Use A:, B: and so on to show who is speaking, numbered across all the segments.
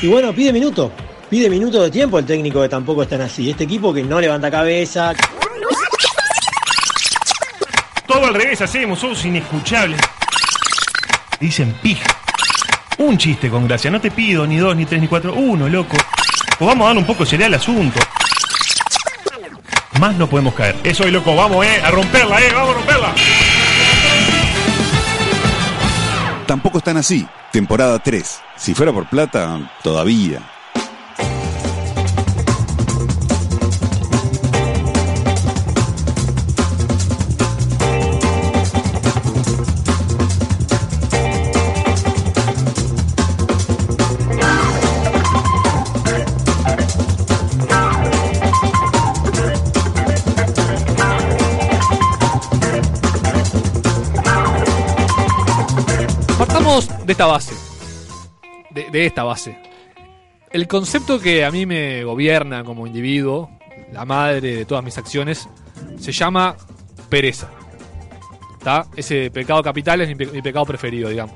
A: Y bueno, pide minuto. Pide minuto de tiempo el técnico que tampoco están así. Este equipo que no levanta cabeza.
B: Todo al revés hacemos, somos inescuchables. Dicen pija. Un chiste con gracia. No te pido ni dos, ni tres, ni cuatro. Uno, loco. Pues vamos a dar un poco sería el asunto. Más no podemos caer. Eso es loco. Vamos, eh. A romperla, eh. Vamos a romperla.
C: Tampoco están así. Temporada 3. Si fuera por plata, todavía.
D: Partamos de esta base. De, de esta base. El concepto que a mí me gobierna como individuo, la madre de todas mis acciones, se llama pereza. ¿Está? Ese pecado capital es mi, pe- mi pecado preferido, digamos.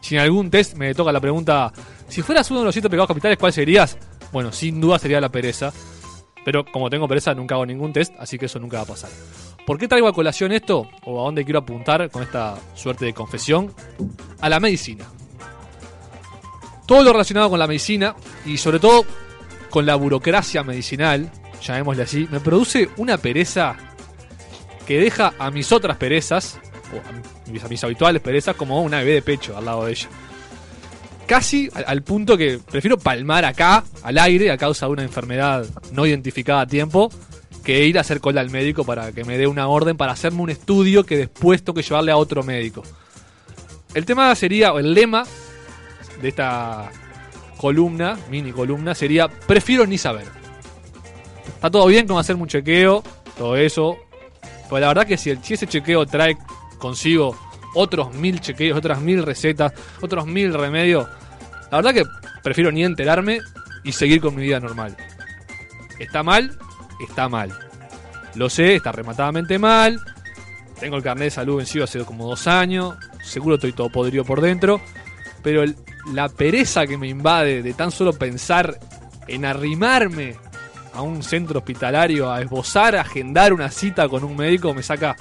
D: Si en algún test me toca la pregunta, si fueras uno de los siete pecados capitales, ¿cuál serías? Bueno, sin duda sería la pereza. Pero como tengo pereza, nunca hago ningún test, así que eso nunca va a pasar. ¿Por qué traigo a colación esto? ¿O a dónde quiero apuntar con esta suerte de confesión? A la medicina. Todo lo relacionado con la medicina y sobre todo con la burocracia medicinal, llamémosle así, me produce una pereza que deja a mis otras perezas, o a mis, a mis habituales perezas, como una bebé de pecho al lado de ella. Casi al, al punto que prefiero palmar acá, al aire, a causa de una enfermedad no identificada a tiempo, que ir a hacer cola al médico para que me dé una orden para hacerme un estudio que después tengo que llevarle a otro médico. El tema sería, o el lema de esta columna, mini columna, sería prefiero ni saber. Está todo bien con hacerme un chequeo, todo eso. Pero la verdad que si, el, si ese chequeo trae consigo otros mil chequeos, otras mil recetas, otros mil remedios, la verdad que prefiero ni enterarme y seguir con mi vida normal. ¿Está mal? Está mal. Lo sé, está rematadamente mal. Tengo el carnet de salud vencido hace como dos años. Seguro estoy todo podrido por dentro. Pero el- la pereza que me invade de tan solo pensar en arrimarme a un centro hospitalario, a esbozar, a agendar una cita con un médico, me saca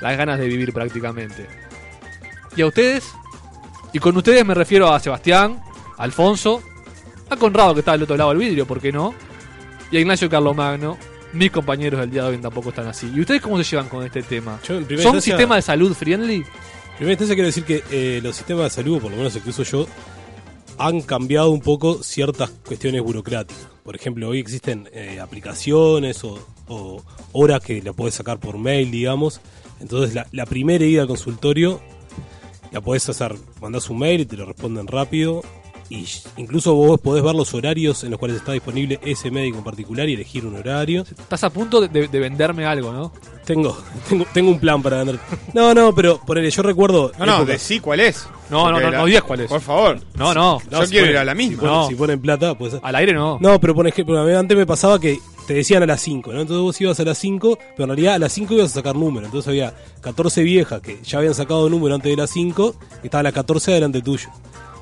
D: las ganas de vivir prácticamente. ¿Y a ustedes? Y con ustedes me refiero a Sebastián, a Alfonso, a Conrado que está del otro lado del vidrio, ¿por qué no? Y a Ignacio Carlomagno, mis compañeros del día de hoy tampoco están así. ¿Y ustedes cómo se llevan con este tema?
E: Yo, en primera
D: ¿Son
E: instancia-
D: sistema de salud friendly?
E: En primera instancia quiero decir que eh, los sistemas de salud, por lo menos el que uso yo, han cambiado un poco ciertas cuestiones burocráticas. Por ejemplo, hoy existen eh, aplicaciones o, o horas que la puedes sacar por mail, digamos. Entonces la, la primera ida al consultorio la podés hacer, mandás un mail y te lo responden rápido. Y incluso vos podés ver los horarios en los cuales está disponible ese médico en particular y elegir un horario.
D: Estás a punto de- de- de venderme algo, ¿no?
E: Tengo, tengo, tengo un plan para vender. No, no, pero ponele, yo recuerdo.
F: No, no,
E: épocas-
F: decí cuál es.
D: No, no,
F: Porque
D: no,
F: la-
D: no digas cuál es.
F: Por favor.
D: No, no.
F: No, Yo
E: si
F: quiero
E: ponen-
F: ir a la
E: Si
F: misma.
E: ponen,
D: No.
E: si ponen plata, pues.
D: Al aire no.
E: No, pero por ejemplo, antes me pasaba que te decían a las 5, ¿no? Entonces vos ibas a las 5, pero en realidad a las 5 ibas a sacar número. Entonces había 14 viejas que ya habían sacado número antes de las 5, y estaban las 14 delante tuyo.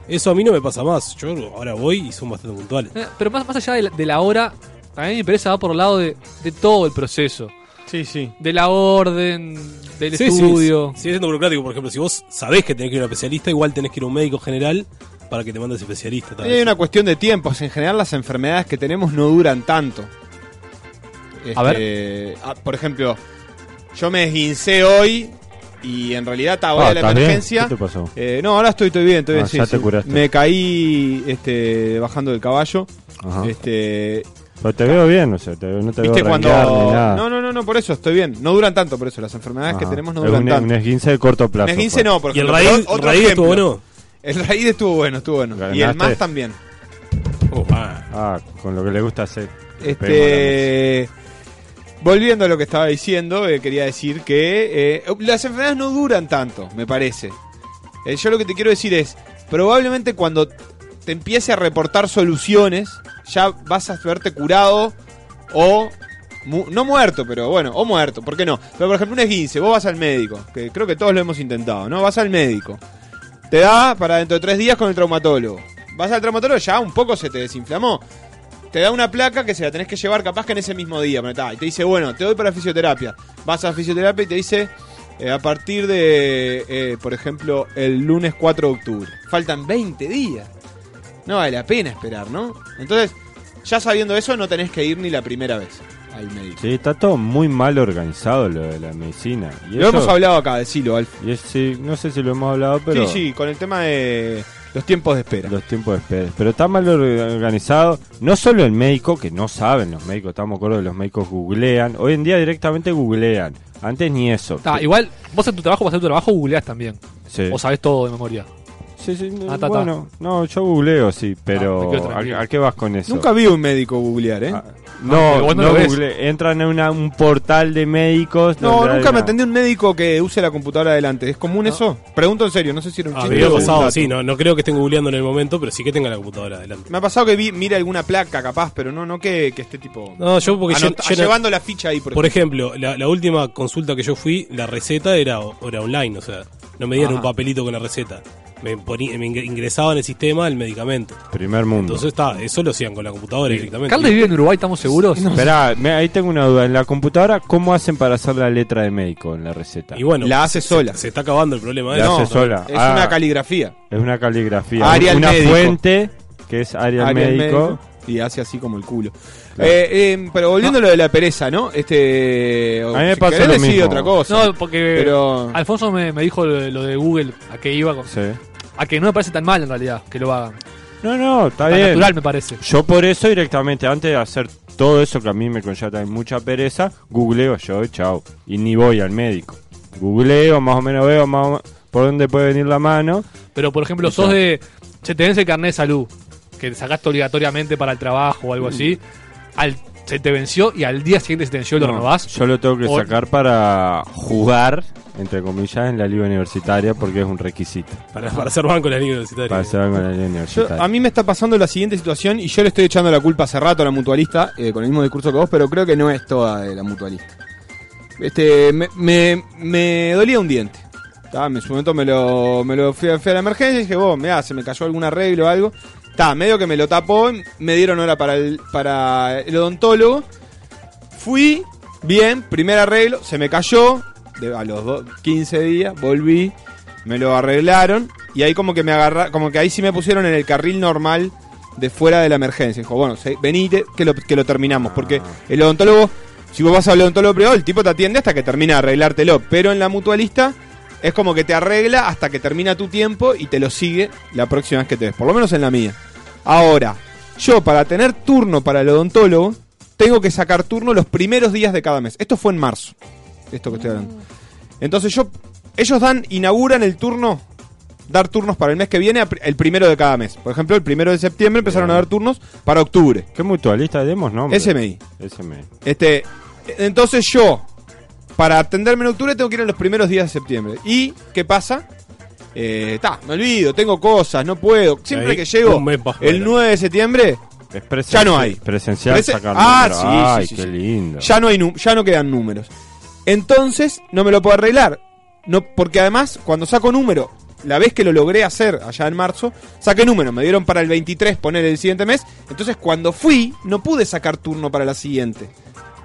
E: Eso a mí no me pasa más. Yo ahora voy y son bastante puntuales.
D: Eh, Pero más, más allá de la, de la hora, a mí me parece va por el lado de, de todo el proceso.
F: Sí, sí.
D: De la orden, del
E: Sí, sí,
D: estudio.
E: sí, sigue siendo burocrático, por ejemplo, si vos sabés que tenés que ir a un especialista, igual tenés que ir a un médico general para que te mandes especialista. tal
F: Y
E: vez.
F: hay Eh, una cuestión de tiempos. En general, las enfermedades que tenemos no duran tanto. este,
D: A
F: ver. por ejemplo, yo me esguincé hoy y en realidad hasta ahora
G: Ah,
F: la
G: ¿estás bien?
F: emergencia.
G: ¿Qué te pasó?
F: Eh, no, ahora estoy, estoy bien, estoy bien.
G: Ah,
F: sí,
G: ya te
F: sí.
G: curaste.
F: Me caí este, bajando del caballo.
G: Ajá.
F: Este,
G: Pero te veo bien, o sea, te, no te
F: ¿Viste
G: veo
F: cuando.?
G: ranquear ni nada.
F: No, no, no, no, por eso estoy bien. No duran tanto, por eso. Las enfermedades que
G: Ajá.
F: tenemos no
G: Es
F: duran
G: un,
F: tanto.
G: un esguince de corto plazo. pues.
F: Un esguince
G: fue.
F: no, por
E: y el
F: ejemplo.
E: raíz,
F: Otro
E: el raíz estuvo
F: ejemplo.
E: bueno.
F: El raíz estuvo bueno, estuvo bueno. Y el
G: Ganaste.
F: más también.
E: Oh,
G: Ah, con lo que le gusta hacer.
F: Este. Volviendo a lo que estaba diciendo, eh, quería decir que eh, las enfermedades no duran tanto, me parece. Eh, yo lo que te quiero decir es, probablemente cuando te empiece a reportar soluciones, ya vas a verte curado o mu- no muerto, pero bueno, o muerto, ¿por qué no? Pero por ejemplo, un esguince, vos vas al médico, que creo que todos lo hemos intentado, ¿no? Vas al médico. Te da para dentro de tres días con el traumatólogo. Vas al traumatólogo, ya un poco se te desinflamó. Te da una placa que se la tenés que llevar capaz que en ese mismo día. pero ta, y te dice, bueno, te doy para fisioterapia. Vas a fisioterapia y te dice, eh, a partir de, eh, por ejemplo, el lunes 4 de octubre. Faltan 20 días. No vale la pena esperar, ¿no? Entonces, ya sabiendo eso, no tenés que ir ni la primera vez al médico.
G: Sí, está todo muy mal organizado lo de la medicina. Y
F: Lo hemos hablado acá, decilo, Alf.
G: y es- sí, no sé si lo hemos hablado, pero...
F: Sí, sí, con el tema de los tiempos de espera.
G: Los tiempos de espera. Pero está mal or- organizado. No solo el médico, que no saben los médicos, estamos de acuerdo que los médicos googlean. Hoy en día directamente googlean. Antes ni eso.
D: Ta, igual, vos en tu trabajo, vas a tu trabajo, googleás también.
G: Sí.
D: O sabés todo de memoria.
G: Sí, sí, no,
D: Ah, ta, ta.
G: bueno, no, yo googleo, sí,
D: Ah, me
G: pero
D: quedo
G: ¿a,
D: tranquilo.
G: a qué vas con eso?
F: Nunca vi un médico googlear, ¿eh?
G: Ah,
D: Ah,
G: no,
D: pero
G: no,
D: vos no lo ves.
G: google- entran en una- un portal de médicos.
F: No,
G: donde hay
F: nunca me
G: una-
F: atendí un médico que use la computadora adelante. ¿Es común eso? Pregunto en serio, no sé si era un
E: Ah,
F: chiste.
E: me ha
F: o un
E: pasado,
F: dato.
E: sí, no, no creo que estén googleando en el momento, pero sí que tenga la computadora adelante.
F: Me ha pasado que vi, mira alguna placa capaz, pero no, no que, que esté tipo.
E: No, yo porque yo,
F: anota-
E: yo no-
F: llevando la ficha ahí, por,
E: por
F: ejemplo.
E: ejemplo, la, la última consulta que yo fui, la receta era, era online, o sea, no me dieron
F: Ajá.
E: un papelito con la receta. Me, ponía- me ingre- ingresaba en el sistema el medicamento.
G: Primer mundo.
E: Entonces está, eso lo hacían con la computadora directamente.
D: Carles vive en Uruguay, ¿estamos seguros?
G: Esperá, me- ahí tengo una duda. En la computadora, ¿cómo hacen para hacer la letra de médico en la receta?
E: Y bueno,
F: La hace sola.
E: se, se está acabando el problema.
G: La
E: ese.
G: hace sola.
F: Es
G: Ah,
F: una caligrafía.
G: es una caligrafía.
F: Área al
G: una
F: médico.
G: fuente que es área al
F: Área del
G: médico.
F: médico, Y hace así como el culo. Eh, eh, pero volviendo a lo de la pereza, ¿no? Este. o
G: A mí me
F: si
G: pasa
F: querés
G: lo
F: decir
G: mismo.
F: otra cosa.
D: No, porque
F: Pero-
D: Alfonso me, me dijo lo, lo de Google, a que iba, con-
G: Sí.
D: a que no me parece tan mal en realidad que lo hagan.
G: No, no, está
D: Tan
G: bien.
D: natural me parece.
G: Yo por eso directamente, antes de hacer todo eso que a mí me conlleva también mucha pereza, googleo yo, chao. Y ni voy al médico. Googleo, más o menos veo más o me- por dónde puede venir la mano.
D: Pero por ejemplo, sos de. Se te vence el carnet de salud, que te sacaste obligatoriamente para el trabajo o algo así. Al, se te venció y al día siguiente se te venció y lo
G: No,
D: renovás.
G: yo lo tengo que
D: O-
G: sacar para jugar, entre comillas, en la liga universitaria porque es un requisito
E: Para, para hacer banco en la liga universitaria.
G: para hacer algo en la
F: Yo-
G: liga
F: ah,
G: universitaria.
F: a mí me está pasando la siguiente situación y yo le estoy echando la culpa hace rato a la mutualista, eh, con el mismo discurso que vos, pero creo que no es toda de la mutualista. Este, me, me, me dolía un diente. Ta, En su momento me lo, me lo fui, a- fui a la emergencia y dije, vos, mirá, se me cayó algún arreglo o algo. Ta, medio que me lo tapó, me dieron hora para el, para el odontólogo. Fui, bien, primer arreglo, se me cayó, de- a los do- 15 días, volví, me lo arreglaron y ahí como que me agarra, como que ahí sí me pusieron en el carril normal de fuera de la emergencia. Dijo, bueno, se- venite que lo, que lo terminamos, porque el odontólogo, si vos vas al odontólogo privado, el tipo te atiende hasta que termina de arreglártelo, pero en la mutualista es como que te arregla hasta que termina tu tiempo y te lo sigue la próxima vez que te ves, por lo menos en la mía. Ahora, yo para tener turno para el odontólogo, tengo que sacar turno los primeros días de cada mes. Esto fue en marzo, esto que estoy hablando. Entonces yo, ellos dan, inauguran el turno, dar turnos para el mes que viene, a pri- el primero de cada mes. Por ejemplo, el primero de septiembre empezaron a
G: Bien.
F: dar turnos para octubre.
G: ¿Qué mutualista demos nombre?
F: SMI.
G: SMI.
F: Este, entonces yo, para atenderme en octubre, tengo que ir en los primeros días de septiembre. ¿Y qué pasa? Eh, ta, me olvido, tengo cosas, no puedo. Siempre
E: Ahí,
F: que llego
E: un mes más
F: el
E: fuera.
F: 9 de septiembre,
G: Es presencial.
F: Ya no hay.
G: Presencial
F: Presen-
G: sacar
F: Ah,
G: número.
F: sí, sí,
G: Ay,
F: sí,
G: qué
F: sí.
G: lindo.
F: ya no, hay nu- ya no quedan números. Entonces, no me lo puedo arreglar. No, porque además, cuando saco número, la vez que lo logré hacer allá en marzo, saqué número, me dieron para el 23 poner el siguiente mes. Entonces, cuando fui, no pude sacar turno para la siguiente.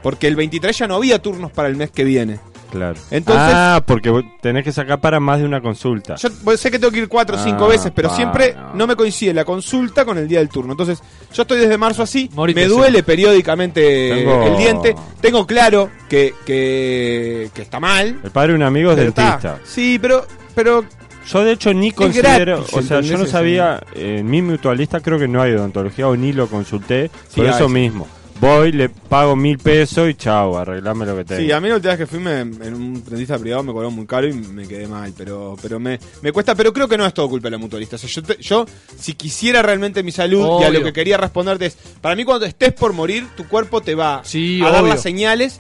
F: Porque el 23 ya no había turnos para el mes que viene.
G: Claro.
F: Entonces-
G: ah, porque vos tenés que sacar para más de una consulta.
F: Yo pues, sé que tengo que ir cuatro o cinco
G: Ah,
F: veces, pero
G: pa,
F: siempre
G: no.
F: no me coincide la consulta con el día del turno. Entonces, yo estoy desde marzo así,
D: Morite,
F: me
D: sí.
F: duele periódicamente
G: Tengo-
F: el diente. Tengo claro que, que, que está mal.
G: El padre de un amigo es
F: pero está.
G: dentista.
F: Sí, pero, pero
G: Yo de hecho ni considero,
F: gratis,
G: o sea, yo
F: ¿entendés
G: no
F: eso?
G: sabía, eh, en mi mutualista creo que no hay odontología o ni lo consulté,
F: Sí,
G: por
F: hay,
G: eso
F: sí.
G: mismo. Voy, le pago mil pesos y chao, arreglame lo que tengo.
F: Sí, a mí la última vez que fui me- en un dentista privado me cobró muy caro y me quedé mal, pero pero me, me cuesta, pero creo que no es todo culpa de la mutualista. O sea, yo, te- yo, si quisiera realmente mi salud y a lo
D: Obvio.
F: que quería responderte es, para mí cuando estés por morir, tu cuerpo te va
D: Sí,
F: a dar
D: obvio.
F: las señales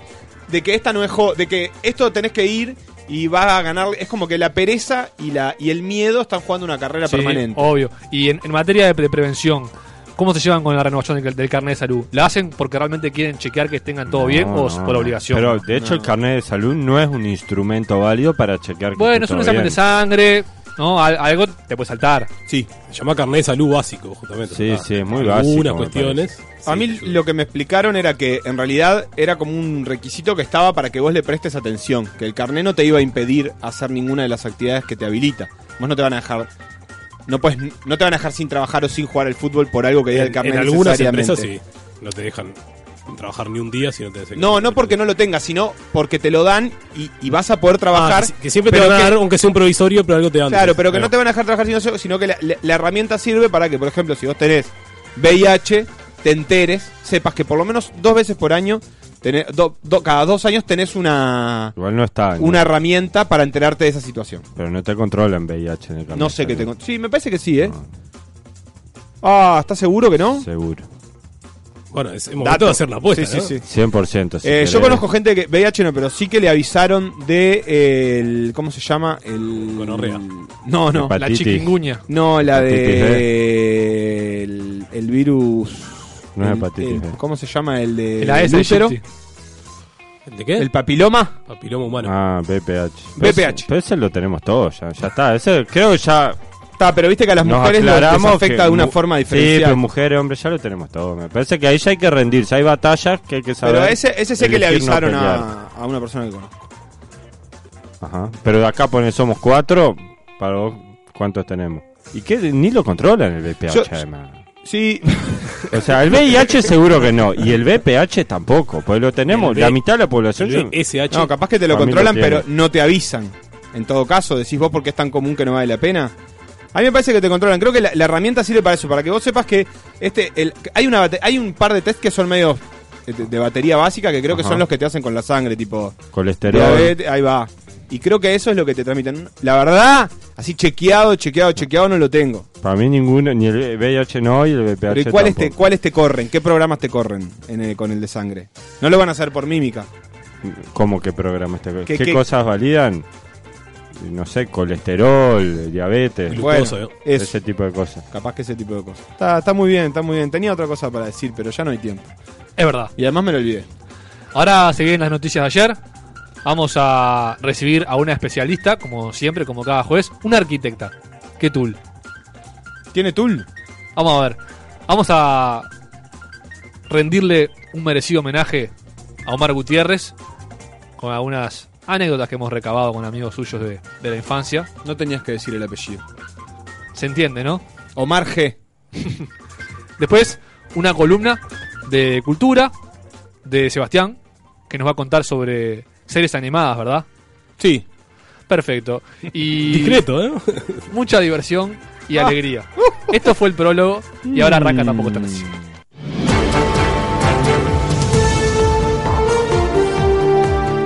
F: de que esta no es jo- de que esto tenés que ir y vas a ganar, es como que la pereza y la y el miedo están jugando una carrera
D: Sí,
F: permanente.
D: Obvio. Y en, en materia de, pre- prevención, ¿cómo se llevan con la renovación del, del carnet de salud? ¿La hacen porque realmente quieren chequear que tengan todo
G: No,
D: bien o
G: no,
D: por
G: no.
D: obligación?
G: Pero de hecho el carnet de salud no es un instrumento válido para chequear que
D: bueno, es
G: esté
D: un
G: todo
D: examen de
G: bien.
D: sangre. No, al- algo te puede saltar.
E: Sí, se llama carnet de salud básico, justamente.
G: Sí,
E: Ah,
G: sí, es muy básico,
E: Algunas
G: me
E: cuestiones.
F: A
E: Sí,
F: mí
E: ayuda.
F: lo que me explicaron era que en realidad era como un requisito que estaba para que vos le prestes atención, que el carné no te iba a impedir hacer ninguna de las actividades que te habilita. Vos no te van a dejar no puedes, no te van a dejar sin trabajar o sin jugar al fútbol por algo que diga
E: en,
F: el carné
E: en algunas
F: necesariamente.
E: empresas sí, no te dejan trabajar ni un día si no te dejan.
F: No, no porque no lo tengas, sino porque te lo dan y, y vas a poder
E: Ah,
F: trabajar.
E: que, que siempre te
F: pero
E: van a
F: que-
E: dar, aunque sea un provisorio, pero algo te dan.
F: Claro, pero que no te
E: van
F: van a dejar trabajar sino eso, sino que la, la- la herramienta sirve para que, por ejemplo, si vos tenés VIH, te enteres, sepas que por lo menos dos veces por año, tenés- do- do- cada dos años tenés una,
G: Igual no está. ¿no?
F: una herramienta para enterarte de esa situación.
G: Pero no te controlan VIH en el carnet.
F: No sé qué
G: Está
F: tengo.
G: bien.
F: Sí, me parece que sí, ¿eh? Ah, ¿estás seguro que no?
G: Seguro.
E: Bueno, es el momento
F: Dato.
E: de hacer la apuesta.
F: Sí,
E: ¿no?
F: sí, sí.
G: 100%. si
F: Eh, yo
G: querés.
F: conozco gente que VIH no, pero sí que le avisaron de eh, el ¿cómo se llama? El
E: Gonorrea.
F: No, no.
G: Hepatitis.
D: La chiquinguña.
F: No, la
G: Hepatitis
E: E.
F: de el, el virus.
G: No es
F: el-
G: hepatitis,
F: el-
G: eh.
F: ¿Cómo se llama? El de
D: El AS
F: el útero,
E: ¿De qué?
F: el papiloma.
E: papiloma humano.
G: Ah, BPH.
F: BPH.
G: Pero ese, pero ese lo tenemos todos ya. Ya está. Ese, creo que ya
F: Está, pero viste que a las
G: nos
F: mujeres lo- les
G: aclaramos.
F: afecta
G: que
F: de una
G: mu-
F: forma
G: Sí,
F: diferencial.
G: pero mujeres, hombres, ya lo tenemos todo. Me parece que ahí ya hay que rendirse. Hay batallas que hay que
F: pero
G: saber.
F: ese, ese sé que le
G: elegir no
F: avisaron
G: pelear.
F: a, a una persona que conozco.
G: Ajá. Pero de acá pone somos cuatro. Para vos, ¿cuántos tenemos? ¿Y qué? Ni lo controlan el BPH,
F: Yo-
G: además.
F: Sí,
G: O sea, el VIH seguro que no. Y el BPH tampoco. Pues lo tenemos.
E: El
G: la
E: B-
G: mitad de la población.
E: El
G: se-
E: SH.
F: no, capaz que te
G: A
F: lo
G: mí lo
F: controlan,
G: tiene.
F: pero no te avisan. En todo caso, decís vos porque es tan común que no vale la pena. A mí me parece que te controlan. Creo que la, la herramienta sirve para eso, para que vos sepas que este el, hay una bate- hay un par de test que son medio eh, de, de batería básica que creo que
G: Ajá.
F: son los que te hacen con la sangre, tipo
G: colesterol.
F: Diabetes, ahí va. Y creo que eso es lo que te transmiten. La verdad, así chequeado, chequeado, chequeado no lo tengo.
G: Para mí ninguno, ni el VIH no y el VPH
F: Pero ¿y cuáles te,
G: tampoco.
F: cuáles te corren? ¿Qué programas te corren en el- con el de sangre? No lo van a hacer por mímica.
G: ¿Cómo que programa este?
F: este? ¿Qué-
G: ¿Qué,
F: qué-
G: cosas validan? No sé, colesterol, diabetes,
E: Glucosa,
F: Bueno,
E: ¿eh?
F: eso.
G: ese tipo de cosas.
F: Capaz que ese tipo de cosas. Está, está muy bien, está muy bien. Tenía otra cosa para decir, pero ya no hay tiempo.
D: Es verdad.
F: Y además me lo olvidé.
D: Ahora se vienen las noticias de ayer. Vamos a recibir a una especialista, como siempre, como cada jueves, una arquitecta. ¿Qué tool?
F: ¿Tiene Tool?
D: Vamos a ver. Vamos a rendirle un merecido homenaje a Omar Gutiérrez con algunas anécdotas que hemos recabado con amigos suyos de, de la infancia.
F: No tenías que decir el apellido.
D: Se entiende, ¿no?
F: Omar G.
D: Después, una columna de cultura de Sebastián, que nos va a contar sobre series animadas, ¿verdad?
F: Sí.
D: Perfecto. Y
E: Discreto, ¿eh?
D: mucha diversión
G: Ah.
D: y alegría. Esto fue el prólogo y ahora arranca tampoco tan así.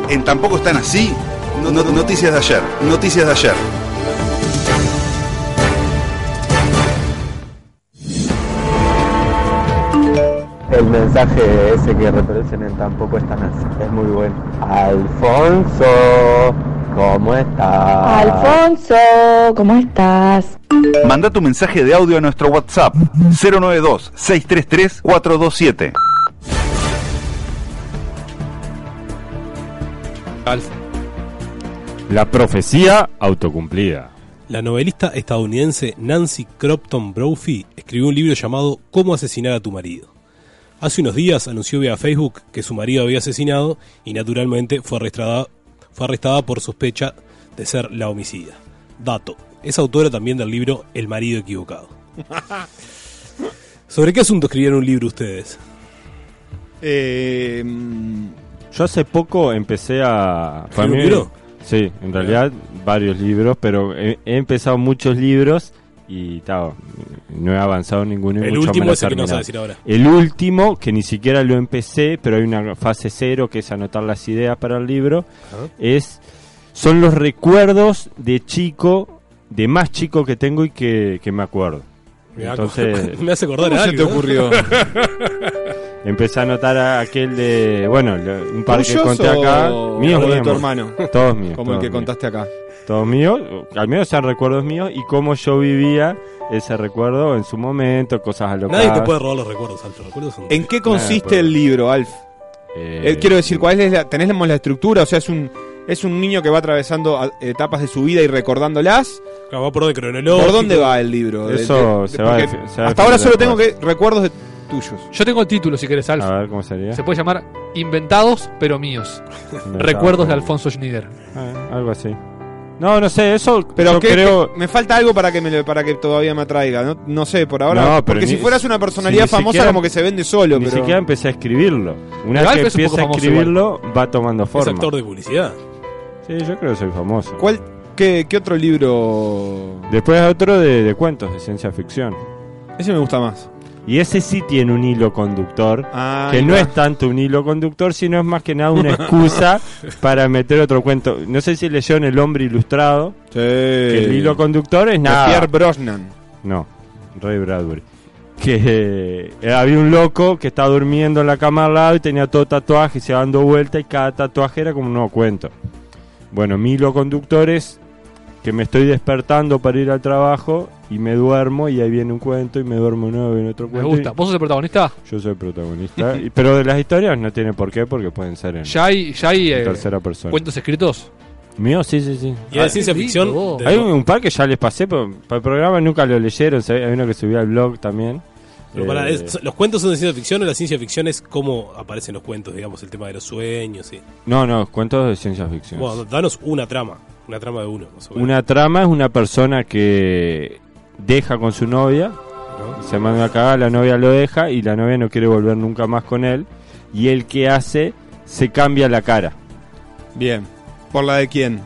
C: En Tampoco están así. no- no- noticias de ayer. Noticias de ayer.
H: El mensaje ese que reproducen tampoco es tan así. Es muy bueno. Alfonso, ¿cómo estás?
I: Alfonso, ¿cómo estás?
J: Manda tu mensaje de audio a nuestro WhatsApp 092-633-427.
G: La profecía autocumplida.
E: La novelista estadounidense Nancy Cropton Brophy escribió un libro llamado Cómo asesinar a tu marido. Hace unos días anunció vía Facebook que su marido había asesinado y naturalmente fue arrestada, fue arrestada por sospecha de ser la homicida. Dato, es autora también del libro El marido equivocado. ¿Sobre qué asunto escribieron un libro ustedes?
F: Eh, mm,
G: Yo hace poco empecé a... para
E: un
G: mí-
E: libro?
G: Sí, en realidad varios libros, pero he, he empezado muchos libros y tao, no he avanzado ninguno. y
E: El
G: mucho
E: último
G: menos
E: es el que nos vas a
G: terminado.
E: decir ahora.
G: El último, que ni siquiera lo empecé, pero hay una fase cero que es anotar las ideas para el libro, es son los recuerdos de chico, de más chico que tengo y que, que me acuerdo.
E: Mirá,
G: Entonces
E: me hace acordar
F: ¿Cómo
E: a
F: se te
E: algo. ¿eh?
F: ocurrió?
G: empecé a anotar a aquel de, bueno, lo- un par que
F: ¿Tuyos
G: conté
F: o-
G: acá,
F: o
G: míos,
F: de tu
G: míos.
F: hermano?
G: Todos míos.
F: Como el
G: todos
F: que
G: míos.
F: contaste acá.
G: Todo mío, o- al menos sean recuerdos míos y cómo yo vivía ese recuerdo en su momento, cosas alocadas.
E: Nadie te puede robar los recuerdos, Alto. Recuerdos son-
F: ¿En qué
G: Nada,
F: consiste
G: pues.
F: el libro, Alf?
G: Eh,
F: Eh, quiero decir, ¿cuál es la, tenemos la estructura? O sea, es un Es un niño que va atravesando a- etapas de su vida y recordándolas.
E: Claro, va por orden cronológico.
F: ¿Por dónde va el libro? De-
G: Eso
F: de-
G: se va a
F: porque
G: defi- se va a
F: Hasta ahora
G: definir
F: solo tengo que
G: después.
F: recuerdos de tuyos.
D: Yo tengo el título, si querés, Alf.
G: A ver cómo sería.
D: Se puede llamar Inventados, pero míos. Recuerdos de Alfonso Schneider.
G: Ah, Algo así. No, no sé, eso
F: Pero
G: yo
F: que,
G: creo.
F: que me falta algo para que me lo- para que todavía me atraiga. No, no sé, por ahora.
G: No, pero
F: porque si
G: ni-
F: fueras una
G: si
F: personalidad
G: ni
F: famosa,
G: siquiera-
F: como que se vende solo.
G: Ni
F: pero...
G: siquiera empecé a escribirlo. Una
D: Pero
G: vez
D: Alf
G: que
D: es un poco
G: empieza a
D: famoso
G: escribirlo, va tomando
E: Es
G: forma.
E: actor de publicidad.
G: Sí, yo creo que soy famoso.
F: ¿Cuál, qué, qué otro libro?
G: Después otro de, de cuentos de ciencia ficción.
F: Ese me gusta más.
G: Y ese sí tiene un hilo conductor.
F: Ah,
G: que
F: ahí
G: no
F: va.
G: es tanto un hilo conductor, sino es más que nada una excusa para meter otro cuento. No sé si leyeron El hombre ilustrado.
F: Sí.
G: que el hilo conductor es
F: De
G: nada.
F: Pierre Brosnan.
G: No, Ray Bradbury. Que eh, había un loco que estaba durmiendo en la cama al lado y tenía todo tatuaje y se iba dando vuelta y cada tatuaje era como un nuevo cuento. Bueno, mi hilo conductor es que me estoy despertando para ir al trabajo y me duermo y ahí viene un cuento y me duermo de nuevo y viene otro
D: Me
G: cuento.
D: gusta. ¿Vos sos el protagonista?
G: y Yo soy el protagonista. Y- pero de las historias no tiene por qué porque pueden ser en,
D: Ya hay, ya hay
G: en
D: eh,
G: tercera persona.
D: cuentos escritos.
G: Mío, sí, sí, sí.
E: Y es de
D: Ah,
E: ciencia
D: lindo,
E: ficción.
D: vos.
E: de-
G: Hay un, un par que ya les pasé, pero para el programa nunca lo leyeron. se- Hay uno que subí al blog también.
E: pero pará,
G: Eh,
E: es- ¿Los cuentos son de ciencia ficción o la ciencia ficción es cómo aparecen los cuentos? Digamos, el tema de los sueños. Y...
G: No, no, cuentos de ciencia ficción.
E: Bueno, danos una trama. Una trama de uno. más o menos.
G: Una trama es una persona que deja con su novia,
E: ¿No?
G: se manda a cagar, la novia lo deja y la novia no quiere volver nunca más con él. Y él que hace, se cambia la cara
F: Bien. ¿Por la de quién?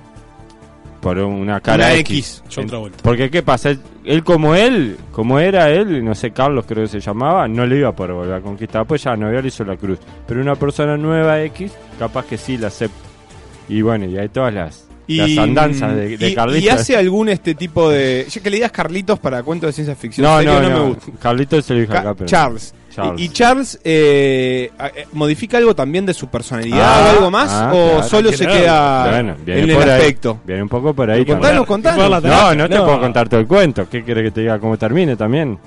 G: por una cara
F: Una
G: X.
E: John Travolta.
G: Porque qué pasa, él, él como él, como era él, no sé, Carlos creo que se llamaba, no le iba a poder volver a conquistar, pues ya la novia le hizo la cruz. Pero una persona nueva X, capaz que sí la acepta. Y bueno, y hay todas las, las andanzas de, de
F: y-
G: Carlitos.
F: ¿Y hace algún este tipo de. Ya que le digas Carlitos para cuentos de ciencia ficción.
G: No,
F: serio,
G: no, no,
F: me gusta.
G: Carlitos es el hijo
F: Ca-
G: acá, pero-
F: Charles.
G: Charles.
F: ¿Y, y Charles eh, a- eh, modifica algo también de su personalidad
G: Ah,
F: o algo más?
G: ah,
F: ¿O
G: claro,
F: solo se
E: claro.
F: queda
G: Bueno, viene
F: en el
G: por ahí.
F: aspecto?
G: Viene un poco por ahí.
F: Pero
G: también.
F: contanos, contanos.
G: No, no te
E: No.
G: puedo contar todo el cuento. ¿Qué querés que te diga cómo termine también?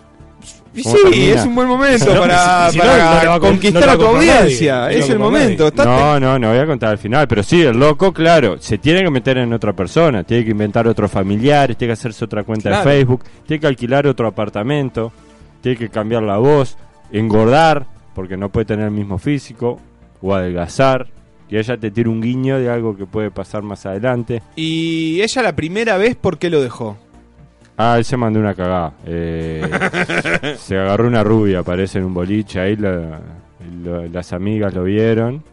F: Y
G: ¿Cómo
F: sí,
G: termina?
F: es un buen momento para,
E: si no,
F: para
E: no te va a com-
F: conquistar
E: no te va
F: a tu
E: a comprar
F: audiencia.
E: nadie. No
F: es
E: te va
F: el
E: a comprar
F: momento.
E: nadie.
F: Estás-
G: No, no, no voy a contar al final. Pero sí, el loco, claro, se tiene que meter en otra persona. Tiene que inventar otros familiares, tiene que hacerse otra cuenta
F: Claro.
G: de Facebook, tiene que alquilar otro apartamento, tiene que cambiar la voz, engordar, porque no puede tener el mismo físico, o adelgazar. Y ella te tira un guiño de algo que puede pasar más adelante.
F: Y ella la primera vez, ¿por qué lo dejó?
G: Ah, él se mandó una cagada. Eh, se agarró una rubia, parece, en un boliche. Ahí la- lo- las amigas lo vieron.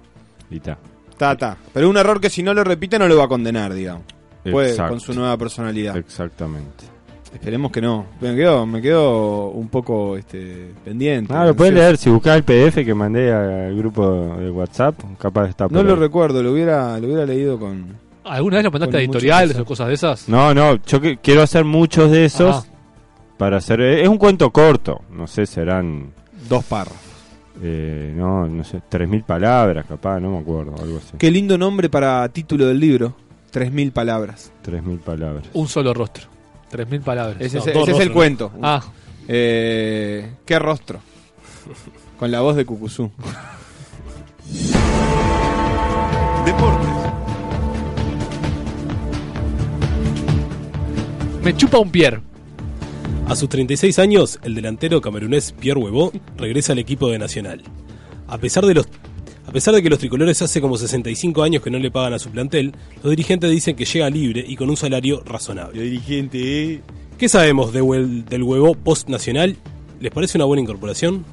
G: Y ta.
F: Ta, ta. Pero un error que si no lo repite no lo va a condenar, digamos. Puede,
G: Exacto.
F: con su nueva personalidad.
G: Exactamente.
F: Esperemos que no. Me quedo, me quedo un poco este, pendiente.
G: Ah, lo puedes
F: ansioso.
G: leer. Si buscas el PDF que mandé al grupo de WhatsApp, capaz está
F: No
G: por
F: lo
G: ahí.
F: recuerdo, lo hubiera, lo hubiera leído con.
D: ¿Alguna vez lo mandaste
F: Con
D: a
F: mucho
D: editoriales
F: pesar.
D: o cosas de esas?
G: No, no, yo que- quiero hacer muchos de
F: Ah.
G: esos.
D: Ajá.
G: Para hacer. eh, Es un cuento corto. No sé, serán.
F: Dos párrafos.
G: eh, no, no sé, 3.000 palabras, capaz, no me acuerdo. Algo así.
F: Qué lindo nombre para título del libro. 3.000 palabras.
G: 3.000 palabras.
D: Un solo rostro. 3.000 palabras.
F: Ese,
E: No,
F: es-
E: dos
F: ese es el
E: rostros, ¿no?
F: cuento.
D: Ah,
F: Eh, qué rostro. Con la voz de Cucuzú.
J: Deportes.
D: me chupa un pier.
E: A sus 36 años, el delantero camerunés Pierre Huevó regresa al equipo de Nacional. A pesar de los a pesar de que los tricolores hace como 65 años que no le pagan a su plantel, los dirigentes dicen que llega libre y con un salario razonable.
F: dirigente. eh.
E: ¿Qué sabemos de Huel- del Huevó post Nacional? ¿Les parece una buena incorporación?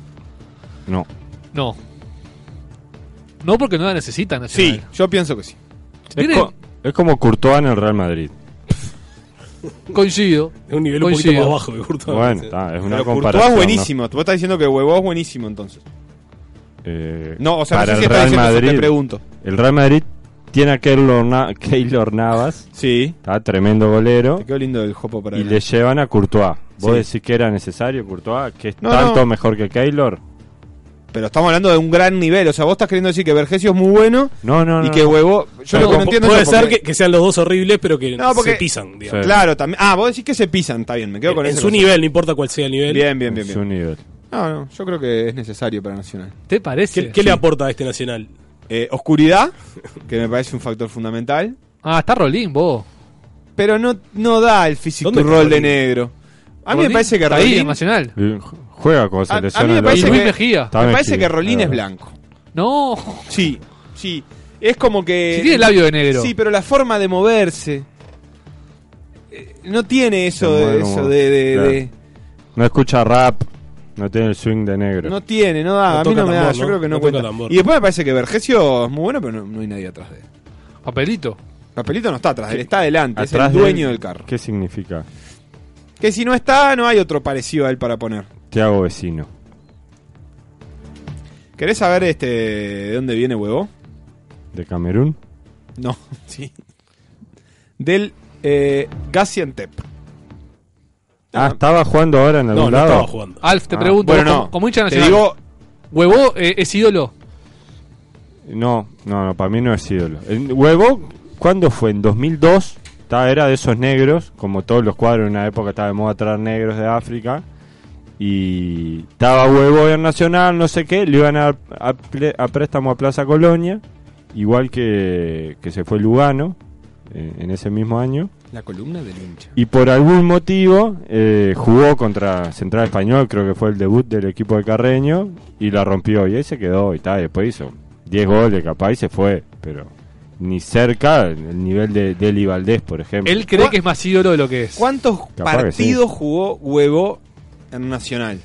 G: No.
D: No. No porque no la necesitan. Nacional.
F: Sí, yo pienso que sí.
G: Es,
D: Miren,
G: co- es como Courtois en el Real Madrid.
D: coincido.
E: Es un nivel un
D: Coincido.
E: poquito más bajo que Hurtado.
G: Bueno,
E: Sí.
G: está, es una
F: Pero Courtois
G: comparación.
F: es
G: ¿no?
F: buenísimo. Tú estás diciendo que Huevo es buenísimo entonces.
G: Eh,
F: No, o sea,
G: para
F: no sé si
G: el
F: estás
G: Real
F: diciendo eso,
G: Madrid.
F: te pregunto.
G: El Real Madrid tiene a Keylor, Na- Keylor Navas,
F: Sí.
G: está tremendo golero,
F: Te quedó lindo el jopo para
G: y le
F: adelante.
G: llevan a Courtois. ¿Vos
F: Sí.
G: decís que era necesario Courtois? ¿Que es
F: No,
G: tanto
F: no.
G: mejor que Keylor?
F: Pero estamos hablando de un gran nivel. O sea, vos estás queriendo decir que Vergesio es muy bueno
G: No, no, no.
F: y que Huevo. Yo
E: Pero
F: lo que no
E: pu-
F: entiendo es
E: puede
F: eso,
E: ser
F: porque-
E: que, que sean los dos horribles, pero que
F: No, porque-
E: se pisan, digamos.
G: Sí.
F: Claro, también. Ah, vos decís que se pisan. Está bien, me quedo con
E: en
F: ese
E: su
F: concepto.
E: nivel, no importa cuál sea el nivel.
F: Bien, bien, bien,
G: Es
F: bien.
G: un nivel.
F: No, no, yo creo que es necesario para Nacional.
D: ¿Te
E: ¿Qué,
D: parece?
E: qué le aporta a este Nacional?
F: Eh, oscuridad, que me parece un factor fundamental.
D: Ah, está Rolín, vos.
F: Pero no, no da el físico
D: ¿Dónde está
F: rol de
D: Rolín?
F: negro. A mí me
D: Rolín
F: parece que
D: está ahí,
F: Rolín.
D: en Nacional.
G: Juega con
F: A, a
G: selección.
F: mí me
G: al-
F: parece,
D: Luis
F: que,
D: Mejía.
G: Está Ah,
F: me parece
G: Mejía,
F: que Rolín
G: claro.
F: es blanco.
D: No.
F: Sí, sí. Es como que.
D: Si tiene labio de negro.
F: Sí, pero la forma de moverse. eh, No tiene eso,
G: Se mueve
F: de,
G: como-
F: eso de, de-
G: claro.
F: de-
G: No escucha rap, no tiene el swing de negro.
F: No tiene, no da.
E: No
F: a mí
E: toca
F: no me da.
E: tambor,
F: Yo
E: ¿no?
F: creo que no,
E: No toca
F: cuenta.
E: tambor.
F: Y después me parece que Vergesio es muy bueno, pero no, no hay nadie atrás de él.
D: Papelito.
F: Papelito no está atrás de él, está adelante.
G: Atrás
F: es
G: de
F: el dueño
G: él,
F: del carro.
G: ¿Qué significa?
F: Que si no está, no hay otro parecido a él para poner.
G: Te hago vecino.
F: ¿Querés saber este de dónde viene huevo?
G: ¿De Camerún?
F: No, sí. Del eh, Gaziantep.
G: Ah, ¿estaba jugando ahora en algún
E: No, no
G: lado?
E: estaba jugando.
D: Alf, te
G: Ah,
D: pregunto,
F: Bueno,
D: vos
F: no.
D: como, como hincha
F: Te
D: nacional,
F: digo,
D: ¿Huevó eh, es ídolo?
G: No, no, no, para mí no es ídolo. El huevo, ¿cuándo fue? En 2002. Estaba- era de esos negros, como todos los cuadros en una época estaba de moda traer negros de África. Y estaba huevo en Nacional, no sé qué. Le iban a, dar a ple- a préstamo a Plaza Colonia, igual que, que se fue Lugano eh, en ese mismo año.
F: la columna del hincha.
G: Y por algún motivo eh, jugó contra Central Español, creo que fue el debut del equipo de Carreño, y la rompió. Y ahí se quedó y tal. Después hizo 10 goles, capaz, y se fue. Pero ni cerca el nivel de, de Eli Valdés, por ejemplo.
D: Él cree
F: ¿Cuá-
D: que es más ídolo de lo que es.
F: ¿Cuántos
G: Capaz que
F: partidos jugó huevo en Nacional?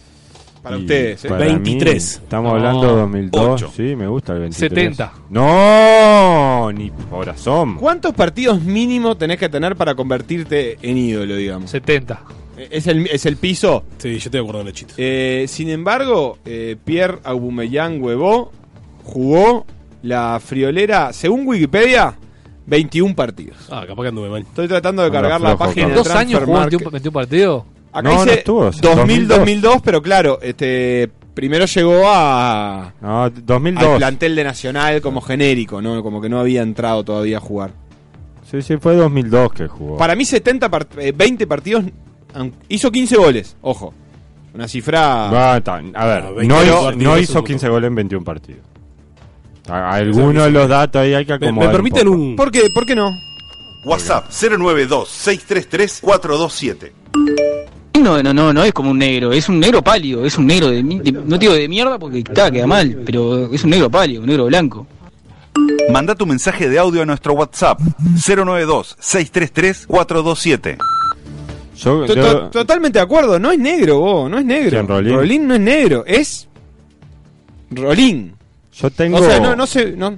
F: Para
G: Y
F: ustedes. ¿eh?
G: para
E: 23.
G: mí, estamos
D: No,
G: hablando de 2002.
E: ocho.
G: Sí, me gusta el 23.
D: 70.
G: No, ni corazón.
F: ¿Cuántos partidos mínimo tenés que tener para convertirte en ídolo, digamos? Eh,
D: 70.
F: Es el, es el piso.
E: Sí, yo te acuerdo, Nachito.
F: Eh, sin embargo, eh, Pierre Aubameyang huevó, jugó la friolera, según Wikipedia, 21 partidos.
E: Ah, capaz que anduve mal.
F: Estoy tratando de
G: Anda
F: cargar la
G: flojo,
F: página
D: ¿En
F: de
G: Carlos.
D: dos años jugó
F: Transfermarkt.
D: 21, 21 partidos?
F: Acá
G: No, no
F: dice
G: estuvo, o sea,
F: 2000,
G: 2002.
F: 2002, pero claro, este primero llegó a
G: No,
F: al
G: 2002.
F: plantel de Nacional como genérico, no como que no había entrado todavía a jugar.
G: Sí, sí, fue 2002 que jugó.
F: Para mí 70 part- eh, 20 partidos aun- hizo 15 goles, ojo. Una cifra
G: Va, ta- a ver,
E: Ah,
G: no,
E: 22
G: hizo,
E: partidos
G: no
E: es
G: hizo
E: un
G: 15 goles en 21 partidos. A- Algunos de los datos ahí hay que
E: ¿Me,
G: acomodar.
E: me permiten un.
F: ¿Por qué? ¿Por qué no?
J: WhatsApp 092-633-427.
K: No, no, no, no es como un negro, es un negro pálido, es un negro de, mi- de- no digo de mierda porque está, queda mal, pero es un negro pálido, un negro blanco.
J: Manda tu mensaje de audio a nuestro WhatsApp 092-633-427.
G: Yo,
F: To-
G: yo-
F: to- totalmente de acuerdo, no es negro vos, no es negro.
G: ¿Quién, Rolín?
F: no es negro, es Rolín.
G: yo tengo.
F: O sea, no, no sé, no,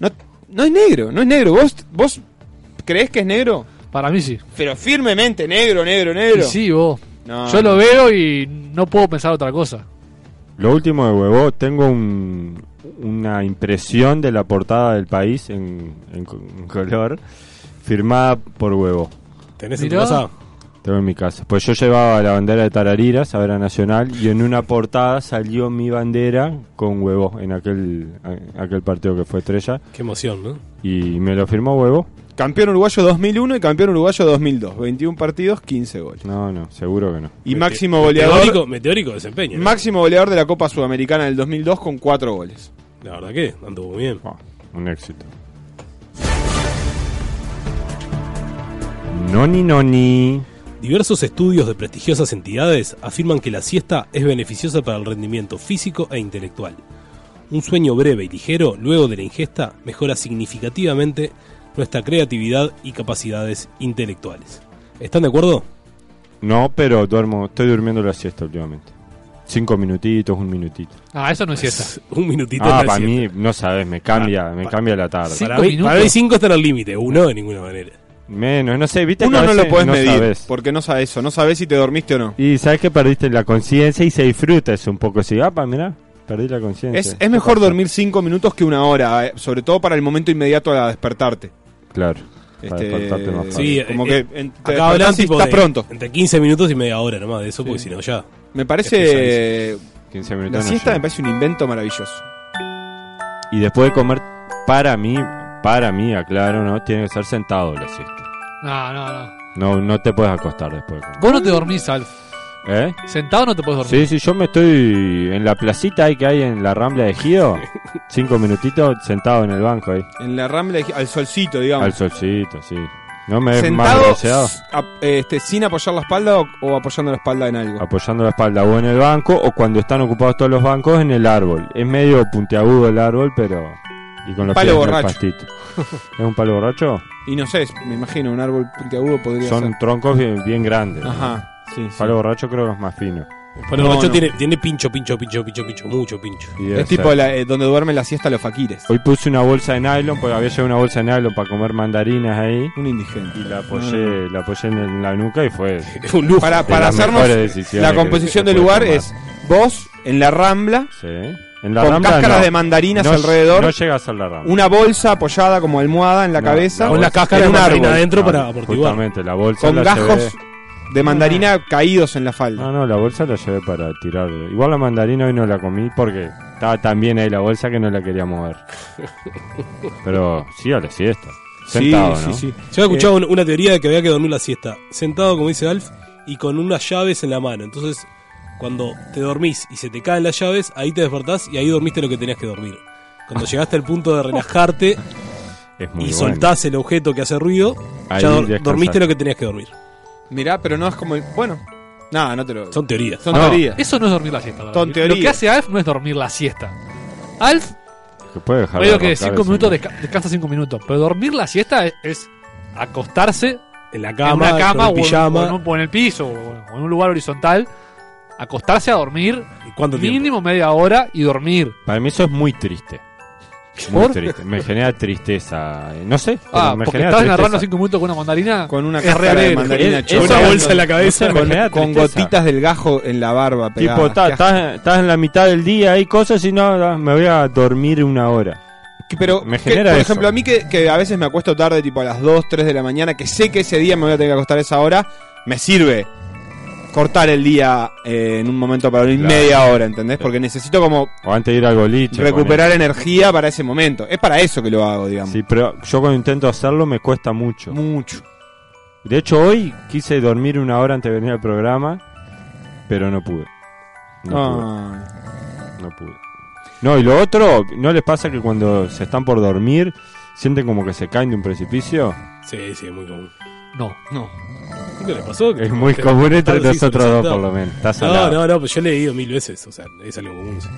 F: no, no es negro, no es negro. ¿Vos, vos crees que es negro?
D: Para mí sí.
F: Pero firmemente, negro, negro,
D: Y
F: negro.
D: sí, vos.
F: No,
D: Yo
F: no.
D: lo veo y no puedo pensar otra cosa.
G: Lo último de huevo, tengo un- una impresión de la portada del país en, en co- en color, firmada por huevo.
E: ¿Tenés en tu
D: Mirá.
E: casa?
G: Tengo en mi casa. Pues yo llevaba la bandera de Tarariras, ahora nacional, y en una portada salió mi bandera con huevo en aquel, a- aquel partido que fue estrella,
E: Qué emoción, ¿no?
G: y me lo firmó huevo.
F: Campeón uruguayo 2001 y campeón uruguayo 2002. 21 partidos, 15 goles.
G: No, no, seguro que no.
F: Y
E: Mete-
F: máximo goleador,
E: Meteórico, meteórico desempeño. ¿no?
F: máximo goleador de la Copa Sudamericana del 2002 con 4 goles.
E: La verdad que anduvo muy bien.
G: Ah, un éxito. Noni Noni.
E: Diversos estudios de prestigiosas entidades afirman que la siesta es beneficiosa para el rendimiento físico e intelectual. Un sueño breve y ligero luego de la ingesta mejora significativamente nuestra creatividad y capacidades intelectuales. ¿Están de acuerdo?
G: No, pero duermo, estoy durmiendo la siesta últimamente. Cinco minutitos, un minutito.
D: Ah, eso no es siesta.
E: Un minutito
G: Ah,
E: en la
G: para
E: siesta.
G: mí, no sabes, me cambia, me
E: Ah, pa-
G: cambia la tarde.
D: Sí.
E: Para
D: ¿Cinco
E: mí, para
D: minutos?
E: mí cinco están al límite, uno de ninguna manera.
G: Menos, no sé, viste que
F: Uno
G: a
F: no lo
G: veces
F: podés medir
G: sabés.
F: porque no sabes eso, no sabes si te dormiste o no.
G: Y sabes que perdiste la conciencia y se disfruta eso un poco. Sí, apa, mirá, perdí la conciencia.
F: Es,
G: ¿Qué
F: es mejor
G: pasa?
F: dormir 5 minutos que una hora, eh, sobre todo para el momento inmediato a despertarte.
G: Claro. para
F: Este,
G: despertarte más fácil.
E: Sí,
F: como
E: eh,
F: que
E: eh,
F: en- te
E: Acá hablan
F: despertás y
E: tipo
F: está
E: de-
F: pronto.
E: Entre 15 minutos y media hora nomás de eso, porque si no ya.
F: Me
E: Es
F: parece. eh,
G: 15
F: La
G: minutos. no
F: siesta me
G: llega.
F: parece un invento maravilloso.
G: Y después de comer, para mí, para mí, aclaro, ¿no? Tiene que ser sentado la siesta.
D: No, no, no.
G: No, no te puedes acostar después. de comer.
D: Vos no te dormís, Alf.
G: ¿Eh?
D: Sentado no te puedes dormir.
G: Sí, sí, yo me estoy en la placita ahí que hay en la rambla de Gio. Cinco minutitos sentado en el banco ahí.
F: En la rambla, al solcito, digamos.
G: Al solcito, sí. No me ves más
F: Sentado
G: bronceado.
F: s- ap- este, sin apoyar la espalda o, o apoyando la espalda en algo.
G: Apoyando la espalda o en el banco o cuando están ocupados todos los bancos en el árbol. Es medio puntiagudo el árbol, pero. Y con los
F: Palo
G: pies en el
F: borracho.
G: pastito. ¿Es un palo borracho?
F: Y no sé, me imagino, un árbol puntiagudo podría
G: Son
F: ser.
G: troncos bien, bien grandes.
F: Ajá, sí, sí.
G: Palo borracho creo que es más fino.
E: Bueno,
F: No,
E: Nacho
F: no.
E: Tiene, tiene pincho, pincho, pincho, pincho, pincho, mucho pincho.
G: Y debe
F: Es tipo
G: ser.
F: la- eh, donde duermen la siesta los faquires.
G: Hoy puse una bolsa de nylon, porque había llevado una bolsa de nylon para comer mandarinas ahí.
F: Un indigente.
G: Y la apoyé, la apoyé en, en la nuca y fue.
F: Para,
G: de
F: para
G: las
F: hacernos
G: mejores decisiones
F: la
G: que-
F: composición
G: que
F: del
G: pude
F: lugar
G: tomar.
F: es vos en la rambla,
G: Sí. En la
F: con
G: rambla,
F: cáscaras
G: no.
F: de mandarinas
G: No ll-
F: alrededor.
G: No llegas a la rambla.
F: una bolsa apoyada como almohada en la
G: No,
F: cabeza,
G: la Con
E: Con las
G: bolsa.
E: cáscaras
F: en
E: de
F: un
E: mandarina
F: árbol,
E: adentro
G: No,
E: para amortiguar.
G: Ah, Justamente, la bolsa
F: con
G: la llevé-
F: gajos de mandarina caídos en la falda.
G: No, no, la bolsa la llevé para tirar. Igual la mandarina hoy no la comí porque estaba tan bien ahí la bolsa que no la quería mover. Pero sí a la siesta. Sentado,
F: sí,
G: ¿no?
F: sí, Eh, sí.
E: Yo he escuchado un- una teoría de que había que dormir la siesta, sentado, como dice Alf, y con unas llaves en la mano. Entonces, cuando te dormís y se te caen las llaves, ahí te despertás y ahí dormiste lo que tenías que dormir. Cuando llegaste al punto de relajarte
G: Es muy
E: y
G: bueno.
E: soltás el objeto que hace ruido,
G: Ahí
E: ya dor-
G: descansás.
E: dormiste lo que tenías que dormir.
F: Mirá, pero no es como el. Bueno, nada, no te lo.
E: Son teorías.
F: son
G: No.
F: teorías.
D: Eso no es dormir la siesta. para
F: Son
D: mí. Lo
F: teorías.
D: que hace Alf no es dormir la siesta. Alf,
G: Que puede dejar
D: medio
G: de
D: que
G: roncar
D: cinco
G: el
D: minutos
G: señor.
D: desca- descansa cinco minutos. Pero dormir la siesta es, es acostarse
E: En la cama,
D: en una cama
E: con
D: o, en-
E: el pijama.
D: o en, un- o en el piso o o en un lugar horizontal. Acostarse a dormir
E: ¿Y cuánto tiempo?
D: mínimo media hora y dormir.
G: Para mí eso es muy triste. Muy triste. Me genera tristeza. No sé. pero
D: Ah,
G: me
D: porque
G: genera
D: estás
G: tristeza.
D: narrando cinco minutos con una mandarina.
F: Con una
D: Es
F: cáscara
D: re
F: de
D: alegre.
F: mandarina
G: Es-
F: chorreando.
E: Esa bolsa en la cabeza.
G: No sé, me genera
F: Con
G: tristeza.
F: gotitas del gajo en la barba pegadas.
G: Tipo, ta-
F: Qué asco.
G: estás estás en la mitad del día, hay cosas y no, no, me voy a dormir una hora.
F: Que- Pero,
G: me
F: que,
G: genera
F: por
G: eso.
F: ejemplo, a mí que, que a veces me acuesto tarde, tipo a las 2, 3 de la mañana, que sé que ese día me voy a tener que acostar a esa hora, me sirve cortar el día eh, en un momento para dormir
G: Claro.
F: media hora, ¿entendés? Porque necesito como
G: O antes de ir al boliche.
F: recuperar energía para ese momento. Es para eso que lo hago,
G: ponele.
F: digamos.
G: Sí, pero yo cuando intento hacerlo me cuesta mucho.
F: Mucho.
G: De hecho, hoy quise dormir una hora antes de venir al programa, pero no pude.
F: Ah.
G: No,
F: Ay.
G: pude, no pude. No, y lo otro, ¿no les pasa que cuando se están por dormir sienten como que se caen de un precipicio?
E: Sí, sí, muy común.
D: No.
E: ¿Qué le pasó?
G: Es muy
E: Te-
G: común entre
E: tarde, sí,
G: nosotros dos,
E: sentado.
G: por lo menos. Está
E: No,
G: salado.
E: no, no, pues yo le he leído mil veces, o sea, es algo común. sí.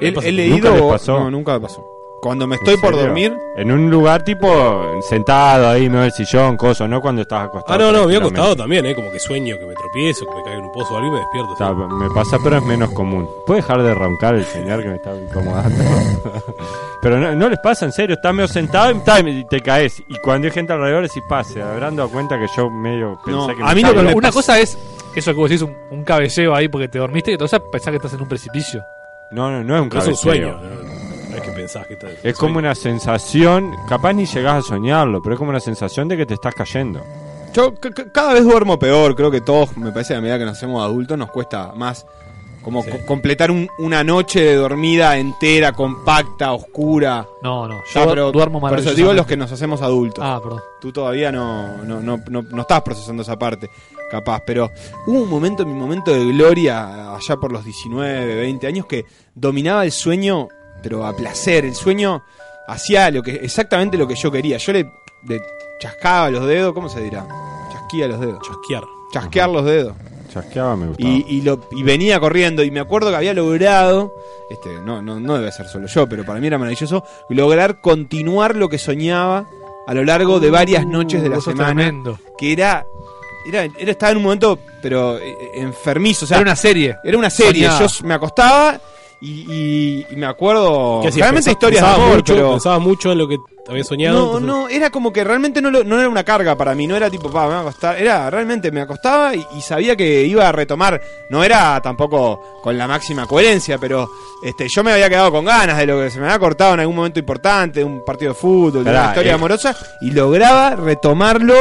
F: He,
E: Pasa-
F: he
G: ¿Nunca
F: leído.
G: les pasó?
F: No, nunca me pasó. Cuando me
G: ¿En
F: estoy por
G: serio?
F: dormir,
G: En un lugar tipo sentado ahí, me el sillón, coso, ¿no? Cuando estás acostado.
E: Ah, no, no, me he
G: tranquilamente.
E: acostado también, ¿eh? Como que sueño, que me tropiezo, que me caigo en un pozo o algo y me despierto.
G: Está,
E: ¿sí?
G: me pasa, pero es menos común. ¿Puede dejar de roncar el señor que me está incomodando? pero no, no les pasa, en serio. Estás medio sentado y, ta, y te caes. Y cuando hay gente alrededor decís, pase. Habrán dado cuenta que yo medio pensé
F: No,
G: que
F: a mí
G: no
F: lo que me
D: una
F: pasa-
D: cosa es eso que vos decís, un, un cabeceo ahí porque te dormiste y otra cosa es pensar que estás en un precipicio.
G: No, no, no es un
E: Pero es un
G: cabeceo.
E: sueño. ¿no? No es que pensás que está.
G: Es como una sensación, capaz ni llegás a soñarlo, pero es como una sensación de que te estás cayendo.
F: yo c- c- cada vez duermo peor. Creo que todos, me parece, a medida que nos hacemos adultos, nos cuesta más como co- completar un- una noche de dormida entera, compacta, oscura.
D: No, no. Yo
F: Ya, Ah, pero
D: duermo
F: por eso
D: maravillosamente.
F: digo los que nos hacemos adultos.
D: Ah, perdón.
F: Tú todavía no, no, no, no, no estás procesando esa parte, capaz. Pero hubo un momento, en mi momento de gloria, allá por los 19, 20 años, que dominaba el sueño, pero a placer. El sueño hacía lo que, exactamente lo que yo quería. Yo le, le chascaba los dedos, ¿cómo se dirá? Chasquía los dedos.
E: Chasquear.
F: Chasquear los dedos.
G: Chasqueaba, me gustaba.
F: Y, y lo, y venía corriendo. Y me acuerdo que había logrado. Este, no, no, no debe ser solo yo, pero para mí era maravilloso. Lograr continuar lo que soñaba a lo largo de varias noches de la
D: Vos sos
F: semana.
D: tremendo.
F: Que era, era, era- Estaba en un momento, pero eh, enfermizo. O sea,
D: Era una serie.
F: era una serie.
D: soñada.
F: Yo me acostaba y, y- y me acuerdo.
E: ¿Qué hacías?
F: Realmente
E: Pensá-
F: historias de
E: pensabas
F: amor,
E: mucho,
F: pero.
E: Pensabas mucho en lo que habías soñado.
F: No,
E: entonces-
F: no, era como que realmente no, lo- no era una carga para mí, no era tipo, pa, me va a acostar. Era, realmente me acostaba y, y sabía que iba a retomar. No era tampoco con la máxima coherencia, pero este, yo me había quedado con ganas de lo que se me había cortado en algún momento importante, de un partido de fútbol, de
G: Pará,
F: una historia
G: eh.
F: amorosa, y lograba retomarlo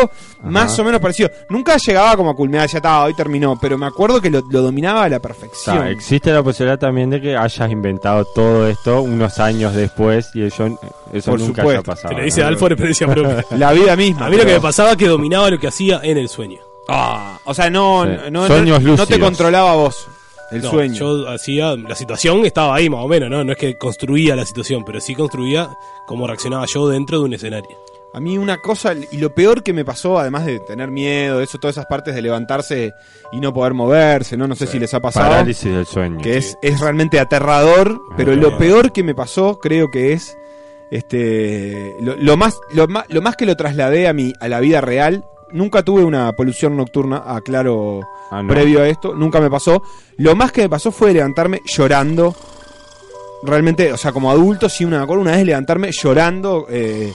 F: más o menos parecido. Nunca llegaba como a culminar, ya estaba, hoy terminó, pero me acuerdo que lo, lo dominaba a la perfección.
G: Está, existe la posibilidad también de que hayas inventado todo esto unos años después y eso, eso
F: Por
G: nunca haya
F: supuesto.
G: pasado.
E: Te lo dice
G: ¿no?
E: Alfa por experiencia propia.
F: La vida misma.
E: A mí lo que
F: pero-
E: me pasaba es que dominaba lo que hacía en el sueño.
F: Ah, O sea, no,
G: Sí.
F: no, no-
G: Sueños
F: no te
G: lúcidos.
F: controlaba vos el
E: No,
F: sueño.
E: Yo hacía. La situación estaba ahí, más o menos, ¿no? No es que construía la situación, pero sí construía cómo reaccionaba yo dentro de un escenario.
F: A mí una cosa, y lo peor que me pasó, además de tener miedo, eso, todas esas partes de levantarse y no poder moverse, no, no sé si les ha pasado.
G: Parálisis del sueño.
F: Que es, es realmente aterrador, pero lo peor que me pasó creo que es este lo, lo más lo más lo más que lo trasladé a mi a la vida real. Nunca tuve una polución nocturna, aclaro,
G: Ah, no.
F: previo a esto, nunca me pasó. Lo más que me pasó fue levantarme llorando. Realmente, o sea, como adulto sí una me acuerdo una vez levantarme llorando eh,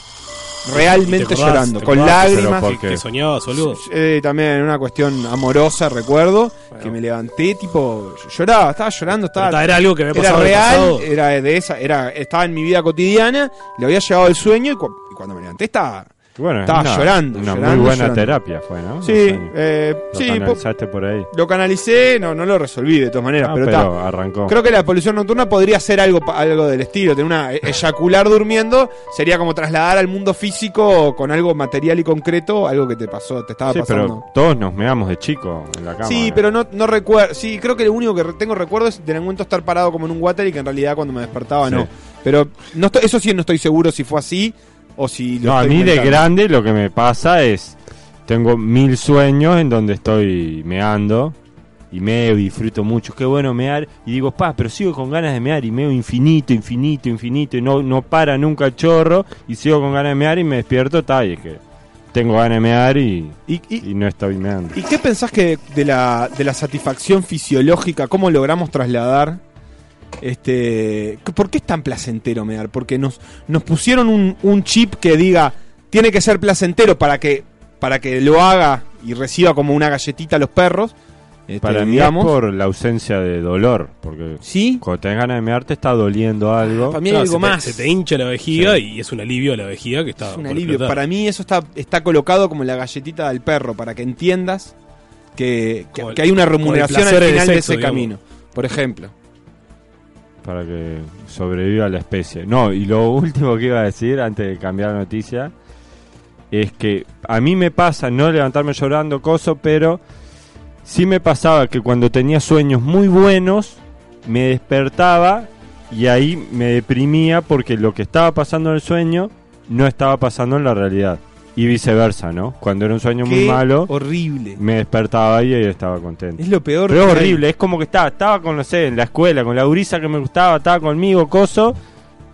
F: realmente
E: ¿Te acordás-
F: llorando,
E: te
F: con
E: acordás que-
F: lágrimas.
E: que- que soñabas o algo?
F: Eh, también una cuestión amorosa, recuerdo, que me levanté, tipo, lloraba, estaba llorando, estaba...
E: Pero era algo que me había
F: era
E: pasado en el
F: real,
E: pasado.
F: era de esa, era, estaba en mi vida cotidiana, le había llegado el sueño y, cu- y cuando me levanté estaba,
G: Bueno,
F: estaba
G: una-
F: llorando.
G: Una
F: llorando,
G: muy buena
F: llorando.
G: terapia fue, Ah, ¿no?
F: Sí,
G: O sea,
F: eh,
G: lo
F: sí, po-
G: canalizaste por ahí.
F: lo canalicé, no, no lo resolví de todas maneras,
G: Ah,
F: pero,
G: pero
F: está.
G: arrancó.
F: Creo que la polución nocturna podría ser algo, pa- algo del estilo, tener una e- eyacular durmiendo sería como trasladar al mundo físico con algo material y concreto, algo que te pasó, te estaba
G: Sí,
F: pasando.
G: pero eh. todos nos meamos de chico en la cama.
F: Sí,
G: ¿no?
F: pero no, no recuerdo. Sí, creo que lo único que re- tengo recuerdo es de algún momento estar parado como en un water y que en realidad cuando me despertaba
G: Sí.
F: no. Pero no estoy- eso sí no estoy seguro si fue así o si lo
G: No, a
F: estoy
G: mí de
F: inventando.
G: grande lo que me pasa es. Tengo mil sueños en donde estoy meando. Y meo y disfruto mucho. Qué bueno mear. Y digo, pa, pero sigo con ganas de mear. Y meo infinito, infinito, infinito. Y no, no para nunca el chorro. Y sigo con ganas de mear y me despierto. Ta, y es que tengo ganas de mear y, y no estoy meando.
F: ¿Y qué pensás que de la, de la satisfacción fisiológica, cómo logramos trasladar? Este, que- ¿Por qué es tan placentero mear? Porque nos, nos pusieron un, un chip que diga, tiene que ser placentero para que, para que lo haga y reciba como una galletita a los perros. este,
G: Para mí
F: digamos.
G: es por la ausencia de dolor. Porque cuando tenés ganas de mear te está doliendo algo.
F: para mí hay algo
E: se te-
F: más.
E: se te hincha la vejiga y es un alivio a la vejiga que está.
F: Es un
E: por
F: alivio.
E: explotar.
F: Para mí eso está, está colocado como la galletita del perro, para que entiendas que, que-
E: Como el-
F: que hay una
E: como el
F: remuneración al
E: placer del
F: final de
E: sexo,
F: ese
E: digamos.
F: camino. Por ejemplo.
G: para que sobreviva la especie. No, y lo último que iba a decir antes de cambiar la noticia es que a mí me pasa no levantarme llorando coso, pero sí me pasaba que cuando tenía sueños muy buenos me despertaba y ahí me deprimía porque lo que estaba pasando en el sueño no estaba pasando en la realidad. Y viceversa, ¿no? Cuando era un sueño muy
F: Qué
G: malo,
F: horrible.
G: me despertaba y ahí estaba contento.
F: Es lo peor.
G: Pero es
F: que
G: horrible, es como que estaba, estaba con, no sé, en la escuela, con la gurisa que me gustaba, estaba conmigo, coso,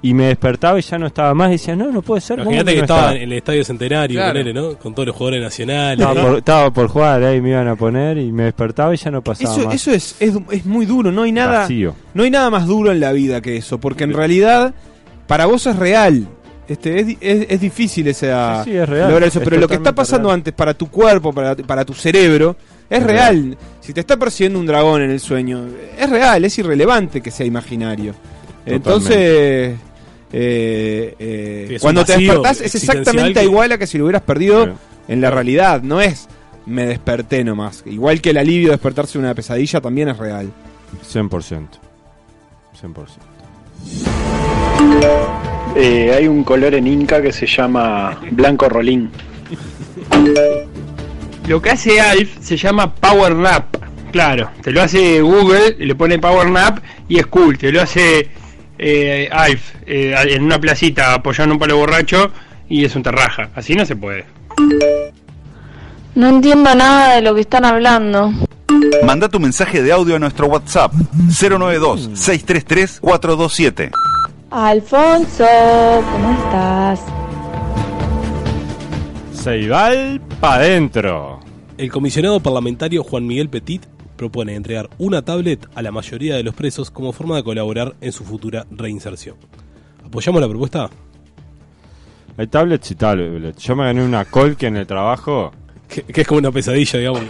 G: y me despertaba y ya no estaba más, y decía, no, no puede ser. ¿cómo
E: Imagínate que
G: no
E: estaba en el estadio centenario,
G: Claro.
E: ponele, ¿no? Con todos los jugadores nacionales.
G: Estaba por, estaba por jugar, ahí me iban a poner, y me despertaba y ya no
F: hay.
G: pasaba
F: Eso,
G: más.
F: eso es, es, es muy duro, no hay nada.
G: Vacío.
F: No hay nada más duro en la vida que eso, porque en realidad, para vos es real. Este, es, di- es- es difícil esa,
G: Sí, sí, es real.
F: lograr eso,
G: Es
F: pero lo que está
G: totalmente
F: pasando
G: real.
F: antes para tu cuerpo, para, para tu cerebro, es,
G: Es
F: real. Si te está persiguiendo un dragón en el sueño, es real, es irrelevante que sea imaginario. Entonces, eh, eh,
E: Es un
F: cuando te
E: vacío
F: despertás es
E: existencial
F: exactamente
E: que-
F: igual a que si lo hubieras perdido
G: Claro.
F: en la realidad, no es me desperté nomás. Igual que el alivio de despertarse de una pesadilla también es real.
G: 100%. 100%.
L: Eh, hay un color en Inca que se llama blanco rolín. Lo que hace Alf se llama Power Nap. Claro, te lo hace Google, le pone Power Nap y es cool. Te lo hace eh, Alf eh, en una placita apoyando un palo borracho y es un terraja. Así no se puede.
I: No entiendo nada de lo que están hablando.
J: Manda tu mensaje de audio a nuestro WhatsApp 092-633-427.
I: Alfonso, ¿cómo estás?
G: Ceibal pa' dentro.
E: El comisionado parlamentario Juan Miguel Petit propone entregar una tablet a la mayoría de los presos como forma de colaborar en su futura reinserción. ¿Apoyamos la propuesta?
G: Hay tablets y tablets. Yo me gané una colque en el trabajo.
E: Que, que es como una pesadilla, digamos.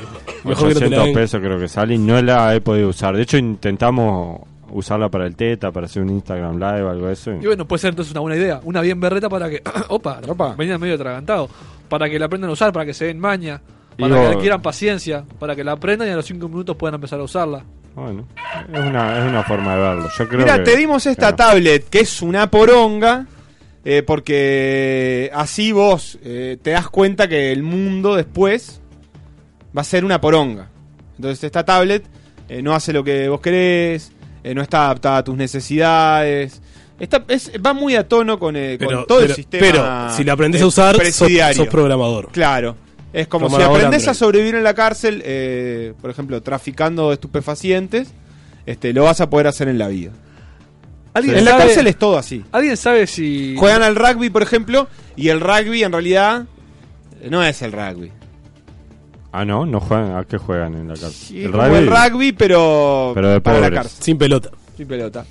E: Mejor que no te la
G: 800
E: den.
G: pesos creo que sale y no la he podido usar. De hecho, intentamos usarla para el teta, para hacer un Instagram live o algo de eso. y-
M: Y bueno, puede ser entonces una buena idea. Una bien berreta para que. Opa, venían medio atragantado. Para que la aprendan a usar, para que se den maña. Para
G: Digo-
M: que adquieran paciencia. Para que la aprendan y a los 5 minutos puedan empezar a usarla.
G: Bueno, es una, es una forma de verlo. Yo creo
F: Mira,
G: que-
F: te dimos esta
G: que no.
F: tablet que es una poronga. eh, porque así vos eh, te das cuenta que el mundo después va a ser una poronga. Entonces esta tablet eh, no hace lo que vos querés, eh, no está adaptada a tus necesidades. Está, es- va muy a tono con, eh, con
E: Pero-
F: todo el
E: pero-
F: sistema.
E: pero si la aprendés a
F: eh,
E: usar, sos-
F: presidiario.
E: sos programador.
F: Claro. Es como si
E: Programador
F: aprendés a
E: Android.
F: sobrevivir en la cárcel, eh, por ejemplo, traficando estupefacientes, este, lo vas a poder hacer en la vida.
M: ¿Alguien
F: En la
M: sabe-
F: cárcel es todo así.
M: ¿Alguien sabe si.
F: Juegan al rugby, por ejemplo, y el rugby en realidad eh, no es el rugby.
G: Ah, no, no juegan. ¿A qué juegan en la cárcel?
F: Es como el rugby, pero,
G: Pero de
F: para la
G: pobres.
F: cárcel. Sin pelota. Sin pelota.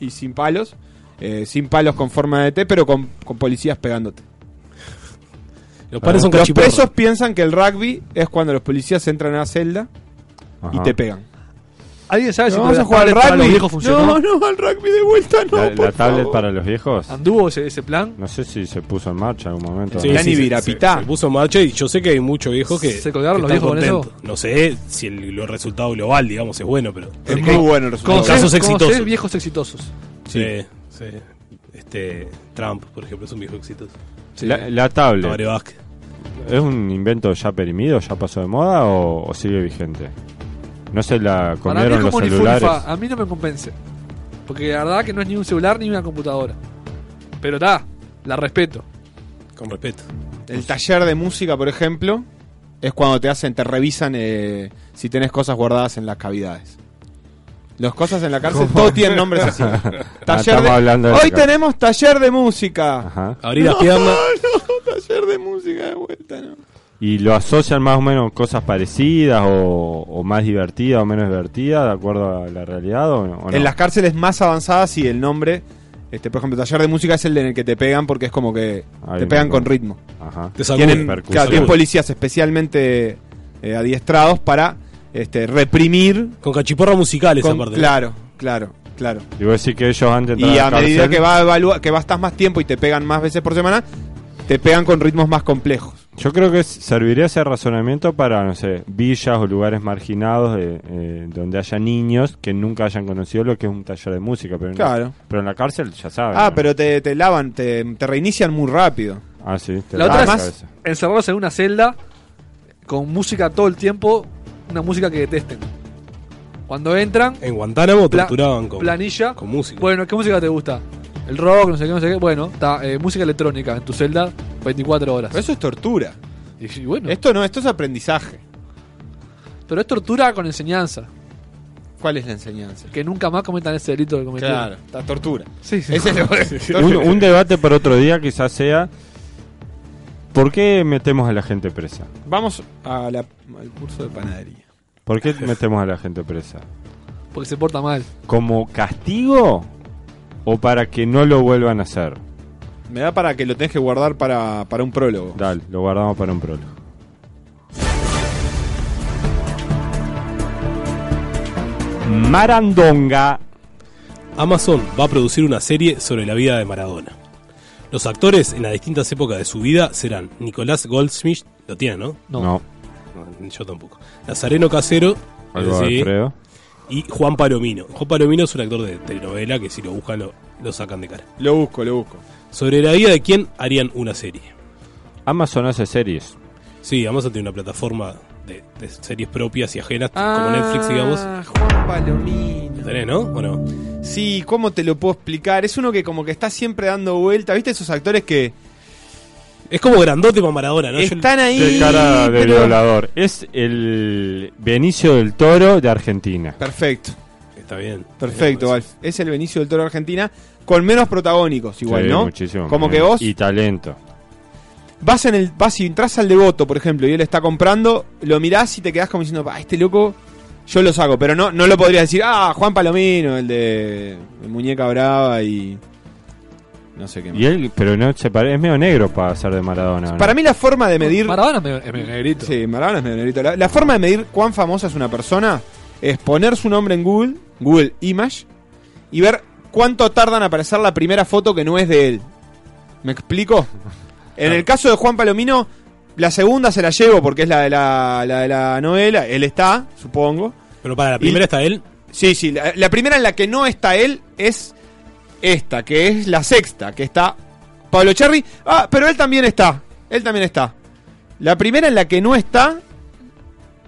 F: Y sin palos. Eh, sin palos con forma de T, pero con, con policías pegándote. Los,
E: palos son cachiporros.
F: presos piensan que el rugby es cuando los policías entran a la celda y te pegan.
M: ¿Alguien sabe si
F: No,
M: con
F: vamos
M: la
F: a jugar al
M: tablet para los
F: rugby.
M: viejos funcionó?
F: No, no, al rugby de vuelta no.
G: ¿La,
F: por
G: la tablet
F: favor.
G: para los viejos?
M: ¿Anduvo ese, ese plan?
G: No sé si se puso en marcha en algún momento.
E: Sí,
G: ¿no?
E: sí, se- Se, se puso en marcha y yo sé que hay muchos viejos que.
M: ¿Se colgaron
E: que
M: los
E: están
M: viejos con
E: contentos. No sé si el, el resultado global, digamos, es bueno, pero.
M: Es
E: hay
M: muy bueno el
E: con
M: resultado.
E: Casos
M: Conocés-
E: exitosos.
M: conocés viejos exitosos.
E: Sí, sí. Este, Trump, por ejemplo, es un viejo exitoso.
G: La, la tablet.
E: Tabaré Vázquez.
G: ¿Es un invento ya perimido, ya pasó de moda o, o sigue vigente? No se
M: Para mí
G: la
M: es
G: comieron los
M: como un
G: celulares.
M: Infunfa, a mí no me convence. Porque la verdad que no es ni un celular ni una computadora. Pero está, la respeto.
E: Con respeto.
F: El taller de música, por ejemplo, es cuando te hacen, te revisan eh, si tenés cosas guardadas en las cavidades. Las cosas en la cárcel,
E: ¿Cómo?
F: todo tiene nombres así.
E: Ah,
F: taller
E: estamos
F: de-
E: hablando de la
F: Hoy
E: cárcel.
F: tenemos taller de música.
G: Ah.
E: Abrí las piernas.
F: No, taller de música de vuelta, no.
G: ¿Y lo asocian más o menos cosas parecidas o, o más divertidas o menos divertidas de acuerdo a la realidad o, no- o no?
F: En las cárceles más avanzadas y el nombre, este, por ejemplo, taller de música es el en el que te pegan porque es como que
G: Ahí
F: te
G: me
F: pegan con
G: acuerdo.
F: ritmo.
G: Ajá. Te sacuden.
F: Tienen,
G: Percusión.
F: claro, tienen policías especialmente eh, adiestrados para este, reprimir.
E: Con cachiporra musical esa
F: Con-
E: parte.
F: Claro, claro, claro.
G: Digo decir que ellos antes de
F: Y a
G: entrar la
F: medida
G: cárcel-
F: que va evalua- que vas más tiempo y te pegan más veces por semana, te pegan con ritmos más complejos.
G: Yo creo que s- serviría ese razonamiento para, no sé, villas o lugares marginados de, eh, donde haya niños que nunca hayan conocido lo que es un taller de música. Pero, en-
F: Claro.
G: pero en la cárcel ya saben.
F: Ah,
G: ¿no?
F: pero te, te lavan, te, te reinician muy rápido.
G: Ah, sí. te
M: La
G: lavan
M: otra es
G: cabeza.
M: encerrarlos en una celda con música todo el tiempo, una música que detesten. Cuando entran,
E: En Guantánamo
M: Pla-
E: torturaban con.
M: planilla.
E: con música.
M: Bueno, ¿qué música te gusta? El rock, no sé qué, no sé qué. Bueno, está eh, música electrónica en tu celda 24 horas.
F: Eso es tortura.
M: Y, y bueno,
F: Esto no, esto es aprendizaje.
M: pero es tortura con enseñanza.
F: ¿Cuál es la enseñanza?
M: Que nunca más cometan ese delito que cometieron.
F: Claro, la tortura.
M: Sí, sí.
F: Ese lo es.
G: un, un debate para otro día quizás sea, ¿por qué metemos a la gente presa?
F: Vamos a la- al curso de panadería.
G: ¿Por qué metemos a la gente presa?
M: Porque se porta mal.
G: ¿Como castigo o para que no lo vuelvan a hacer?
F: Me da para que lo tenés que guardar para, para un prólogo.
G: Dale, lo guardamos para un prólogo. Marandonga.
E: Amazon va a producir una serie sobre la vida de Maradona. Los actores en las distintas épocas de su vida serán Nicolás Goldsmith, lo tiene, ¿no?
G: No. No.
E: No, yo tampoco. Nazareno Casero,
G: Algo de Alfredo.
E: y Juan Palomino. Juan Palomino es un actor de telenovela que si lo buscan lo, lo sacan de cara.
F: Lo busco, lo busco.
E: Sobre la vida de quién harían una serie.
G: Amazon hace series.
E: Sí, Amazon tiene una plataforma de, de series propias y ajenas,
F: Ah,
E: como Netflix, digamos.
F: Juan Palomino.
E: ¿Lo tenés, no? ¿O no?
F: Sí, ¿cómo te lo puedo explicar? Es uno que como que está siempre dando vuelta. ¿Viste esos actores que
E: Es como grandote para Maradona, ¿no? Yo-
F: están ahí?
G: Qué cara de
F: pero-
G: violador. Es el Benicio del Toro de Argentina.
F: Perfecto,
E: Está bien.
F: perfecto, Alf. Es el Benicio del Toro de Argentina con menos protagónicos igual,
G: Sí,
F: ¿no?
G: muchísimo
F: como
G: menos.
F: que vos
G: Y talento.
F: vas en el vas y entras al devoto, por ejemplo, y él está comprando, lo mirás y te quedás como diciendo, "Ah, este loco yo lo saco", pero no no lo podrías decir, "Ah, Juan Palomino, el de Muñeca Brava y no sé qué más.
G: Y él, pero no se pare- es medio negro para ser de Maradona. ¿no?
F: Para mí la forma de medir.
M: Maradona es medio, negrito.
F: Sí, Maradona es medio negrito. La, la forma de medir cuán famosa es una persona es poner su nombre en Google, Google Image, y ver cuánto tarda en aparecer la primera foto que no es de él. ¿Me explico? En el caso de Juan Palomino, la segunda se la llevo porque es la de la, la de la novela. Él está, supongo.
E: Pero para la primera
F: Y-
E: está él.
F: Sí, sí. La, la primera en la que no está él es esta, que es la sexta, que está Pablo Cherry. Ah, pero él también está. Él también está. La primera en la que no está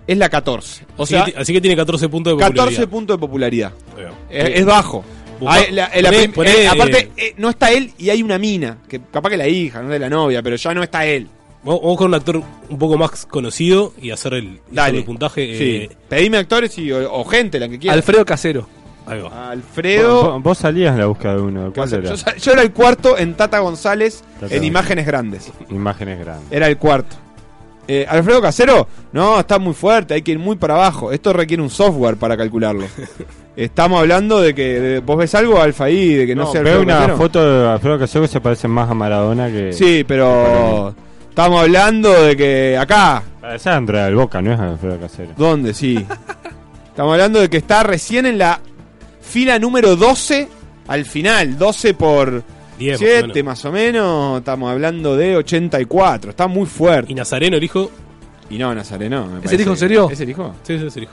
F: es la 14. O
E: así,
F: sea,
E: que, ti- así que tiene 14 puntos de
F: 14
E: popularidad.
F: puntos de popularidad. Eh,
E: Bien.
F: Es, es bajo.
E: Busca-
F: Ah, eh, la- eh, la
E: poné-
F: prim-
E: poné-
F: eh, aparte, eh, no está él y hay una mina. Que capaz que la hija, no de la novia, pero ya no está él.
E: Vamos, vamos con un actor un poco más conocido y hacer el, y hacer
F: Dale.
E: el puntaje. eh,
F: Sí. Pedime actores y, o, o gente, la que quiera.
E: Alfredo Casero. Ahí va.
F: Alfredo.
G: Vos, vos salías en la búsqueda de uno. ¿Cuál era?
F: Yo, sa- yo era el cuarto en Tata González
G: Tata
F: en
G: González.
F: imágenes grandes.
G: Imágenes grandes.
F: Era el cuarto. Eh, Alfredo Casero, no, está muy fuerte, hay que ir muy para abajo. Esto requiere un software para calcularlo. Estamos hablando de que de- vos ves algo, Alfa ahí, de que no,
G: No,
F: sea
G: veo
F: Alfredo
G: una
F: Casero.
G: foto de Alfredo Casero que se parece más a Maradona que.
F: Sí, pero estamos hablando de que acá,
G: Parece a Andrea del Boca, no es a Alfredo Casero.
F: ¿Dónde? Sí. Estamos hablando de que está recién en la fila número 12 al final. 12 por
E: 10 más o
F: 7 más o menos. Estamos hablando de 84. Está muy fuerte.
E: ¿Y Nazareno el hijo?
F: Y no, Nazareno. me
E: ¿Es el
F: parece
E: hijo en
F: que-
E: serio?
F: ¿Es el hijo?
E: Sí, sí, es el hijo.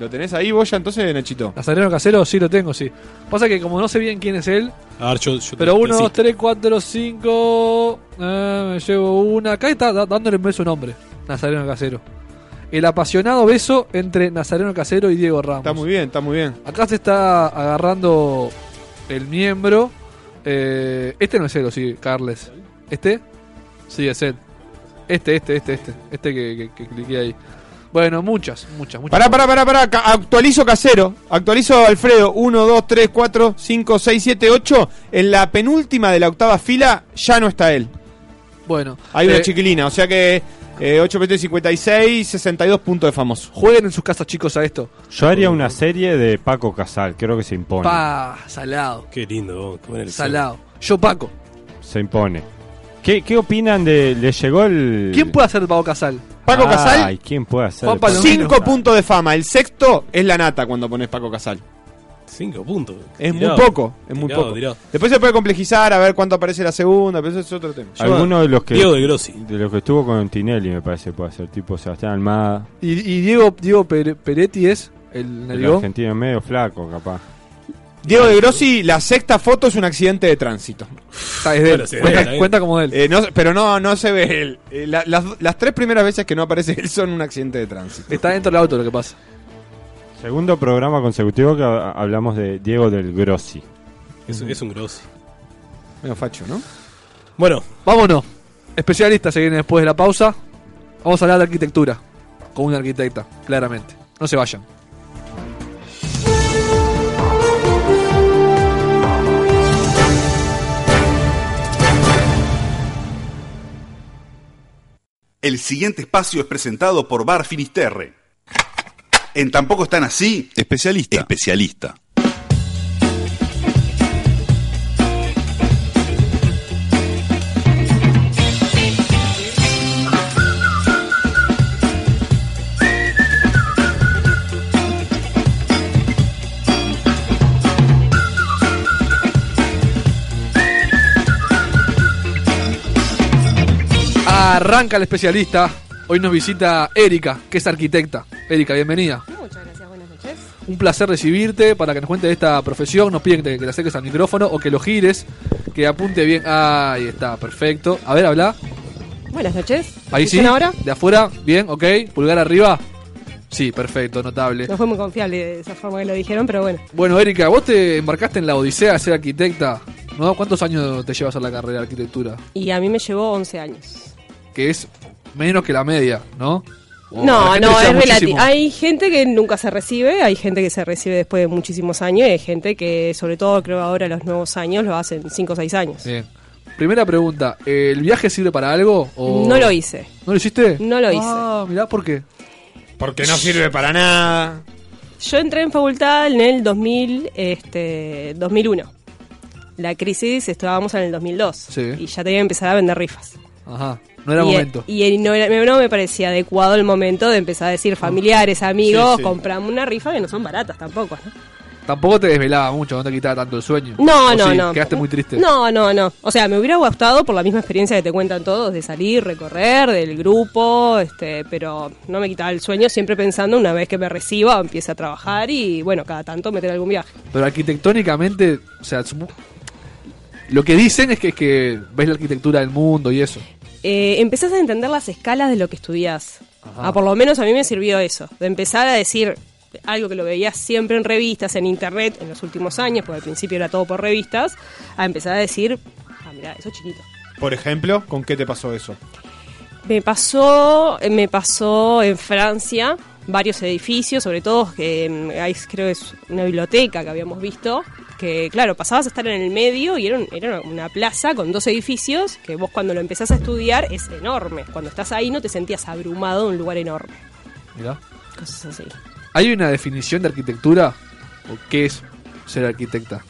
F: ¿Lo tenés ahí vos ya entonces, Nachito?
D: Nazareno Casero, sí lo tengo, sí. Pasa que como no sé bien quién es él,
E: A ver, yo, yo-
D: pero 1,
E: sí.
D: 2, 3, 4, 5. eh, Me llevo una. Acá está da- dándole un beso nombre: Nazareno Casero. El apasionado beso entre Nazareno Casero y Diego Ramos. Está muy
F: bien, está muy bien.
D: Acá se está agarrando el miembro. Eh, este no es él, ¿o sí, Carles. ¿Este? Sí, es él. Este, este, este, este. Este que, que, que cliqué ahí. Bueno, muchas, muchas, muchas.
F: Pará, pará, pará, pará. ca- Actualizo casero. Actualizo Alfredo. 1, 2, 3, 4, 5, 6, 7, 8. En la penúltima de la octava fila ya no está él.
D: Bueno,
F: Hay
D: eh,
F: una chiquilina. O sea que eh, 8 PT 56, 62 puntos de famoso.
D: Jueguen en sus casas, chicos, a esto.
G: Yo haría una serie de Paco Casal, creo que se impone.
D: Pa, salado.
E: Qué lindo, qué buena elección.
D: Salado. Yo, Paco.
G: Se impone. ¿Qué, qué opinan de. ¿Le llegó el.
D: ¿Quién puede hacer de Paco Casal?
F: Paco Casal.
G: Ay, ¿quién puede hacer?
F: Juan Palomino. Cinco puntos de fama. El sexto es la nata cuando pones Paco Casal.
E: Cinco puntos.
F: Es
E: Tirado.
F: muy poco. Es muy
E: Tirado,
F: poco.
E: tirado.
F: Después se puede complejizar a ver cuánto aparece la segunda, pero eso es otro tema.
G: Alguno de los que.
E: Diego de Grossi.
G: de los que estuvo con Tinelli, me parece, puede ser. Tipo Sebastián Almada.
D: Y, y Diego, Diego Pere- Peretti es el
G: El
D: narigón.
G: argentino medio flaco, capaz.
F: Diego de Grossi, la sexta foto es un accidente de tránsito.
D: es de él. Bueno, se ve, Cuenta- está bien. cuenta como él.
G: Eh,
F: pero no, no se ve él. Eh, la- las, las tres primeras veces que no aparece él son un accidente de tránsito.
D: Está dentro del auto lo que pasa.
G: Segundo programa consecutivo que ha- hablamos de Diego del Grossi.
E: Es, es un Grossi.
F: Medio facho, ¿no?
E: Bueno.
D: Vámonos. Especialistas se vienen después de la pausa. Vamos a hablar de arquitectura. Con una arquitecta, claramente. No se vayan.
J: El siguiente espacio es presentado por Bar Finisterre. En Tampoco están así,
N: Especialista.
J: especialista.
D: Arranca el especialista. Hoy nos visita Erika, que es arquitecta. Erika, bienvenida.
O: Muchas gracias, buenas noches.
D: Un placer recibirte para que nos cuentes de esta profesión. Nos piden que te, que le acerques al micrófono o que lo gires, que apunte bien. Ahí está, perfecto. A ver, habla.
O: Buenas noches. ¿Me
D: Ahí sí.
O: escuchan ahora?
D: De afuera, bien, ok. Pulgar arriba. Sí, perfecto, notable.
O: No fue muy confiable de esa forma que lo dijeron, pero bueno.
D: Bueno, Erika, vos te embarcaste en la odisea de ser arquitecta, ¿no? ¿Cuántos años te llevas a la carrera de arquitectura?
O: Y a mí me llevó 11 años.
D: Que es menos que la media, ¿no? O la
O: no,
D: gente
O: no,
D: lleva
O: es relativo.
D: muchísimo.
O: Hay gente que nunca se recibe, hay gente que se recibe después de muchísimos años y hay gente que, sobre todo, creo ahora los nuevos años lo hacen 5 o 6 años.
D: Bien. Primera pregunta, ¿el viaje sirve para algo? O...
O: No lo hice.
D: ¿No lo hiciste?
O: No lo hice.
D: Oh. Ah, mirá, ¿por qué?
F: Porque no sirve para nada.
O: Yo entré en facultad en el 2000, este, 2001. La crisis estábamos en el 2002
D: Sí.
O: y ya tenía que empezar a vender rifas.
D: Ajá, no era
O: y,
D: momento.
O: Y, no, era- no me parecía adecuado el momento de empezar a decir familiares, amigos,
D: Ah. Sí, sí.
O: compramos una rifa que no son baratas tampoco. ¿no?
D: Tampoco te desvelaba mucho, no te quitaba tanto el sueño.
O: No,
D: ¿O
O: no,
D: sí?
O: no.
D: Quedaste muy triste.
O: No, no, no. O sea, me hubiera gustado por la misma experiencia que te cuentan todos, de salir, recorrer, del grupo, este, pero no me quitaba el sueño, siempre pensando una vez que me reciba, empiece a trabajar y bueno, cada tanto meter algún viaje.
D: Pero arquitectónicamente, o sea, supo- lo que dicen es que, es que ves la arquitectura del mundo y eso.
O: Eh, empezás a entender las escalas de lo que estudias. Ah, por lo menos a mí me sirvió eso, de empezar a decir algo que lo veía siempre en revistas, en internet, en los últimos años, porque al principio era todo por revistas, a empezar a decir, ah, mira, eso es chiquito.
F: Por ejemplo, ¿con qué te pasó eso?
O: Me pasó, eh, me pasó en Francia varios edificios, sobre todo que mm, hay, creo que es una biblioteca que habíamos visto, que claro, pasabas a estar en el medio y era, un- era una plaza con dos edificios que vos cuando lo empezás a estudiar es enorme. Cuando estás ahí no te sentías abrumado de un lugar enorme.
M: Mirá.
O: Cosas así.
M: ¿Hay una definición de arquitectura? ¿O qué es ser arquitecta?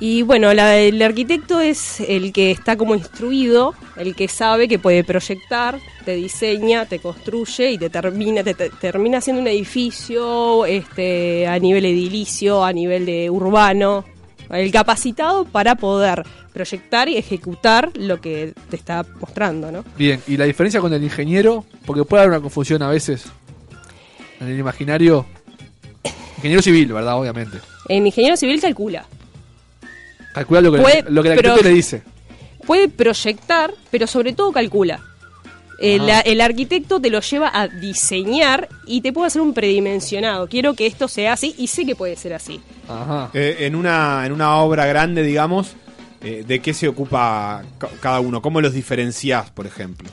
O: Y bueno, la- el arquitecto es el que está como instruido, el que sabe que puede proyectar, te diseña, te construye y te termina, te, te- termina haciendo un edificio este, a nivel edilicio, a nivel de urbano. El capacitado para poder proyectar y ejecutar lo que te está mostrando, ¿no?
M: Bien, ¿y la diferencia con el ingeniero? Porque puede haber una confusión a veces. En el imaginario. Ingeniero civil, ¿verdad? Obviamente.
O: El ingeniero civil calcula.
M: Calcula lo que,
O: Puede-
M: lo que el
O: pero-
M: arquitecto le dice.
O: puede proyectar, pero sobre todo calcula. El,
M: Ah.
O: el arquitecto te lo lleva a diseñar y te puede hacer un predimensionado. Quiero que esto sea así y sé que puede ser así.
F: Eh, en, una, en una obra grande, digamos, eh, ¿de qué se ocupa ca- cada uno? ¿Cómo los diferencias, por ejemplo?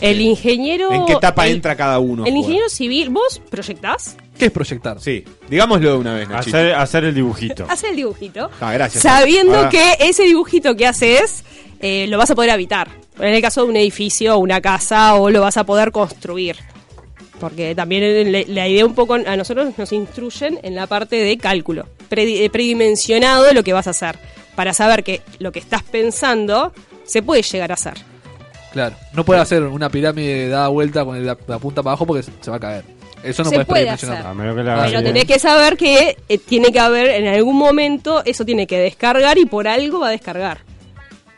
O: El ingeniero.
F: ¿En qué etapa
O: el-
F: entra cada uno?
O: El ingeniero civil, vos proyectás,
M: ¿Qué es proyectar?
F: Sí, digámoslo de una vez, Nachito.
G: Hacer, hacer el dibujito.
O: haces el dibujito,
F: Ah, gracias.
O: sabiendo
F: Ahora-
O: que ese dibujito que haces eh, lo vas a poder habitar. En el caso de un edificio, una casa, o lo vas a poder construir. Porque también le- la idea un poco a nosotros nos instruyen en la parte de cálculo, predi- eh, predimensionado de lo que vas a hacer, para saber que lo que estás pensando se puede llegar a hacer.
M: Claro. No puede hacer una pirámide dada vuelta con la, la punta para abajo porque se va a caer. Eso no Ah,
O: Se
M: puedes
O: puede
M: predimensionar.
O: hacer.
G: A menos que la hagas
O: Pero
G: bien.
O: tenés que saber que eh, tiene que haber en algún momento, eso tiene que descargar y por algo va a descargar.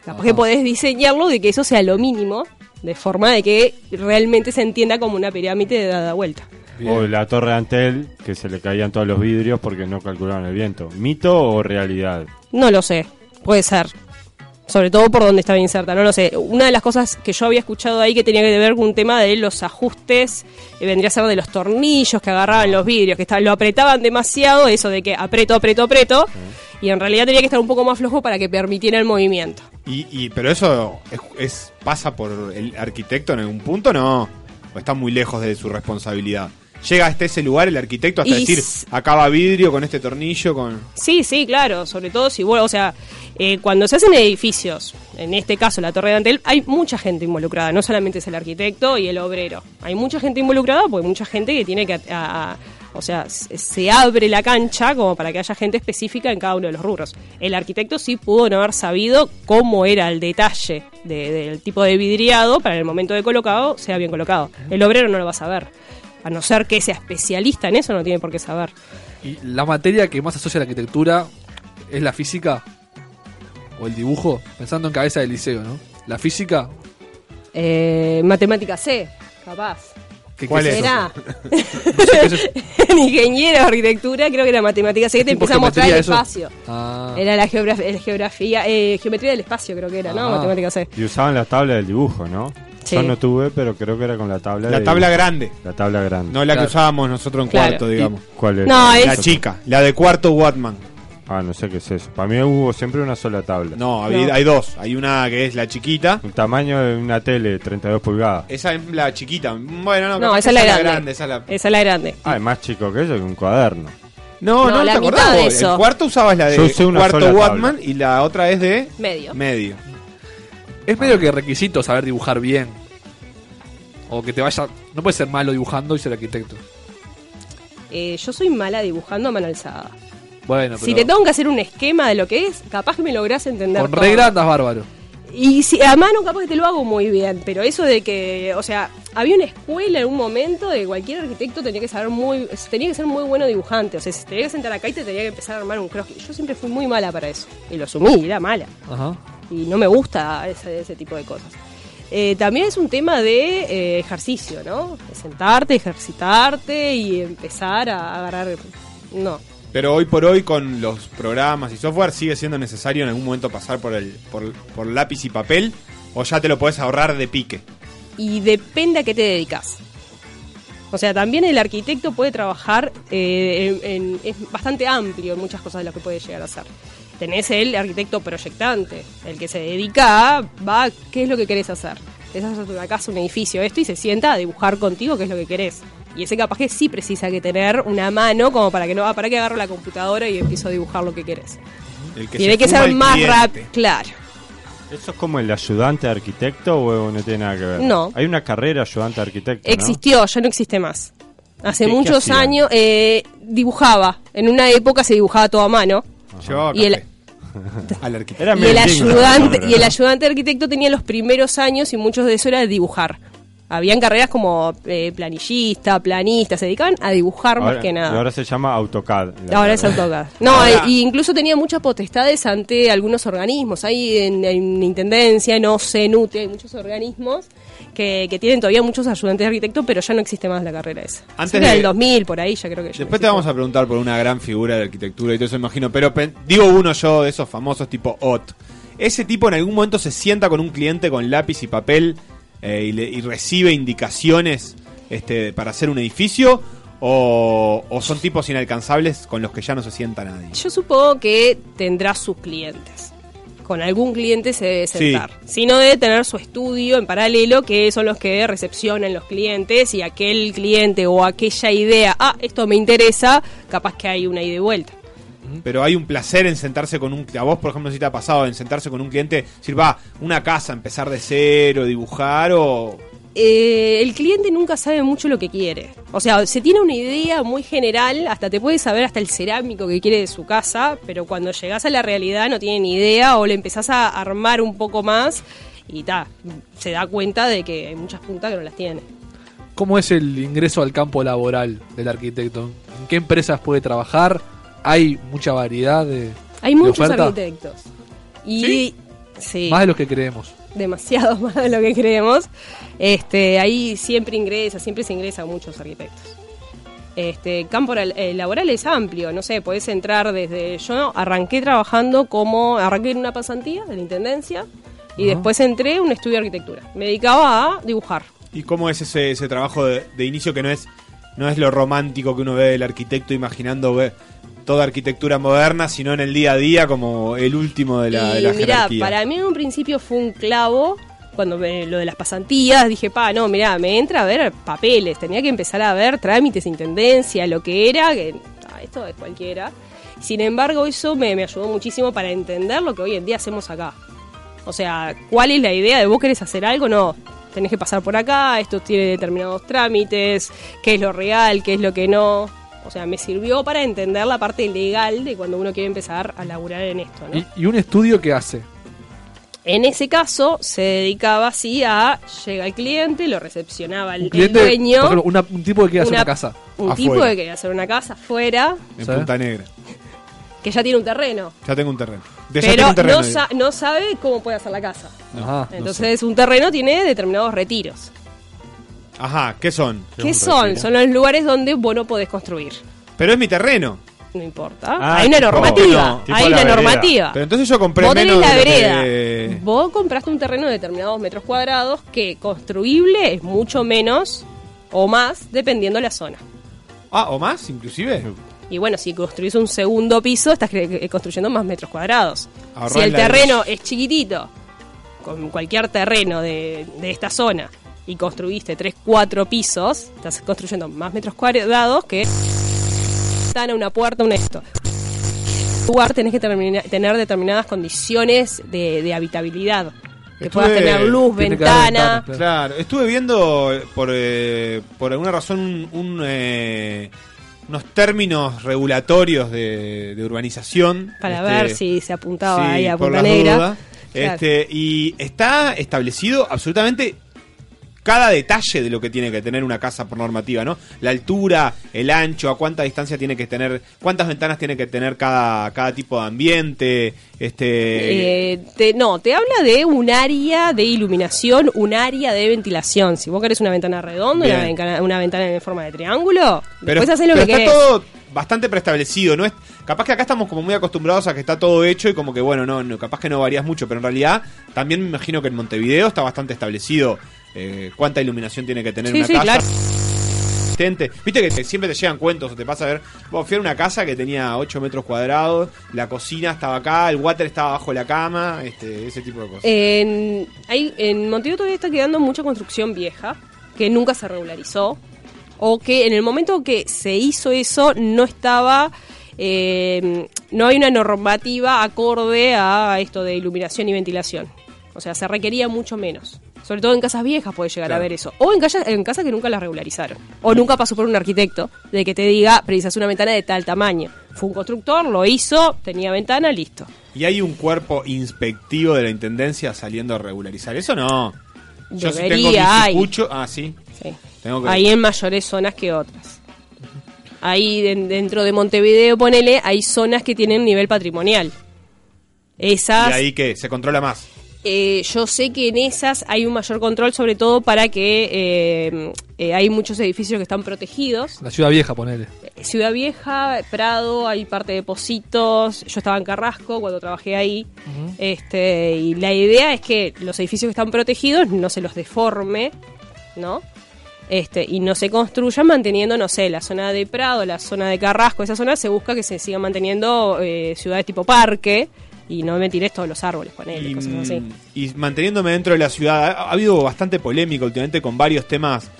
O: Capaz que podés diseñarlo de que eso sea lo mínimo, de forma de que realmente se entienda como una pirámide de dada vuelta.
G: O la torre de Antel, que se le caían todos los vidrios porque no calculaban el viento. ¿Mito o realidad?
O: No lo sé, puede ser. Sobre todo por donde estaba inserta, no lo sé. Una de las cosas que yo había escuchado ahí que tenía que ver con un tema de los ajustes, eh, vendría a ser de los tornillos que agarraban los vidrios, que está- lo apretaban demasiado, eso de que aprieto, aprieto, aprieto, y en realidad tenía que estar un poco más flojo para que permitiera el movimiento.
F: Y, y- pero eso es, es- pasa por el arquitecto en algún punto, no. O está muy lejos de su responsabilidad. Llega hasta ese lugar el arquitecto hasta
O: Y
F: decir,
O: s-
F: acaba vidrio con este tornillo, con...
O: Sí, sí, claro, sobre todo si vos, o sea, eh, cuando se hacen edificios, en este caso la Torre de Antel, hay mucha gente involucrada, no solamente es el arquitecto y el obrero, hay mucha gente involucrada porque mucha gente que tiene que, a- a- o sea, se se abre la cancha como para que haya gente específica en cada uno de los rubros. El arquitecto sí pudo no haber sabido cómo era el detalle de- del tipo de vidriado para en el momento de colocado sea bien colocado. El obrero no lo va a saber, a no ser que sea especialista en eso, no tiene por qué saber.
M: ¿Y la materia que más asocia a la arquitectura es la física? ¿O el dibujo? Pensando en cabeza del liceo, ¿no? La física.
O: Eh, matemática C, capaz.
M: ¿Qué-
O: ¿Cuál
M: qué es
O: Será. en ingeniero de arquitectura, creo que era matemática C que te
M: ¿Tipo
O: empieza a mostrar el
M: geometría, eso?
O: espacio.
M: Ah.
O: Era la geografía, geografía eh, geometría del espacio, creo que era, ¿no?
G: Ah.
O: Matemática C.
G: Y usaban la tabla del dibujo, ¿no?
O: Sí.
G: Yo no tuve, pero creo que era con la tabla
F: La
G: de
F: tabla
G: dibujo.
F: grande.
G: La tabla grande.
F: No la que usábamos nosotros en
O: Claro.
F: cuarto, digamos.
G: ¿Cuál es?
O: No, es-
F: La chica, la de cuarto Watman.
G: Ah, no sé qué es eso. Para mí hubo siempre una sola tabla.
F: No, había- No. hay dos. Hay una que es la chiquita.
G: Un tamaño de una tele, 32 pulgadas.
F: Esa es la chiquita. Bueno, no,
O: No,
F: capaz
O: esa
F: que
O: es la grande.
F: esa es la...
O: Esa es la grande.
G: Ah, es más chico que eso, que un cuaderno.
F: No, no,
O: No, la
F: ¿te acordás
O: mitad de
F: vos?
O: eso.
F: El cuarto usabas la de
G: Yo usé una sola
F: cuarto
G: tabla.
F: Watman y la otra es de
O: Medio.
F: medio.
M: Es medio que requisito saber dibujar bien. O que te vaya. No puedes ser malo dibujando y ser arquitecto.
O: Eh, yo soy mala dibujando a mano alzada.
M: Bueno, pero.
O: Si te tengo que hacer un esquema de lo que es, capaz que me lográs entender.
M: con
O: todo.
M: regla andas bárbaro.
O: Y si, a mano capaz que te lo hago muy bien, pero eso de que, o sea, había una escuela en un momento de que cualquier arquitecto tenía que saber muy, tenía que ser muy bueno dibujante, o sea, se tenía que sentar acá y te tenía que empezar a armar un croquis. Yo siempre fui muy mala para eso, y lo asumí, era mala,
M: Ajá.
O: y no me gusta ese, ese tipo de cosas. Eh, también es un tema de eh, ejercicio, ¿no? De sentarte, ejercitarte y empezar a agarrar... No,
F: Pero hoy por hoy con los programas y software sigue siendo necesario en algún momento pasar por el por, por lápiz y papel o ya te lo podés ahorrar de pique.
O: y depende a qué te dedicas. O sea, también el arquitecto puede trabajar, eh, en- en- es bastante amplio en muchas cosas de lo que puede llegar a hacer. Tenés el arquitecto proyectante, el que se dedica a, va, ¿qué es lo que querés hacer? Es hacer una casa, un edificio, esto, y se sienta a dibujar contigo qué es lo que querés. Y ese capaz que sí precisa que tener una mano como para que no, ah, para que agarro la computadora y empiezo a dibujar lo que querés.
F: El
O: Tiene
F: se
O: que
F: fuma
O: ser
F: el
O: más
F: cliente.
G: este,
O: rápido, claro.
G: ¿Eso es como el ayudante de arquitecto o no tiene nada que ver?
O: No.
G: Hay una carrera ayudante de arquitecto. ¿no?
O: Existió, ya no existe más. Hace
G: ¿Qué- qué
O: muchos
G: hacían?
O: años eh, dibujaba. En una época se dibujaba todo a mano.
G: Ah,
O: Y el,
F: Al arquitecto.
O: y el ayudante, y el ayudante arquitecto tenía los primeros años y muchos de eso era dibujar. Habían carreras como eh, planillista, planista, se dedicaban a dibujar
G: Ahora-
O: más que
G: y
O: nada. Ah.
G: ahora se llama AutoCAD. la
O: Ahora es
G: carrera.
O: AutoCAD. No,
G: Ahora-
O: e- y incluso tenía muchas potestades ante algunos organismos. Hay en, en Intendencia, en OCE, en UTE, hay muchos organismos que, que tienen todavía muchos ayudantes de arquitecto, pero ya no existe más la carrera esa.
F: Antes
O: Era
F: de-
O: del 2000, por ahí ya creo que ya no
F: Después te vamos a preguntar por una gran figura de arquitectura y todo eso, imagino. Pero pen- digo uno yo de esos famosos tipo Ott. Ese tipo en algún momento se sienta con un cliente con lápiz y papel eh, y, le- y recibe indicaciones este, para hacer un edificio. O, o son tipos inalcanzables con los que ya no se sienta nadie.
O: Yo supongo que tendrá sus clientes. Con algún cliente se debe
F: Sí.
O: sentar. Si no, debe tener su estudio en paralelo, que son los que recepcionan los clientes y aquel cliente o aquella idea, ah, esto me interesa, capaz que hay una ida y vuelta.
F: Pero hay un placer en sentarse con un... A vos, por ejemplo, si te ha pasado en sentarse con un cliente, decir, va, una casa, empezar de cero, dibujar o...
O: Eh, el cliente nunca sabe mucho lo que quiere. O sea, se tiene una idea muy general, hasta te puede saber hasta el cerámico que quiere de su casa, pero cuando llegás a la realidad no tiene ni idea o le empezás a armar un poco más y ta, se da cuenta de que hay muchas puntas que no las tiene.
M: ¿Cómo es el ingreso al campo laboral del arquitecto? ¿En qué empresas puede trabajar? ¿Hay mucha variedad de
O: Hay
M: de
O: muchos
M: oferta?
O: arquitectos. Y ¿Sí?
M: Más de los que creemos.
O: demasiado más de lo que creemos. Este, ahí siempre ingresa, siempre se ingresa a muchos arquitectos. Este, campo la- eh, laboral es amplio, no sé, podés entrar desde. Yo arranqué trabajando como. Arranqué en una pasantía de la intendencia y
F: Ajá.
O: después entré a un estudio de arquitectura. Me dedicaba a dibujar.
F: ¿Y cómo es ese, ese trabajo de, de inicio que no es, no es lo romántico que uno ve del arquitecto imaginando ve, toda arquitectura moderna, sino en el día a día como el último de la, de la
O: y mirá,
F: jerarquía?
O: para mí en un principio fue un clavo. Cuando me- lo de las pasantías, dije, pa, no, mirá, me entra a ver papeles. Tenía que empezar a ver trámites, intendencia, lo que era, que ah, esto es cualquiera. Sin embargo, eso me, me ayudó muchísimo para entender lo que hoy en día hacemos acá. O sea, ¿cuál es la idea de vos querés hacer algo? No, tenés que pasar por acá, esto tiene determinados trámites, qué es lo real, qué es lo que no. O sea, me sirvió para entender la parte legal de cuando uno quiere empezar a laburar en esto, ¿no?
M: ¿Y, y un estudio que hace?
O: En ese caso, se dedicaba así a llega el cliente, lo recepcionaba el,
M: Un
O: el
M: cliente,
O: dueño.
M: por ejemplo, una- un tipo que quiere hacer
O: una-
M: una casa.
O: Un tipo que quería hacer una casa afuera,
F: En Punta Negra.
O: que ya tiene un terreno.
F: Ya tengo un terreno. De ya tengo
O: pero
F: un terreno,
O: no,
F: digo.
O: sa- no sabe cómo puede hacer la casa.
F: Ajá, no
O: Entonces, un terreno tiene determinados retiros.
F: Ajá, ¿qué son?
O: ¿Qué son? Son los lugares donde vos no podés construir.
F: Pero es mi terreno.
O: Ah, No importa. hay una normativa.
F: Ah, Tipo
O: hay
F: la
O: una
F: vereda.
O: normativa.
F: Pero entonces yo compré
O: Vos tenés
F: menos
O: la
F: de lo
O: vereda.
F: que-
O: Vos compraste un terreno de determinados metros cuadrados que construible es mucho menos o más dependiendo la zona.
F: Ah, o más, inclusive.
O: Y bueno, si construís un segundo piso, estás cre- eh, construyendo más metros cuadrados.
F: Ahorrás
O: si el
F: ladrillos.
O: terreno es chiquitito, con cualquier terreno de, de esta zona, y construiste 3, 4 pisos, estás construyendo más metros cuadrados que están a una puerta, un esto. Lugar tenés que termina- tener determinadas condiciones de, de habitabilidad. Que puedas
F: Estuve-
O: tener luz, ventana.
F: Claro, estuve viendo eh, por, eh, por alguna razón un- un, eh, unos términos regulatorios de, de urbanización.
O: Para
F: Este,
O: ver si se apuntaba
F: sí,
O: ahí a
F: por
O: Punta
F: las
O: Negra.
F: dudas.
O: Claro.
F: Este, y está establecido absolutamente cada detalle de lo que tiene que tener una casa por normativa, ¿no? La altura, el ancho, a cuánta distancia tiene que tener, cuántas ventanas tiene que tener cada, cada tipo de ambiente, este...
O: Eh, te- no, te habla de un área de iluminación, un área de ventilación. Si vos querés una ventana redonda, una
F: Bien.
O: ventana, una ventana en forma de triángulo,
F: Pero,
O: después haces Pues lo
F: pero
O: que
F: está
O: querés.
F: todo bastante preestablecido. No es, capaz que acá estamos como muy acostumbrados a que está todo hecho y como que, bueno, no, no capaz que no varías mucho, pero en realidad también me imagino que en Montevideo está bastante establecido eh, cuánta iluminación tiene que tener
O: Sí,
F: una
O: sí,
F: casa.
O: claro.
F: Tente. Viste que te- siempre te llegan cuentos o te pasa a ver. Bueno, fui a una casa que tenía 8 metros cuadrados, la cocina estaba acá, el water estaba bajo la cama, este, ese tipo de cosas.
O: En, hay, en Montevideo todavía está quedando mucha construcción vieja que nunca se regularizó o que en el momento que se hizo eso no estaba, eh, no hay una normativa acorde a esto de iluminación y ventilación. O sea, se requería mucho menos. Sobre todo en casas viejas puede llegar a
P: Claro.
O: ver eso. O en, calla- en casas que nunca las regularizaron. O nunca pasó por un arquitecto de que te diga, precisas una ventana de tal tamaño. Fue un constructor, lo hizo, tenía ventana, listo.
F: ¿Y hay un cuerpo inspectivo de la intendencia saliendo a regularizar? Eso no. Yo sí
O: Debería,
F: tengo mi
O: hay.
F: sucucho- Ah, sí.
O: Sí.
F: Tengo que-
O: Hay en mayores zonas que otras. Ahí den- dentro de Montevideo, ponele, hay zonas que tienen nivel patrimonial. Esas,
F: ¿Y ahí qué? ¿Se controla más?
O: eh, yo sé que en esas hay un mayor control, sobre todo para que eh, eh, hay muchos edificios que están protegidos.
D: La ciudad vieja, ponele.
O: Ciudad Vieja, Prado, hay parte de Positos. Yo estaba en Carrasco cuando trabajé ahí. este, y la idea es que los edificios que están protegidos no se los deforme, ¿no? Este, y no se construyan manteniendo, no sé, la zona de Prado, la zona de Carrasco, esa zona se busca que se siga manteniendo eh, ciudades tipo parque y no me tires todos los árboles con él y cosas así.
F: Y manteniéndome dentro de la ciudad, ha, ha habido bastante polémica últimamente con varios temas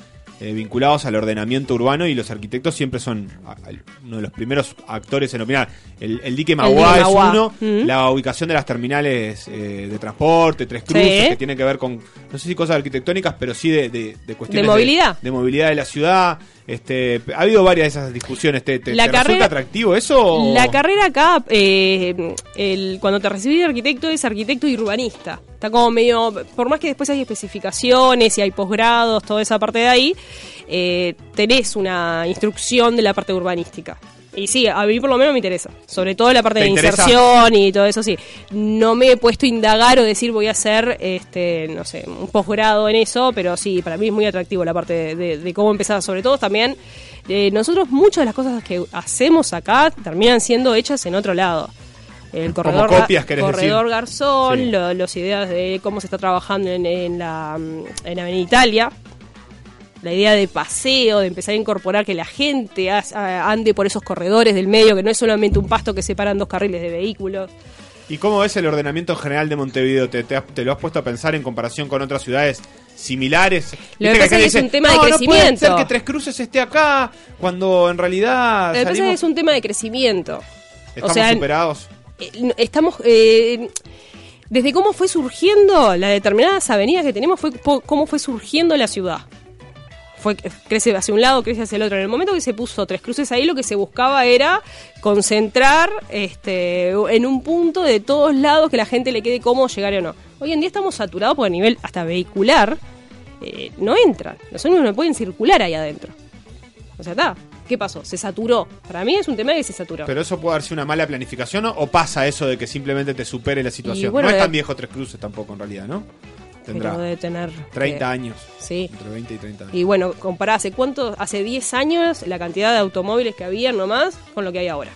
F: eh, vinculados al ordenamiento urbano y los arquitectos siempre son a- al- uno de los primeros actores en opinar. El, el dique Maguá
O: dique
F: es
O: Maguá.
F: uno,
O: Mm.
F: la ubicación de las terminales eh, de transporte, tres cruces,
O: Sí.
F: que tienen que ver con, no sé si cosas arquitectónicas, pero sí de, de, de cuestiones
O: movilidad.
F: De, movilidad de la ciudad. Este, ha habido varias de esas discusiones. ¿Te, te-
O: La
F: te resulta
O: carrera-
F: atractivo eso? o-
O: La carrera acá, eh, el- cuando te recibís de arquitecto, es arquitecto y urbanista. Está como medio. Por más que después hay especificaciones y hay posgrados, toda esa parte de ahí, eh, tenés una instrucción de la parte urbanística. Y sí, a mí por lo menos me interesa. Sobre todo la parte
P: ¿Te
O: de
P: interesa?
O: inserción y todo eso, sí. No me he puesto a indagar o decir voy a hacer, este, no sé, un posgrado en eso, pero sí, para mí es muy atractivo la parte de, de- de cómo empezar. Sobre todo también, eh, nosotros muchas de las cosas que hacemos acá terminan siendo hechas en otro lado. El corredor, Ga-
F: copias, querés
O: corredor
F: decir.
O: Garzón,
F: Sí.
O: lo- los ideas de cómo se está trabajando en, en la, mm, en Avenida Italia, la idea de paseo, de empezar a incorporar que la gente haz- a- ande por esos corredores del medio, que no es solamente un pasto que separan dos carriles de vehículos.
F: ¿Y cómo ves el ordenamiento general de Montevideo? ¿Te, te has- te lo has puesto a pensar en comparación con otras ciudades similares?
O: Lo
F: Viste
O: que pasa
F: acá
O: es que es
F: dicen,
O: un tema de
F: "No, no puede
O: crecimiento.
F: ser que Tres Cruces esté acá cuando en
O: Lo
F: realidad
O: que pasa es que
F: Ah, salimos-
O: es un tema de crecimiento.
F: estamos
O: o sea,
F: superados.
O: eh, no- estamos eh, desde cómo fue surgiendo las determinadas avenidas que tenemos fue po- cómo fue surgiendo la ciudad fue eh, crece hacia un lado crece hacia el otro en el momento que se puso tres cruces ahí lo que se buscaba era concentrar este en un punto de todos lados que la gente le quede cómodo llegar o no hoy en día estamos saturados por el nivel hasta vehicular eh, no entran los ómnibus no pueden circular ahí adentro o sea está qué pasó se saturó para mí es un tema de que se saturó
F: Pero eso puede darse una mala planificación ¿no? o pasa eso de que simplemente te supere la situación.
O: bueno,
F: no es
O: de-
F: tan viejo Tres Cruces tampoco en realidad, ¿no? Tendrá
O: Pero debe tener
F: 30
O: eh,
F: años.
O: Sí.
F: Entre 20 y 30 años.
O: Y bueno, compará hace cuánto, hace 10 años la cantidad de automóviles que había nomás con lo que hay ahora.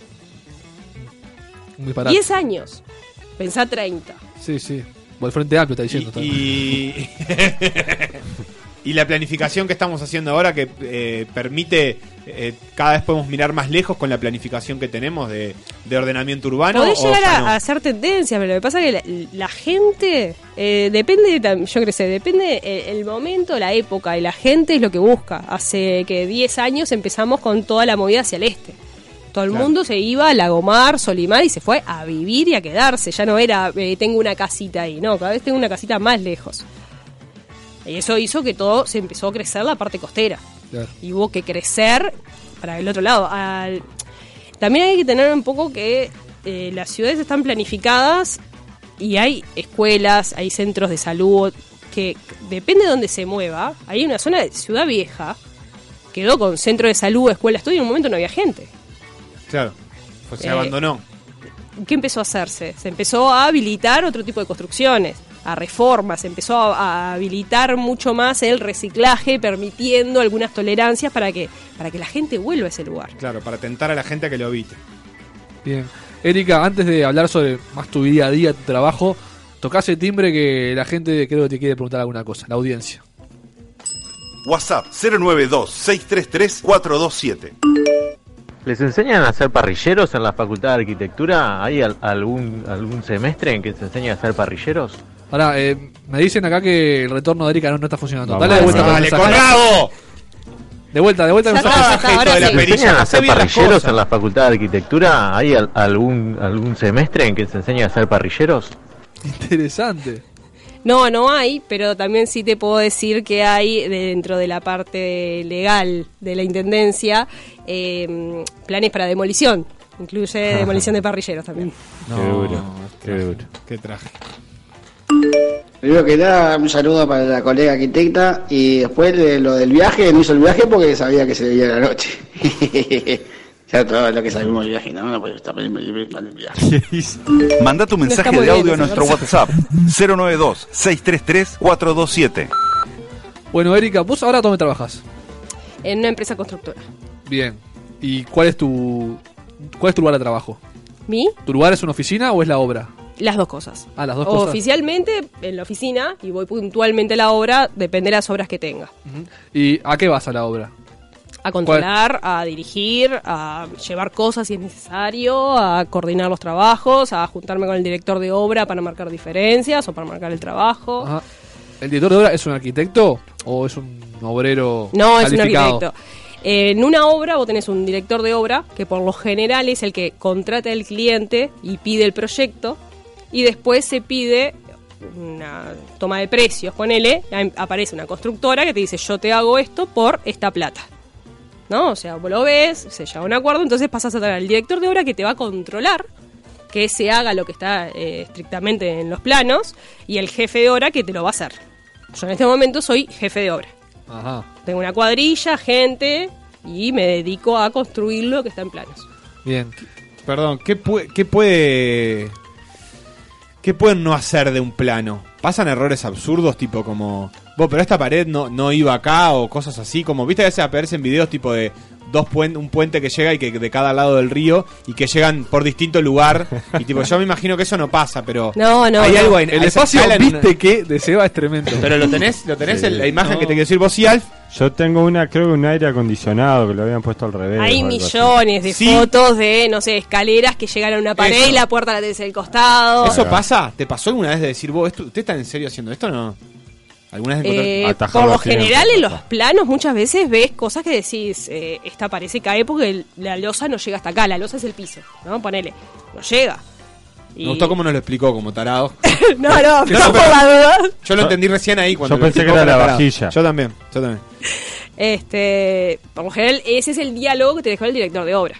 D: Un disparate.
O: 10 años. Pensá 30.
D: Sí, sí. O el Frente Amplio está diciendo. también.
F: Y, y la planificación que estamos haciendo ahora que eh, permite, eh, cada vez podemos mirar más lejos con la planificación que tenemos de, de ordenamiento urbano.
O: Podés
F: o
O: llegar
F: ya
O: a,
F: no?
O: a hacer tendencias, pero lo que pasa es que la, la gente, eh, depende, de tam- yo creo que sé, depende el, el momento, la época, y la gente es lo que busca. Hace que 10 años empezamos con toda la movida hacia el este. Todo el
P: Claro.
O: mundo se iba a Lagomar, Solimar y se fue a vivir y a quedarse. Ya no era, eh, tengo una casita ahí, no, cada vez tengo una casita más lejos. Y eso hizo que todo se empezó a crecer la parte costera. y hubo que crecer para el otro lado. Al- También hay que tener un poco que eh, las ciudades están planificadas y hay escuelas, hay centros de salud, que depende de dónde se mueva. Hay una zona de ciudad vieja, quedó con centro de salud, escuela, estudio, y en un momento no había gente.
F: Claro, pues se
O: Eh,
F: abandonó.
O: ¿Qué empezó a hacerse? Se empezó a habilitar otro tipo de construcciones. a reformas, empezó a, a habilitar mucho más el reciclaje, permitiendo algunas tolerancias para que, para que la gente vuelva a ese lugar.
F: Claro, para tentar a la gente a que lo habite.
M: Bien. Erika, antes de hablar sobre más tu día a día, tu trabajo, tocase timbre que la gente creo que te quiere preguntar alguna cosa, la audiencia.
J: WhatsApp 092-633-427.
P: ¿Les enseñan a ser parrilleros en la Facultad de Arquitectura? ¿Hay al- algún, algún semestre en que se enseña a ser parrilleros?
M: Ahora, eh, me dicen acá que el retorno de Erika no, no está funcionando.
P: Vamos,
M: Dale de vuelta.
P: dale,
M: con el mensaje.
P: Conrado.
M: De vuelta, de vuelta. con el mensaje.
P: ¿Les enseñan a ser parrilleros en la Facultad de Arquitectura? ¿Hay al- algún, algún semestre en que se enseña a ser parrilleros?
M: Interesante.
O: No, no hay, pero también sí te puedo decir que hay dentro de la parte legal de la Intendencia eh, planes para demolición. Incluye demolición de parrilleros también.
P: Qué duro,
F: qué duro. Qué traje.
Q: Primero que nada, un saludo para la colega arquitecta y después de lo del viaje, no hizo el viaje porque sabía que se le veía la noche. ya todo lo que sabemos del viaje, no, no, pues está mal el viaje.
J: Manda tu
Q: No está
J: mensaje
Q: muy
J: de
Q: bien
J: audio a
Q: ese
J: nuestro WhatsApp 092-633-427.
M: Bueno, Erika, ¿vos ahora dónde trabajas?
O: En una empresa constructora.
M: Bien. ¿Y cuál es tu cuál es tu lugar de trabajo?
O: ¿Mi?
M: ¿Tu lugar es una oficina o es la obra?
O: Las dos cosas.
M: Ah, las dos cosas.
O: Oficialmente en la oficina y voy puntualmente a la obra, depende de las obras que tenga.
M: ¿Y a qué vas a la obra?
O: A controlar, a dirigir, a llevar cosas si es necesario, a coordinar los trabajos, a juntarme con el director de obra para marcar diferencias o para marcar el trabajo.
M: Ajá. ¿El director de obra es un arquitecto o es un obrero
O: No, es un
M: calificado?
O: arquitecto. Eh, En una obra vos tenés un director de obra que por lo general es el que contrata al cliente y pide el proyecto y después se pide una toma de precios, ponele, ahí aparece una constructora que te dice yo te hago esto por esta plata. ¿No? O sea, vos lo ves, se llega a un acuerdo, entonces pasas a tener al director de obra que te va a controlar que se haga lo que está eh, estrictamente en los planos y el jefe de obra que te lo va a hacer. Yo en este momento soy jefe de obra.
M: Ajá.
O: Tengo una cuadrilla, gente, y me dedico a construir lo que está en planos.
M: Bien.
F: Perdón, ¿qué, pue- qué puede. ¿Qué pueden no hacer de un plano? ¿Pasan errores absurdos, tipo como. Vos, pero esta pared no, no iba acá o cosas así? Como, ¿viste a veces aparecen videos tipo de dos puen- un puente que llega y que de cada lado del río y que llegan por distinto lugar? Y tipo, yo me imagino que eso no pasa, pero.
O: No, no,
F: Hay
O: no.
F: algo en
M: El
F: a esa
M: espacio
F: escala en una-
M: viste que de Seba es tremendo.
F: Pero lo tenés, lo tenés
G: Sí.
F: en la imagen que te quiero decir vos y Alf.
G: Yo tengo una, creo que un aire acondicionado que lo habían puesto al revés. o
O: Hay
G: algo
O: millones de
G: Sí.
O: fotos de, no sé, escaleras que llegan a una pared
F: Eso.
O: y la puerta la tenés del costado.
F: ¿Eso pasa? ¿Te pasó alguna vez de decir, vos, esto, ¿usted está en serio haciendo esto o no? ¿Alguna vez
O: Eh,
F: encontrar-
O: por lo general en los planos muchas veces ves cosas que decís, eh, esta parece cae porque el- la losa no llega hasta acá, la losa es el piso, ¿no? Ponele, no llega.
F: Me gustó cómo nos lo explicó, como tarado.
O: no, no,
F: Yo
O: no,
F: no,
O: por
F: pero-
O: la duda.
F: Yo lo entendí recién ahí cuando
G: Yo
F: lo
G: pensé
F: explicó
G: que era
F: como
G: la
F: tarado.
G: vajilla.
F: Yo también, yo también.
O: Este, por lo general ese es el diálogo que te dejó el director de obra.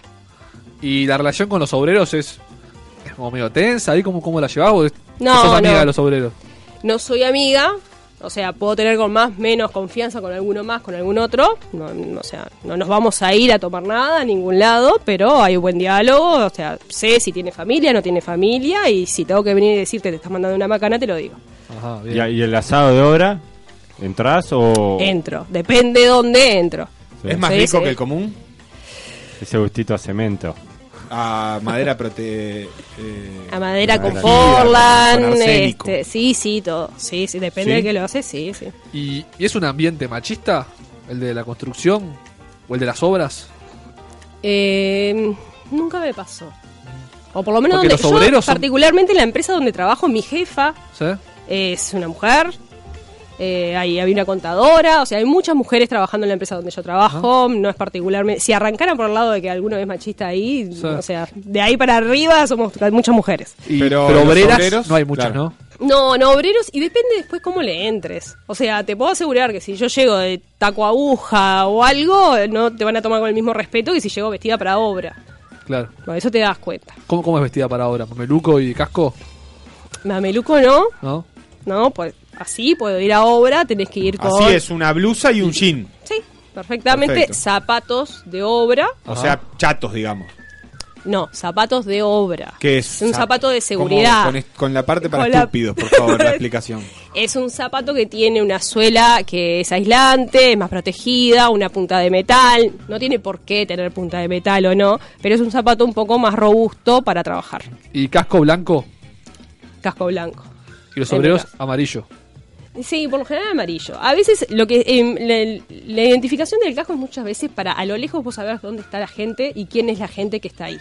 M: ¿Y la relación con los obreros es, es como medio tensa? ¿Ahí cómo, cómo la llevás? ¿Vos
O: No,
M: sos amiga
O: no.
M: de los obreros?
O: No soy amiga, o sea, puedo tener con más, menos confianza con alguno más, con algún otro. No, no, o sea, no nos vamos a ir a tomar nada a ningún lado, pero hay un buen diálogo. O sea, sé si tiene familia, no tiene familia, y si tengo que venir y decirte te estás mandando una macana, te lo digo.
M: Ajá,
G: así. ¿Y, y el asado de obra? ¿Entrás o
O: Entro, depende dónde entro.
G: Oh. ¿Es
F: más
O: Sí,
F: rico
O: sí.
F: que el común?
G: ese gustito a cemento?
F: A madera prote... eh,
O: A madera con
G: Madera.
O: Portland,
M: Con arsénico.
O: este, sí, sí, todo. Sí, sí, depende
M: ¿Sí?
O: de que lo haces, sí, sí.
M: ¿Y, y es un ambiente machista? ¿El de la construcción? ¿O el de las obras?
O: Eh, nunca me pasó. O por lo menos
M: Porque
O: donde,
M: los
O: yo,
M: obreros son-
O: particularmente en la empresa donde trabajo, mi jefa
M: ¿Sí?
O: es una mujer. Eh, ahí había una contadora, o sea, hay muchas mujeres trabajando en la empresa donde yo trabajo,
M: Ah.
O: no es particularmente... Si arrancaran por el lado de que alguno es machista ahí,
M: Sí.
O: o sea, de ahí para arriba somos muchas mujeres.
M: Y-
F: Pero
M: pero,
F: los
M: obreras
F: obreros,
M: no hay muchas, ¿no?
O: No, no, obreros, y depende después cómo le entres. O sea, te puedo asegurar que si yo llego de taco aguja o algo, no te van a tomar con el mismo respeto que si llego vestida para obra.
M: Claro.
O: Bueno, eso te das cuenta.
M: ¿Cómo, cómo es vestida para ahora? ¿Meluco y casco?
O: Mameluco no,
M: ¿No?
O: no, pues así puedo ir a obra, tenés que ir con...
F: Así es, una blusa y un jean.
O: Sí, perfectamente,
F: Perfecto.
O: zapatos de obra.
F: O sea, chatos, digamos.
O: No, zapatos de obra.
F: ¿Qué es?
O: Un
F: Zap-
O: zapato de
F: ¿Cómo?
O: seguridad.
F: Con, est- con la parte para
O: Con la-
F: estúpidos, por favor, la explicación.
O: Es un zapato que tiene una suela que es aislante, es más protegida, una punta de metal. No tiene por qué tener punta de metal o no, pero es un zapato un poco más robusto para trabajar.
M: Y casco blanco
O: Casco blanco.
M: y los
O: En mi
M: obreros amarillo.
O: Sí, por lo general amarillo. A veces lo que em, la, la identificación del casco es muchas veces para a lo lejos vos sabés dónde está la gente y quién es la gente que está ahí.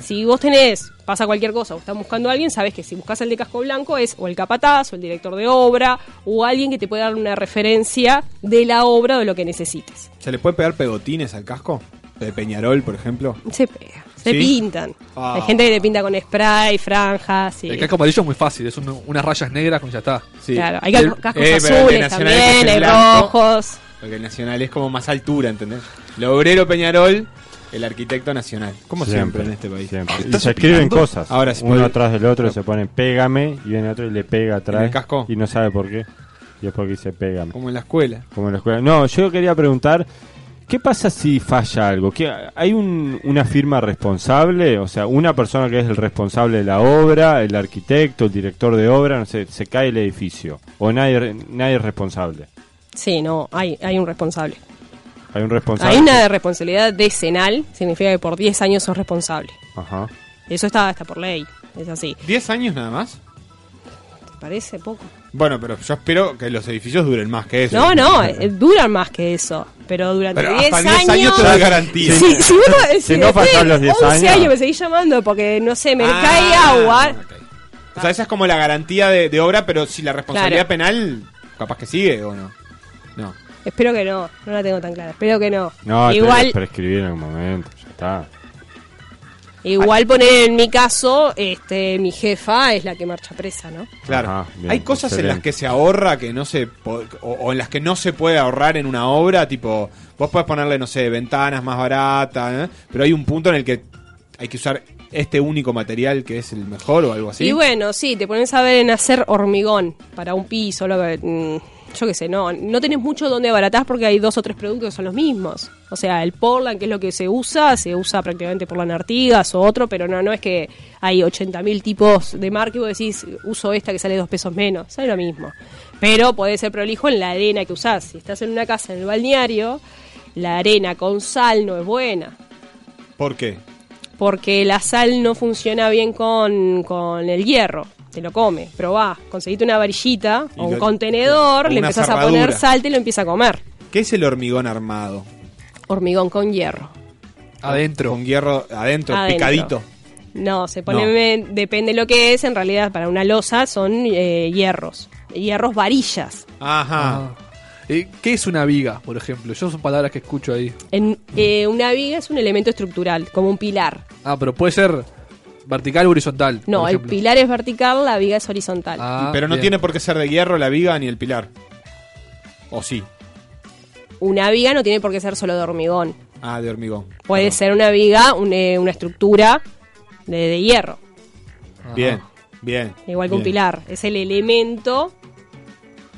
O: Si vos tenés, pasa cualquier cosa, o estás buscando a alguien, sabés que si buscas el de casco blanco es o el capataz, o el director de obra, o alguien que te pueda dar una referencia de la obra o de lo que necesites.
F: ¿Se le puede pegar pegotines al casco? De Peñarol, por ejemplo.
O: Se pega, se
F: ¿Sí?
O: pintan.
F: Ah.
O: Hay gente que te pinta con spray, franjas. sí.
M: El casco amarillo es muy fácil, es un- unas rayas negras con ya está.
O: Claro, hay cascos
F: Eh, pero el de
O: azules
F: Nacional
O: también,
F: es
O: hay
F: el blanco.
O: rojos.
F: Porque el nacional es como más altura, ¿entendés? El obrero Peñarol, el arquitecto nacional. Como siempre, en este país.
O: Ah,
G: Y se escriben cosas.
F: Ahora sí.
G: uno atrás del otro se ponen pégame y viene otro y le pega atrás.
F: ¿En el casco?
G: Y no sabe por qué. Y es porque dice pégame.
F: Como en la escuela.
G: Como en la escuela. No, yo quería preguntar, ¿qué pasa si falla algo? ¿Que ¿Hay un- una firma responsable? O sea, una persona que es el responsable de la obra, el arquitecto, el director de obra, no sé, se cae el edificio. O nadie, nadie es responsable.
O: Sí, no, hay, hay un responsable.
G: Hay un responsable.
O: Hay una responsabilidad decenal, significa que por 10 años sos responsable.
G: Ajá.
O: Eso está hasta por ley, es así.
F: ¿10 años nada más?
O: ¿Te parece poco?
F: Bueno, pero yo espero que los edificios duren más que eso.
O: No, no, eh, duran más que eso, pero durante
F: Pero
O: 10
F: hasta
O: años...
F: 10 años te da garantía.
O: Si, si vos no-
F: Si
O: si
F: no
O: después
F: pasan los
O: de
F: 10
O: 11
F: años.
O: años. me seguís llamando porque, no sé, me
F: Ah.
O: cae agua.
F: O sea, esa es como la garantía de, de obra, pero si la responsabilidad
O: Claro.
F: penal, capaz que sigue o no. No.
O: Espero que no, no la tengo tan clara, espero que no.
G: No, te
O: igual
G: debe prescribir en algún momento, ya está.
O: igual poner en mi caso, este mi jefa es la que marcha presa, ¿no?
F: Claro.
G: Ajá, bien,
F: Hay cosas en las
G: excelente.
F: que se ahorra que no se po- o, o en las que no se puede ahorrar en una obra, tipo, vos podés ponerle, no sé, ventanas más baratas, ¿eh? pero hay un punto en el que hay que usar este único material que es el mejor o algo así.
O: Y bueno, sí, te pones a ver en hacer hormigón para un piso, lo que- mm, yo qué sé, no, no tenés mucho donde abaratás porque hay dos o tres productos que son los mismos. O sea, el Portland, que es lo que se usa, se usa prácticamente por la Artigas o otro, pero no, no es que hay 80.000 tipos de marca y vos decís, uso esta que sale dos pesos menos, sale lo mismo. Pero podés ser prolijo en la arena que usás. Si estás en una casa en el balneario, la arena con sal no es buena
F: ¿Por qué?
O: porque la sal no funciona bien con, con el hierro. Te lo come, probá, conseguiste una varillita
F: Y
O: o un
F: lo-
O: contenedor,
F: o
O: le
F: una
O: empezás a
F: cerradura.
O: poner sal, te lo empieza a comer.
F: ¿Qué es el hormigón armado?
O: Hormigón con hierro.
F: Adentro. Con hierro adentro,
O: Adentro.
F: picadito.
O: No, se pone, depende lo que es, en realidad para una losa son eh, hierros. Hierros varillas.
F: Ajá.
M: Eh, ¿Qué es una viga, por ejemplo? Yo son palabras que escucho ahí.
O: En, eh, una viga es un elemento estructural, como un pilar.
M: Ah, pero puede ser vertical o horizontal.
O: No,
M: por
O: el
M: ejemplo.
O: pilar es vertical, la viga es horizontal.
F: Ah. pero no tiene por qué ser de hierro la viga ni el pilar. ¿O sí?
O: Una viga no tiene por qué ser solo de hormigón.
F: Ah, de hormigón.
O: Puede ser una viga, un, eh, una estructura de, de hierro,
F: Bien, bien.
O: igual que un
G: Bien.
O: pilar. Es el elemento.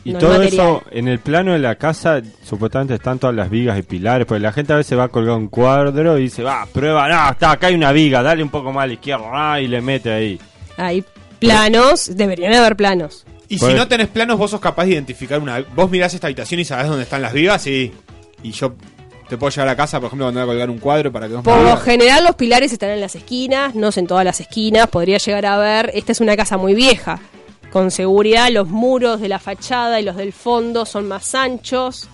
G: Y
O: no el
G: todo
O: material.
G: eso en el plano de la casa, supuestamente están todas las vigas y pilares, porque la gente a veces va a colgar un cuadro y dice, va, prueba, no, está, acá hay una viga, dale un poco más a la izquierda, ah", y le mete ahí.
O: Hay planos, deberían haber planos.
F: Y
G: Pues-
F: si no tenés planos, vos sos capaz de identificar una. Vos mirás esta habitación y sabés dónde están las vigas y. Y yo te puedo llevar a casa, por ejemplo, cuando voy a colgar un cuadro para que vos me
O: Por lo
F: digas.
O: general los pilares están en las esquinas, no es en todas las esquinas, podría llegar a ver, esta es una casa muy vieja. Con seguridad los muros de la fachada y los del fondo son más anchos.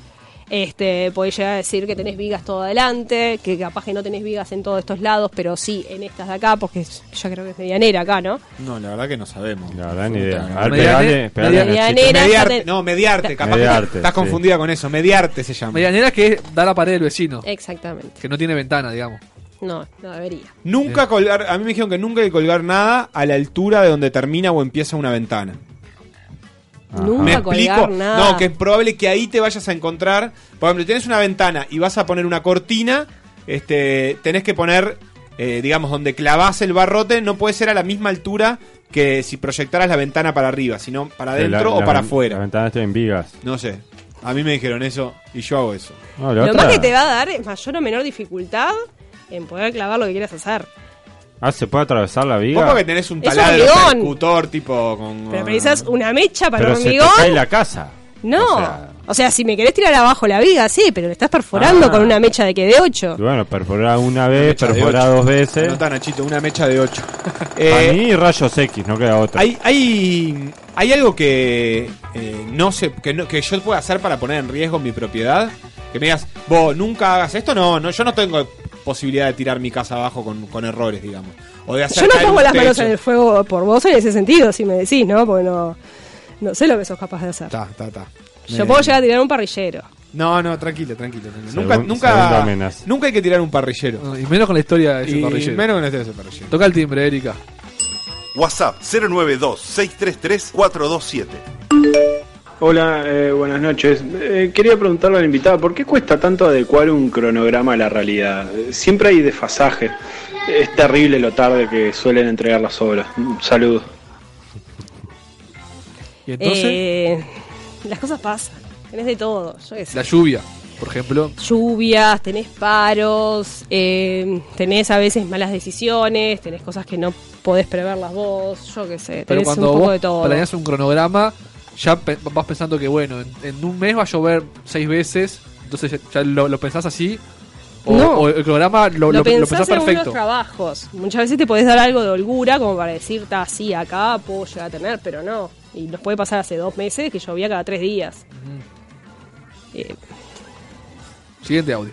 O: Este, podés llegar a decir que tenés vigas todo adelante, que capaz que no tenés vigas en todos estos lados, pero sí en estas de acá, porque es- yo creo que es medianera acá, ¿no?
F: No, la verdad que no sabemos.
G: La verdad, ni idea. A ver,
F: Mediane-
G: pegale, pegale
F: mediane-
G: Nachito.
O: Medianera,
F: Mediarte-
O: está de-
F: no, mediarte, capaz que
G: Mediarte,
F: estás
G: sí.
F: confundida con eso. Mediarte se llama.
M: Medianera que da la pared del vecino,
O: Exactamente.
M: que no tiene ventana, digamos.
O: No, no debería.
F: Nunca colgar, a mí me dijeron que nunca hay que colgar nada a la altura de donde termina o empieza una ventana.
O: Nunca
F: ¿Me
O: colgar
F: explico?
O: nada.
F: No, que es probable que ahí te vayas a encontrar. Por ejemplo, tienes una ventana y vas a poner una cortina, este, tenés que poner, eh, digamos, donde clavas el barrote, no puede ser a la misma altura que si proyectaras la ventana para arriba, sino para
G: Sí, la-
F: adentro
G: la
F: o para
G: ven-
F: afuera.
G: La ventana está en vigas.
F: No sé. A mí me dijeron eso y yo hago eso.
G: No, la
O: Lo
G: otra-
O: más que te va a dar es mayor o menor dificultad en poder clavar lo que quieras hacer.
G: Ah, ¿se puede atravesar la
C: Vos
G: viga?
C: porque tenés un
O: Es un
C: taladro
O: hormigón.
C: percutor, tipo con.
O: Pero Ah. precisas una mecha para
G: Pero
O: un
G: se te
O: hormigón.
G: cae la casa.
O: No. O sea, si me querés tirar abajo la viga, sí, pero le estás perforando
G: Ah.
O: con una mecha de que de 8.
G: Y bueno, perforada una vez, perforada dos veces.
F: Anotá, Nachito, una mecha de Eh, 8.
G: A mí rayos X, no queda otra.
F: Hay, hay, hay algo que eh, no sé que, no- que yo pueda hacer para poner en riesgo mi propiedad. Que me digas, vos nunca hagas esto. No, no, yo no tengo posibilidad de tirar mi casa abajo con, con errores, digamos. O de hacer
O: Yo no
F: caer
O: pongo
F: un
O: las manos
F: techo.
O: en el fuego por vos en ese sentido, si me decís, ¿no? Porque no, no sé lo que sos capaz de hacer.
F: Ta, ta, ta.
O: Yo
F: Me-
O: puedo llegar a tirar un parrillero.
F: No, no, tranquilo, tranquilo. tranquilo.
D: Según-
F: nunca,
D: segunda
F: nunca,
D: amenaza.
F: nunca hay que tirar un parrillero.
D: Y menos con la historia de ese
F: Y
D: parrillero.
F: menos con la historia de ese parrillero.
D: Toca el timbre, Erika.
J: WhatsApp 092-633-427.
R: Hola, eh, buenas noches. Eh, quería preguntarle al invitado, ¿por qué cuesta tanto adecuar un cronograma a la realidad? Eh, Siempre hay desfasaje. Es terrible lo tarde que suelen entregar las obras. Mm, Saludos.
D: ¿Y entonces?
O: Eh, las cosas pasan. Tenés de todo. Yo qué sé.
D: La lluvia, por ejemplo.
O: Lluvias, tenés paros, eh, tenés a veces malas decisiones, tenés cosas que no podés preverlas vos, yo qué sé.
D: Pero
O: Tenés un
D: cuando
O: poco
D: vos
O: de todo.
D: planeas un cronograma, ya pe- vas pensando que, bueno, en, en un mes va a llover seis veces, entonces ya, ya lo, lo pensás así. O,
O: No.
D: o el cronograma
O: lo,
D: lo, lo- lo
O: pensás,
D: pensás
O: según
D: perfecto.
O: los trabajos. Muchas veces te podés dar algo de holgura como para decir, ta, sí, acá puedo llegar a tener, pero no. Y nos puede pasar hace dos meses que llovía cada tres días. Eh,
D: Siguiente audio.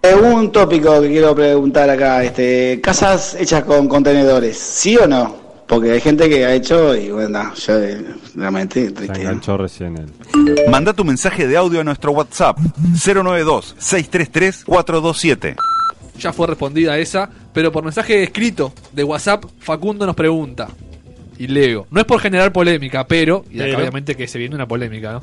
Q: Eh, un tópico que quiero preguntar acá, este, casas hechas con contenedores, ¿sí o no? Porque hay gente que ha hecho y bueno, no, yo eh, realmente triste. ¿no?
G: recién él.
J: Manda tu mensaje de audio a nuestro WhatsApp 092-633-427.
D: Ya fue respondida esa, pero por mensaje escrito de WhatsApp, Facundo nos pregunta. Y leo. No es por generar polémica, pero. Y acá
M: Pero.
D: obviamente que se viene una polémica, ¿no?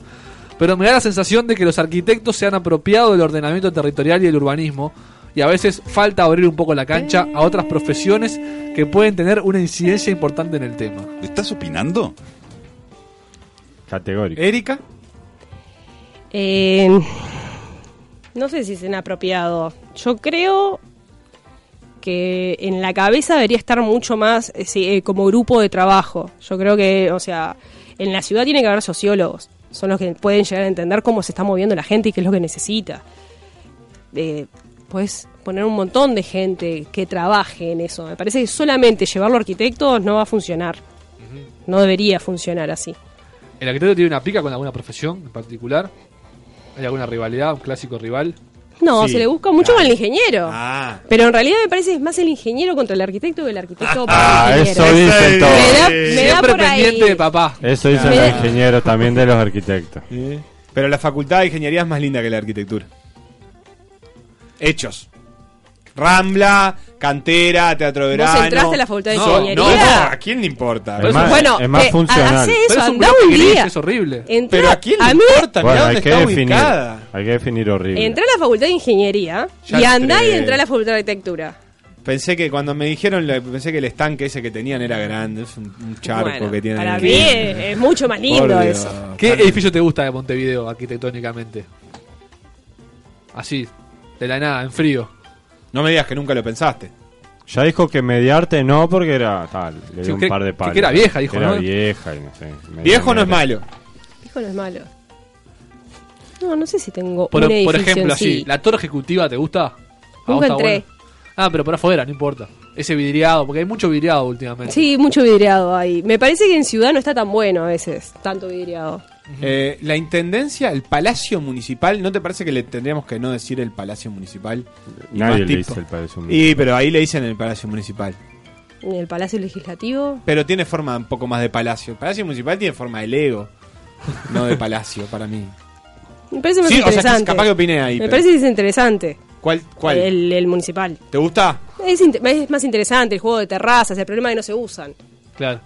D: Pero me da la sensación de que los arquitectos se han apropiado del ordenamiento territorial y del urbanismo. Y a veces falta abrir un poco la cancha a otras profesiones que pueden tener una incidencia importante en el tema.
C: ¿Estás opinando?
G: Categórico.
F: ¿Erika?
O: eh, no sé si se han apropiado. Yo creo que en la cabeza debería estar mucho más eh, sí, eh, como grupo de trabajo. Yo creo que, o sea, en la ciudad tiene que haber sociólogos. Son los que pueden llegar a entender cómo se está moviendo la gente y qué es lo que necesita. Eh, puedes poner un montón de gente que trabaje en eso. Me parece que solamente llevarlo a arquitectos no va a funcionar. No debería funcionar así.
D: ¿El arquitecto tiene una pica con alguna profesión en particular? ¿Hay alguna rivalidad? ¿Un clásico rival?
O: No,
D: Sí.
O: se le busca mucho con el ingeniero.
D: Ah.
O: Pero en realidad me parece que es más el ingeniero contra el arquitecto que el arquitecto
G: Ah,
O: para el
G: eso
O: ingeniero.
G: dicen todos.
O: Me da-
G: Sí.
O: me da
D: Siempre
O: por ahí.
D: pendiente de papá.
G: Eso dicen
O: Me
G: los
O: da-
G: ingenieros, también de los arquitectos.
F: Pero la facultad de ingeniería es más linda que la arquitectura. Hechos. Rambla, cantera, teatro de
O: ¿Vos
F: verano.
O: entraste a la facultad de
F: No,
O: ingeniería?
F: No, no, ¿a quién le importa?
G: Es más- Bueno, es más eh, funcional. hacé
O: eso, andá un día.
D: Es horrible.
O: Entrá-
F: Pero ¿a quién le
O: mí-
F: importa? Mirá
G: Bueno,
F: dónde
G: hay que
F: está
G: definir.
F: ubicada.
G: Hay que definir horrible.
O: Entrá a la facultad de ingeniería
F: Ya
O: y andá y
F: entré.
O: entrá a la facultad de arquitectura.
F: Pensé que cuando me dijeron, lo- pensé que el estanque ese que tenían era grande. Es un, un charco
O: Bueno,
F: que tienen.
O: para
F: ahí.
O: mí es, es mucho más lindo
F: Por
O: eso.
F: Dios.
D: ¿Qué edificio te gusta de Montevideo arquitectónicamente? Así, de la nada, en frío.
F: No me digas que nunca lo pensaste.
G: Ya dijo que mediarte no, porque era tal. Le
D: Sí,
G: dio un
D: que-
G: par de
D: que
G: palos.
D: era vieja, dijo,
G: Era
D: ¿no?
G: vieja y no sé. media
F: Viejo no es
G: negra.
F: malo.
O: Hijo, no es malo. No, no sé si tengo
D: Por,
O: un
F: e-
O: edificio
D: por
O: en
D: ejemplo, así,
O: sí.
D: ¿la torre ejecutiva te gusta? ¿A vos
O: Nunca
D: está
O: entré.
D: bueno? Ah, pero por afuera, no importa. Ese vidriado, porque hay mucho vidriado últimamente.
O: Sí, mucho vidriado ahí. Me parece que en ciudad no está tan bueno a veces, tanto vidriado.
F: Eh, la intendencia, el palacio municipal, ¿no te parece que le tendríamos que no decir el palacio municipal? Y
G: Nadie
F: más
G: le
F: tipo.
G: dice el palacio
F: Y
G: municipal.
F: pero ahí le dicen el palacio municipal.
O: En el Palacio Legislativo.
F: Pero tiene forma un poco más de palacio. El palacio municipal tiene forma de Lego, no de palacio para mí.
O: Me parece más
F: Sí, o sea,
O: interesante.
F: capaz que opiné ahí,
O: Me
F: pero-
O: parece que es interesante.
F: ¿Cuál? cuál?
O: El, el municipal.
F: ¿Te gusta?
O: Es, inte- es más interesante el juego de terrazas, el problema es que no se usan.
D: Claro.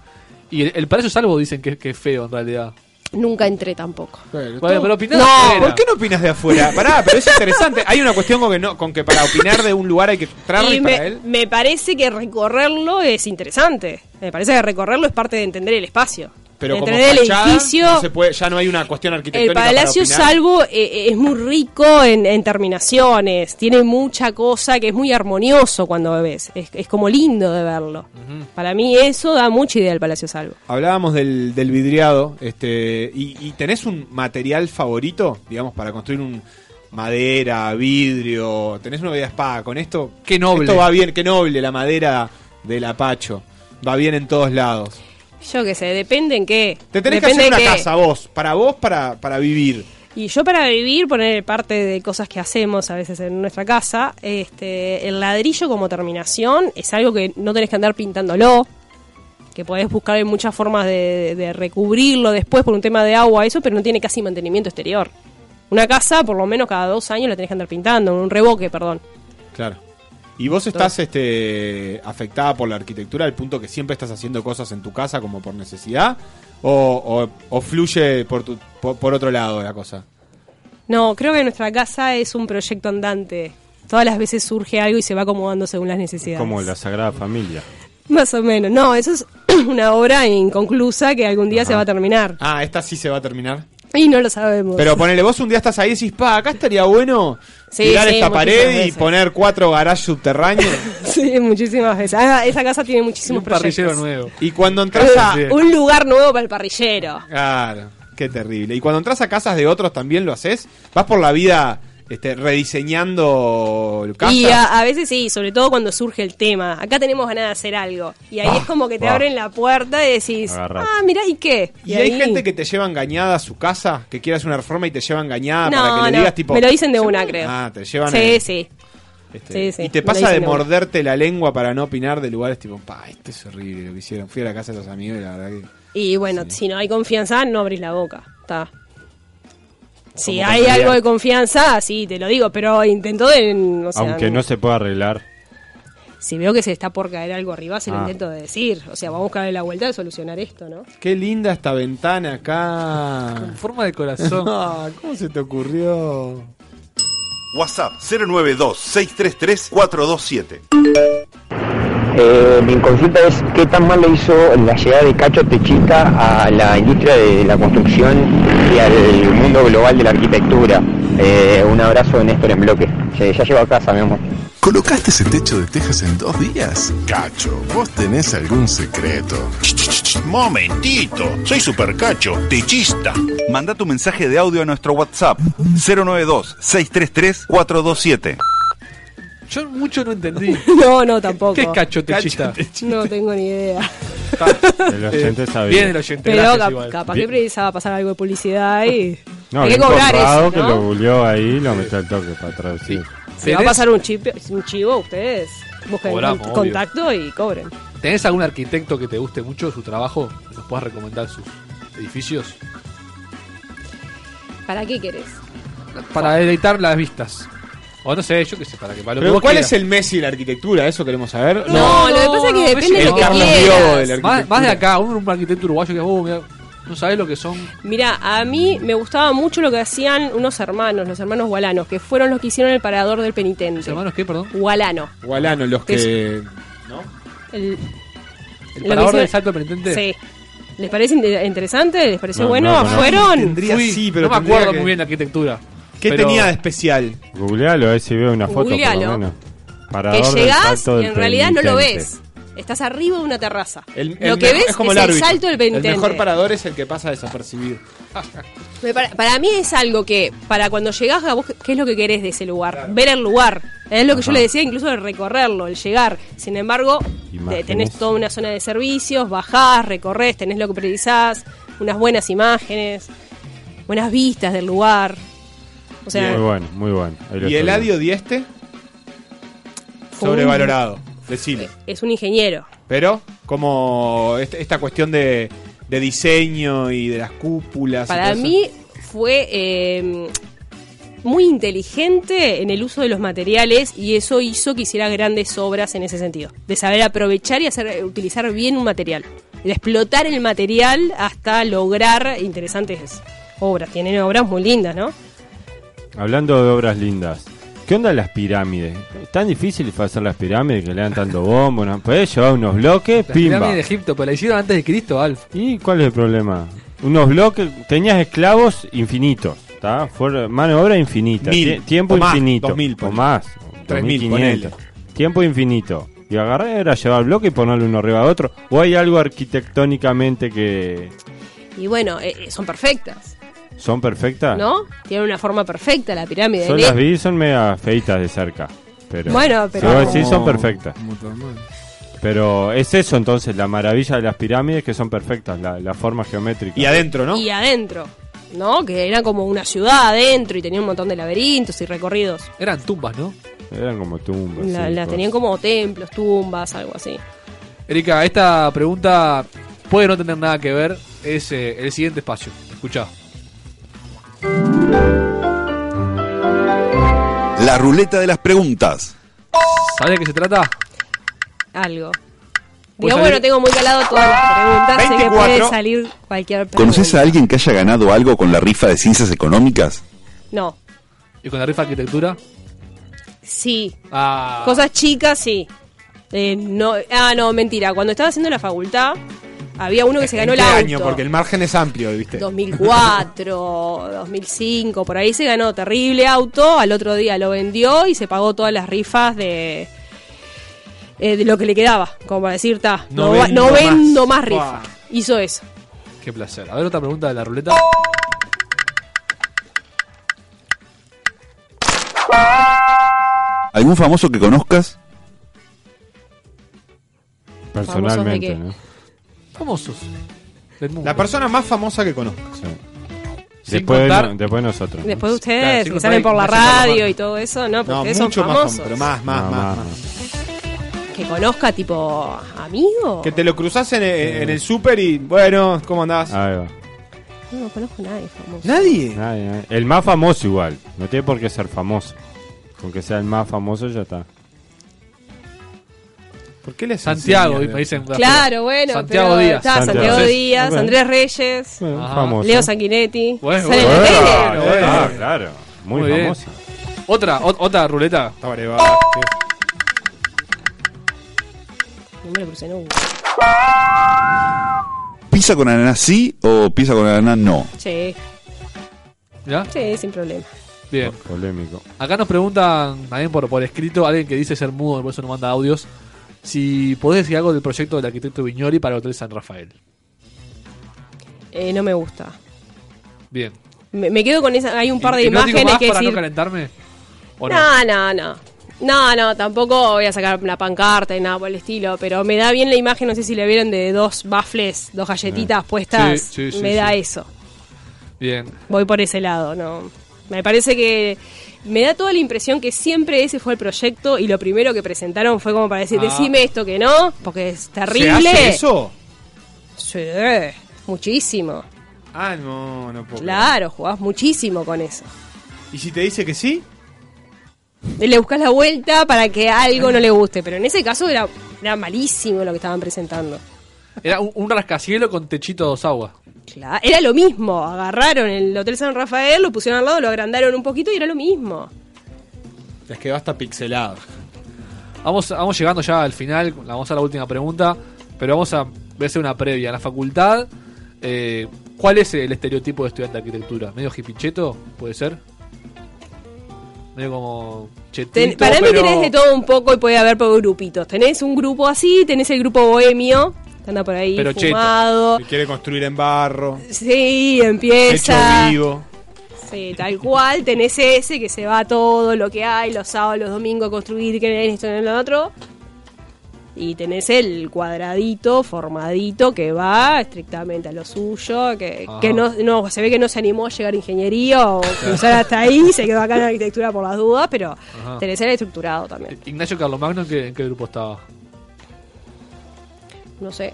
D: Y el, el Palacio Salvo dicen que, que es feo en realidad.
O: Nunca entré tampoco.
D: Bueno, pero opinás de
F: no,
D: afuera.
F: ¿por qué no opinas de afuera? Pará, pero es interesante. Hay una cuestión con que, no, con que para opinar de un lugar hay que entrar
O: Y
F: y para
O: me,
F: él.
O: me parece que recorrerlo es interesante. Me parece que recorrerlo es parte de entender el espacio.
F: pero como
O: Entre el
F: fachada,
O: edificio-
F: no se puede- ya no hay una cuestión
O: El
F: arquitectónica.
O: Palacio
F: para opinar.
O: Salvo eh, eh, es muy rico en, en terminaciones, tiene mucha cosa que es muy armonioso cuando lo ves, es, es como lindo de verlo. Para mí eso da mucha idea al Palacio Salvo.
F: Hablábamos del, del vidriado, este, y, y tenés un material favorito, digamos, para construir un madera, vidrio, tenés una bella espada con esto.
D: Qué noble.
F: Esto va bien, qué noble la madera del apacho. Va bien en todos lados.
O: Yo qué sé, depende en qué.
F: Te
O: Depende
F: tenés que hacer
O: en
F: una
O: qué.
F: casa vos, para vos, para, para vivir.
O: Y yo para vivir, poner parte de cosas que hacemos a veces en nuestra casa, este, el ladrillo como terminación es algo que no tenés que andar pintándolo, que podés buscar en muchas formas de, de recubrirlo después por un tema de agua, eso, pero no tiene casi mantenimiento exterior. Una casa, por lo menos cada dos años la tenés que andar pintando, un reboque, perdón.
F: Claro. Y vos estás este, afectada por la arquitectura al punto que siempre estás haciendo cosas en tu casa como por necesidad o, o- o fluye por, tu- por, por otro lado la cosa.
O: No, creo que nuestra casa es un proyecto andante. Todas las veces surge algo y se va acomodando según las necesidades.
G: Como la Sagrada Familia.
O: Más o menos. No, eso es una obra inconclusa que algún día se va a terminar.
F: Ah, esta sí se va a terminar.
O: Y no lo sabemos.
F: Pero ponele, vos un día estás ahí y decís, pa, acá estaría bueno
O: Sí,
F: tirar
O: sí,
F: esta
O: muchísimas
F: pared y
O: veces.
F: poner cuatro garages subterráneos.
O: Sí, muchísimas veces. Ah, esa casa tiene muchísimos proyectos.
F: nuevo. Y cuando entras a...
O: Un lugar nuevo para el parrillero.
F: Claro, qué terrible. Y cuando entras a casas de otros también lo haces. Vas por la vida este, rediseñando casas.
O: Y a, a veces sí, sobre todo cuando surge el tema. Acá tenemos ganas de hacer algo. Y
F: Ah,
O: ahí es como que te
F: bah.
O: abren la puerta y decís,
F: Agarrate.
O: ah, mirá, ¿y qué?
F: Y hay
O: ahí-
F: gente que te lleva engañada a su casa, que quiere hacer una reforma y te lleva engañada
O: No,
F: Ah, para que le
O: no,
F: digas tipo...
O: me lo dicen de una, creo.
F: Ah, te llevan...
O: sí,
F: eh,
O: sí.
F: este,
O: sí, sí,
F: Y te
O: me lo dicen
F: pasa de
O: de una.
F: morderte la lengua para no opinar de lugares tipo, pa, esto es horrible lo que hicieron. Fui a la casa de los amigos y la verdad que...
O: Y bueno, si no hay confianza, no abrís la boca. Está. Si hay
G: confiar?
O: algo de confianza, sí, te lo digo, pero intento de... o sea,
G: Aunque no se pueda arreglar.
O: Si veo que se está por caer algo arriba, se lo
F: Ah.
O: intento de decir. O sea, vamos a buscarle la vuelta de solucionar esto, ¿no?
F: Qué linda esta ventana acá. Con
D: forma de
J: corazón.
F: ¿Cómo se te ocurrió?
J: WhatsApp 092-633-427.
H: Eh, mi inconsciente es qué tan mal le hizo la llegada de Cacho Techita a la industria de la construcción y al mundo global de la arquitectura. Eh, un abrazo de Néstor en bloque. Eh, ya llevo a casa, mi amor.
S: ¿Colocaste ese techo este de tejas en dos días? Cacho, vos tenés algún secreto.
J: Momentito, soy supercacho, techista. Manda tu mensaje de audio a nuestro WhatsApp 092-633-427.
D: Yo mucho no entendí.
O: No, no, tampoco.
D: ¿Qué es cachotechista?
O: No tengo ni idea.
G: El oyente sabía.
D: Bien, el oyente.
O: Pero
D: gracias,
O: cap-
D: igual.
O: capaz
G: Bien.
O: que precisaba pasar algo de publicidad y.
G: No,
O: Hay que
G: bien
O: cobrar
G: Conrado
O: eso,
G: que
O: ¿no?
G: lo bulió ahí y lo metió al toque para traducir.
O: Se va a pasar un, chip, un chivo a ustedes. Busquen
D: Cobramos,
O: cont-
D: obvio.
O: contacto y cobren.
D: ¿Tenés algún arquitecto que te guste mucho su trabajo? ¿Que ¿Nos puedas recomendar sus edificios?
O: ¿Para qué querés?
D: Para deleitar las vistas. O no sé, yo qué sé, para que para lo que
F: Pero
D: vos
F: ¿cuál
D: quieras.
F: es el Messi de la arquitectura? Eso queremos saber.
O: No, lo que pasa es que depende de lo que quieras.
D: más, más de acá, un, un arquitecto uruguayo que vos mirá, no sabés lo que son.
O: Mira, a mí me gustaba mucho lo que hacían unos hermanos, los hermanos Gualanos, que fueron los que hicieron el parador del penitente. ¿Los hermanos
D: qué, perdón?
O: Gualano.
F: Gualano, los que.
O: El,
D: El
O: lo
D: parador
O: que
D: del
O: hicieron-
D: salto penitente.
O: Sí. ¿Les parece inte- interesante? ¿Les pareció
D: No,
O: bueno?
D: no lo conozco.
O: ¿Fueron?
D: Tendría-
F: Fui,
D: sí,
F: pero
D: no me
F: tendría
D: acuerdo
F: que-
D: muy bien la arquitectura.
F: ¿Qué
D: Pero-
F: tenía de especial?
G: Googlealo, a ver si veo una foto por
O: Googlealo.
G: lo menos.
O: que
G: Parador del
O: llegás
G: salto
O: y
G: del
O: en realidad no lo
G: penitente.
O: ves. Estás arriba de una terraza.
F: El
O: lo que
F: mejor-
O: ves es, el,
F: árbitro.
O: salto del penitente.
F: El mejor parador es el que pasa desapercibido.
O: Me para, para mí es algo que, para cuando llegás a vos, ¿qué es lo que querés de ese lugar? Ver el lugar. Es lo que yo
G: Ajá.
O: le decía, incluso el recorrerlo, el llegar. Sin embargo, te-
G: Imágenes.
O: tenés toda una zona de servicios, bajás, recorres, tenés lo que precisás, unas buenas imágenes, buenas vistas del lugar. O sea,
G: muy bueno, muy bueno. Ahí lo
F: ¿Y
G: estoy
F: el
G: viendo.
F: adio dieste? Sobrevalorado. Decilo.
O: es un ingeniero.
F: Pero, como este- esta cuestión de, de diseño y de las cúpulas. y
O: Para
F: todo eso.
O: mí fue eh, muy inteligente en el uso de los materiales y eso hizo que hiciera grandes obras en ese sentido. De saber aprovechar y hacer, utilizar bien un material. De explotar el material hasta lograr interesantes obras. Tienen obras muy lindas, ¿no?
G: Hablando de obras lindas, ¿Qué onda las pirámides? ¿Tan difícil hacer las pirámides que le dan tanto bombo? ¿no? ¿Podés llevar unos bloques?
D: La
G: ¡Pimba!
D: pirámide de Egipto, pero la hicieron antes de Cristo, Alf.
G: ¿Y cuál es el problema? Unos bloques, tenías esclavos infinitos, ¿está? Fue mano de obra infinita,
F: Mil,
G: tie- tiempo
F: o más,
G: infinito,
F: dos mil,
G: o
F: ponele.
G: más,
F: Tres mil,
G: 2500, tiempo infinito. Y agarrar era llevar bloque y ponerle uno arriba de otro. ¿O hay algo arquitectónicamente que
O: Y bueno, eh, eh, son perfectas,
G: son perfectas?
O: ¿no? Tienen una forma perfecta la pirámide.
G: Yo
O: ¿eh?
G: las vi y Ah. son media feitas de cerca. Pero,
O: Bueno, pero-
G: Si vos decís, son perfectas. Pero es eso entonces, la maravilla de las pirámides que son perfectas, la, la forma geométrica. Y
F: adentro,
O: Y adentro, ¿no? Que era como una ciudad adentro y tenía un montón de laberintos y recorridos.
D: Eran tumbas, ¿no?
G: Eran como tumbas.
O: La,
G: sí,
O: la
G: cosas.
O: tenían como templos, tumbas, algo así.
D: Erika, esta pregunta puede no tener nada que ver. Es eh, el siguiente espacio. Escuchá.
J: La ruleta de las preguntas.
D: ¿Sabes de qué se trata?
O: Algo.
D: Puede
O: Digo,
D: salir-
O: bueno, tengo muy calado todas las preguntas. Sé que
F: 24.
O: puede salir cualquier pregunta.
J: ¿Conoces a alguien que haya ganado algo con la rifa de ciencias económicas?
O: No.
D: ¿Y con la rifa de arquitectura?
O: Sí.
D: Ah.
O: Cosas chicas, sí. Eh, no, ah, no, mentira. Cuando estaba haciendo la facultad, había uno que se ganó
F: ¿En
O: el
F: qué
O: auto.
F: año? Porque el margen es amplio, ¿viste?
O: 2004, 2005, por ahí se ganó terrible auto, al otro día lo vendió y se pagó todas las rifas de, eh, de lo que le quedaba, como para decir, ta,
D: No
O: no, va-
D: vendo
O: no
D: más".
O: vendo más, rifa.
D: Buah.
O: Hizo eso.
D: Qué placer. A ver otra pregunta de la ruleta.
J: ¿Algún famoso que conozcas?
G: Personalmente,
O: ¿Famosos
G: ¿no?
D: Famosos. Del mundo.
F: La persona más famosa que conozco.
D: Sin
G: Después, de
D: contar-
G: no- después de nosotros.
O: Después de ustedes,
F: Claro, sí,
O: que salen por la
F: gracias por la
O: radio
F: mano.
O: y todo eso, ¿no? Porque
F: No,
O: ustedes son
F: mucho más,
O: famosos.
F: fam- pero más, más,
G: No,
F: más,
G: más.
O: Que conozca, tipo, amigo.
F: Que te lo cruzas en, el- en el súper y, bueno, ¿cómo andás?
G: Ahí va.
O: No, no conozco a nadie famoso.
F: ¿Nadie?
G: Nadie, nadie. El más famoso igual. No tiene por qué ser famoso. Con que sea el más famoso ya está.
F: ¿Por qué le
D: Santiago, y me dicen.
O: Claro, bueno.
D: Santiago
O: pero
D: Díaz.
O: Está Santiago,
D: Entonces,
O: Díaz,
D: bueno.
O: Andrés Reyes,
D: Ajá.
G: famoso.
O: Leo Sanguinetti.
D: Bueno,
O: Salen en
D: bueno.
O: la tele.
D: Claro, bueno.
G: Ah, claro. Muy,
D: Muy bien.
G: famoso.
D: Otra, o- otra ruleta.
O: Oh. No me lo crucé nunca.
J: ¿Pisa con ananá sí o pisa con ananá no?
O: Sí.
D: ¿Ya?
O: Sí, sin problema.
D: Bien.
G: Polémico.
D: Acá nos preguntan también por, por escrito, alguien que dice ser mudo, por eso no manda audios, si podés decir algo del proyecto del arquitecto Viñori para el Hotel San Rafael.
O: Eh, no me gusta.
D: Bien.
O: Me, me quedo con esa. Hay un par de
D: ¿Y- y no digo
O: imágenes
D: más
O: que
D: para
O: decir.
D: no calentarme? ¿O no?
O: No, no, no. No, no, tampoco voy a sacar una pancarta y nada por el estilo, pero me da bien la imagen, no sé si la vieron, de dos baffles, dos galletitas puestas.
D: Sí, sí, sí,
O: me da
D: sí.
O: eso.
D: Bien.
O: Voy por ese lado, ¿no? Me parece que. Me da toda la impresión que siempre ese fue el proyecto y lo primero que presentaron fue como para decir,
F: Ah.
O: decime esto que no, porque es terrible.
F: ¿Se hace eso?
O: Sí, muchísimo.
F: Ah, no, no puedo. creer.
O: Claro, jugás muchísimo con eso.
F: ¿Y si te dice que sí?
O: Le buscas la vuelta para que algo no le guste, pero en ese caso era, era malísimo lo que estaban presentando.
D: Era un, un rascacielo con techito de dos aguas.
O: Claro, era lo mismo, agarraron el Hotel San Rafael, lo pusieron al lado, lo agrandaron un poquito y era lo mismo.
E: Las que va hasta pixelado.
D: Vamos, vamos llegando ya al final, la- vamos a la última pregunta, pero vamos a voy a hacer una previa. En la facultad, eh, ¿cuál es el estereotipo de estudiante de arquitectura? ¿Medio hipicheto? ¿Puede ser? Medio como chetito,
O: Ten- para mí
D: pero-
O: tenés de todo un poco y puede haber por grupitos. Tenés un grupo así, tenés el grupo bohemio, que anda por ahí
F: Pero cheto.
O: fumado.
F: Que quiere construir en barro.
O: Sí,
F: Hecho
O: empieza.
F: vivo.
O: Sí, tal cual. Tenés ese que se va todo lo que hay, los sábados, los domingos, a construir, que esto, en lo otro. Y tenés el cuadradito, formadito, que va estrictamente a lo suyo, que,
D: Ajá.
O: que no, no- se ve que no se animó a llegar a ingeniería o cruzar hasta ahí, se quedó acá en arquitectura por las dudas, pero
D: Ajá.
O: tenés el estructurado también.
D: Ignacio Carlomagno, ¿en qué, en qué grupo estaba?
O: No sé.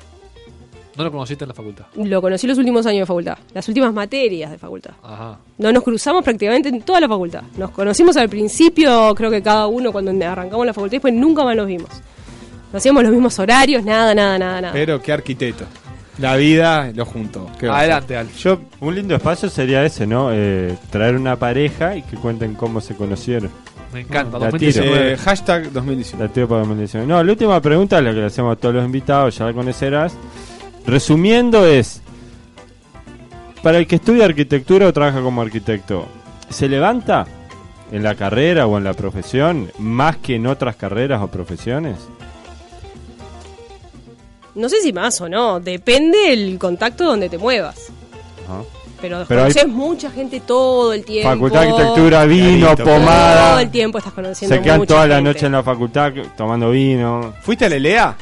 D: No lo conociste en la facultad.
O: Lo conocí los últimos años de facultad, las últimas materias de facultad.
D: Ajá.
O: No nos cruzamos prácticamente en toda la facultad. Nos conocimos al principio, creo que cada uno cuando arrancamos la facultad, y después nunca más nos vimos. No hacíamos los mismos horarios, nada, nada, nada, nada.
F: Pero qué arquitecto. La vida lo junto.
D: Adelante, Al.
G: Yo, un lindo espacio sería ese, ¿no? Eh, traer una pareja y que cuenten cómo se conocieron.
D: Me encanta,
G: La
D: 2019.
G: tiro. La tiro para 2019. No, la última pregunta es la que le hacemos a todos los invitados, ya la conocerás. Resumiendo es, para el que estudia arquitectura o trabaja como arquitecto, ¿se levanta en la carrera o en la profesión más que en otras carreras o profesiones?
O: No sé si más o no, depende el contacto donde te muevas.
G: Ajá.
O: Pero,
G: Pero
O: conoces
G: hay-
O: mucha gente todo el tiempo.
G: Facultad de Arquitectura, vino,
O: Clarito.
G: pomada.
O: Todo el tiempo estás conociendo
G: Se quedan
O: mucha
G: toda la
O: gente.
G: noche en la facultad tomando vino.
F: ¿Fuiste a la LEA?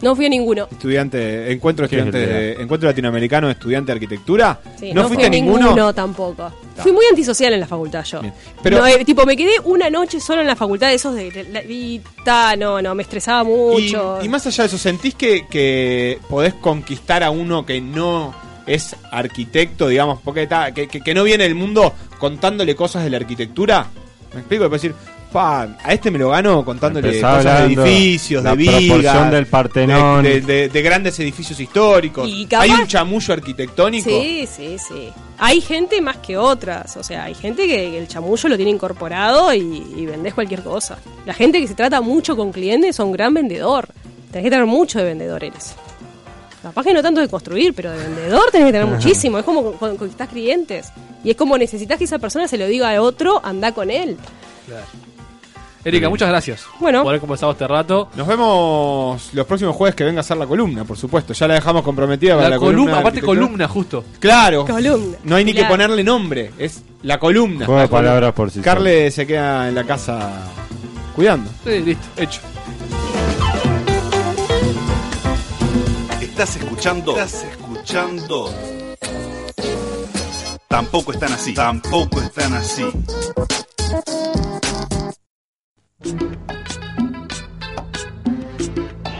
O: No fui a ninguno.
F: Estudiante, encuentro
G: ¿Qué es E
F: estudiante
G: el
F: de- encuentro latinoamericano de estudiante de arquitectura.
O: Sí,
F: ¿No, fuiste a ninguno?
O: tampoco. Fui muy antisocial en la facultad yo.
F: Pero-
O: No, eh, tipo, me quedé una noche solo en la facultad de esos de... de- la- y ta, no, no, me estresaba
F: Y,
O: mucho.
F: y más allá de eso, ¿sentís que, que podés conquistar a uno que no es arquitecto, digamos, porque está, que, que- que no viene del mundo contándole cosas de la arquitectura? ¿Me explico? Después decir, "Pa, a este me lo gano contándole
G: Empezá
F: cosas
G: hablando
F: de edificios,
G: la
F: de vigas,
G: proporción del Partenón.
F: de, de- de grandes edificios históricos.
O: Y capaz-
F: ¿Hay un chamullo arquitectónico?
O: Sí, sí, sí. Hay gente más que otras. O sea, hay gente que el chamullo lo tiene incorporado y, y vendés cualquier cosa. La gente que se trata mucho con clientes son gran vendedor. Tenés que tener mucho de vendedor en eso. Capaz que no tanto de construir, pero de vendedor tenés que tener
I: Ajá.
O: muchísimo. Es como con- con- conquistás clientes. Y es como necesitas que esa persona se lo diga a otro, anda con él.
D: Erika, muchas gracias
O: Bueno.
D: por haber conversado este rato.
F: Nos vemos los próximos jueves que venga a hacer la columna, por supuesto. Ya la dejamos comprometida
D: La,
F: para la,
D: columna,
F: de
D: aparte
F: arquitectura.
D: columna, justo.
F: Claro.
O: Columna.
F: No hay ni
D: Claro.
F: que ponerle nombre, es la columna.
G: Juego de
F: La columna.
G: palabras por sí
F: Carle se queda en la casa cuidando.
D: Sí, listo, hecho.
J: Estás escuchando. Estás escuchando. Tampoco están así. Tampoco están así.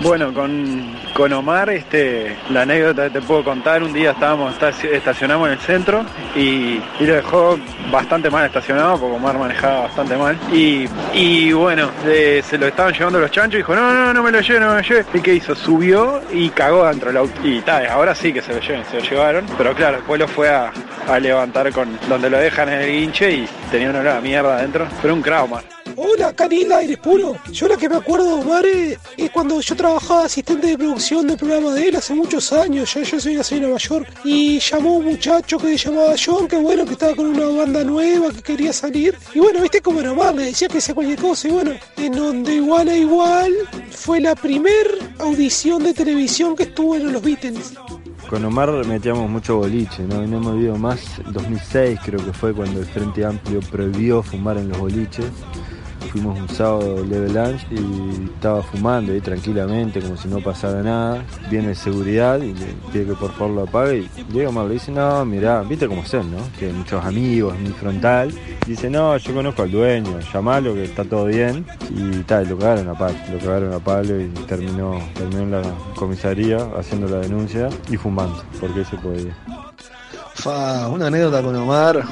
R: Bueno, con, con Omar, este, la anécdota que te puedo contar, un día estábamos, esta- estacionamos en el centro y, y lo dejó bastante mal estacionado, porque Omar manejaba bastante mal. Y, y bueno, eh, se lo estaban llevando los chanchos y dijo, no, no, no me lo lleven, no me lo lleven. ¿Y qué hizo? Subió y cagó dentro del auto. Y tal, ahora sí que se lo lleven, se lo llevaron. Pero claro, después lo fue a, a levantar con donde lo dejan en el guinche y tenía una olor a mierda adentro. Pero un crowd, Omar.
T: Hola, Canila, eres puro. Yo la que me acuerdo, madre, es cuando yo trabajaba asistente de producción del programa de él hace muchos años. Ya yo soy una señora mayor. Y llamó un muchacho que se llamaba John, que bueno, que estaba con una banda nueva, que quería salir. Y bueno, viste cómo era Omar, le decía que sea cualquier cosa. Y bueno, en donde igual a igual fue la primer audición de televisión que estuvo en los Beatles.
U: Con Omar metíamos mucho boliche, ¿no? Y no me olvido más, 2006 creo que fue cuando el Frente Amplio prohibió fumar en los boliches. Fuimos un sábado Level Lunch y estaba fumando ahí tranquilamente, como si no pasara nada. Viene el seguridad y le pide que por favor lo apague. Y llega Omar, le dice, no, mirá, viste cómo son, ¿no? Tiene muchos amigos, es muy frontal. Dice, no, yo conozco al dueño, llamalo que está todo bien. Y tal, lo cagaron a palo, lo cagaron a palo y terminó, terminó en la comisaría haciendo la denuncia y fumando, porque se podía.
T: Fa, una anécdota con Omar.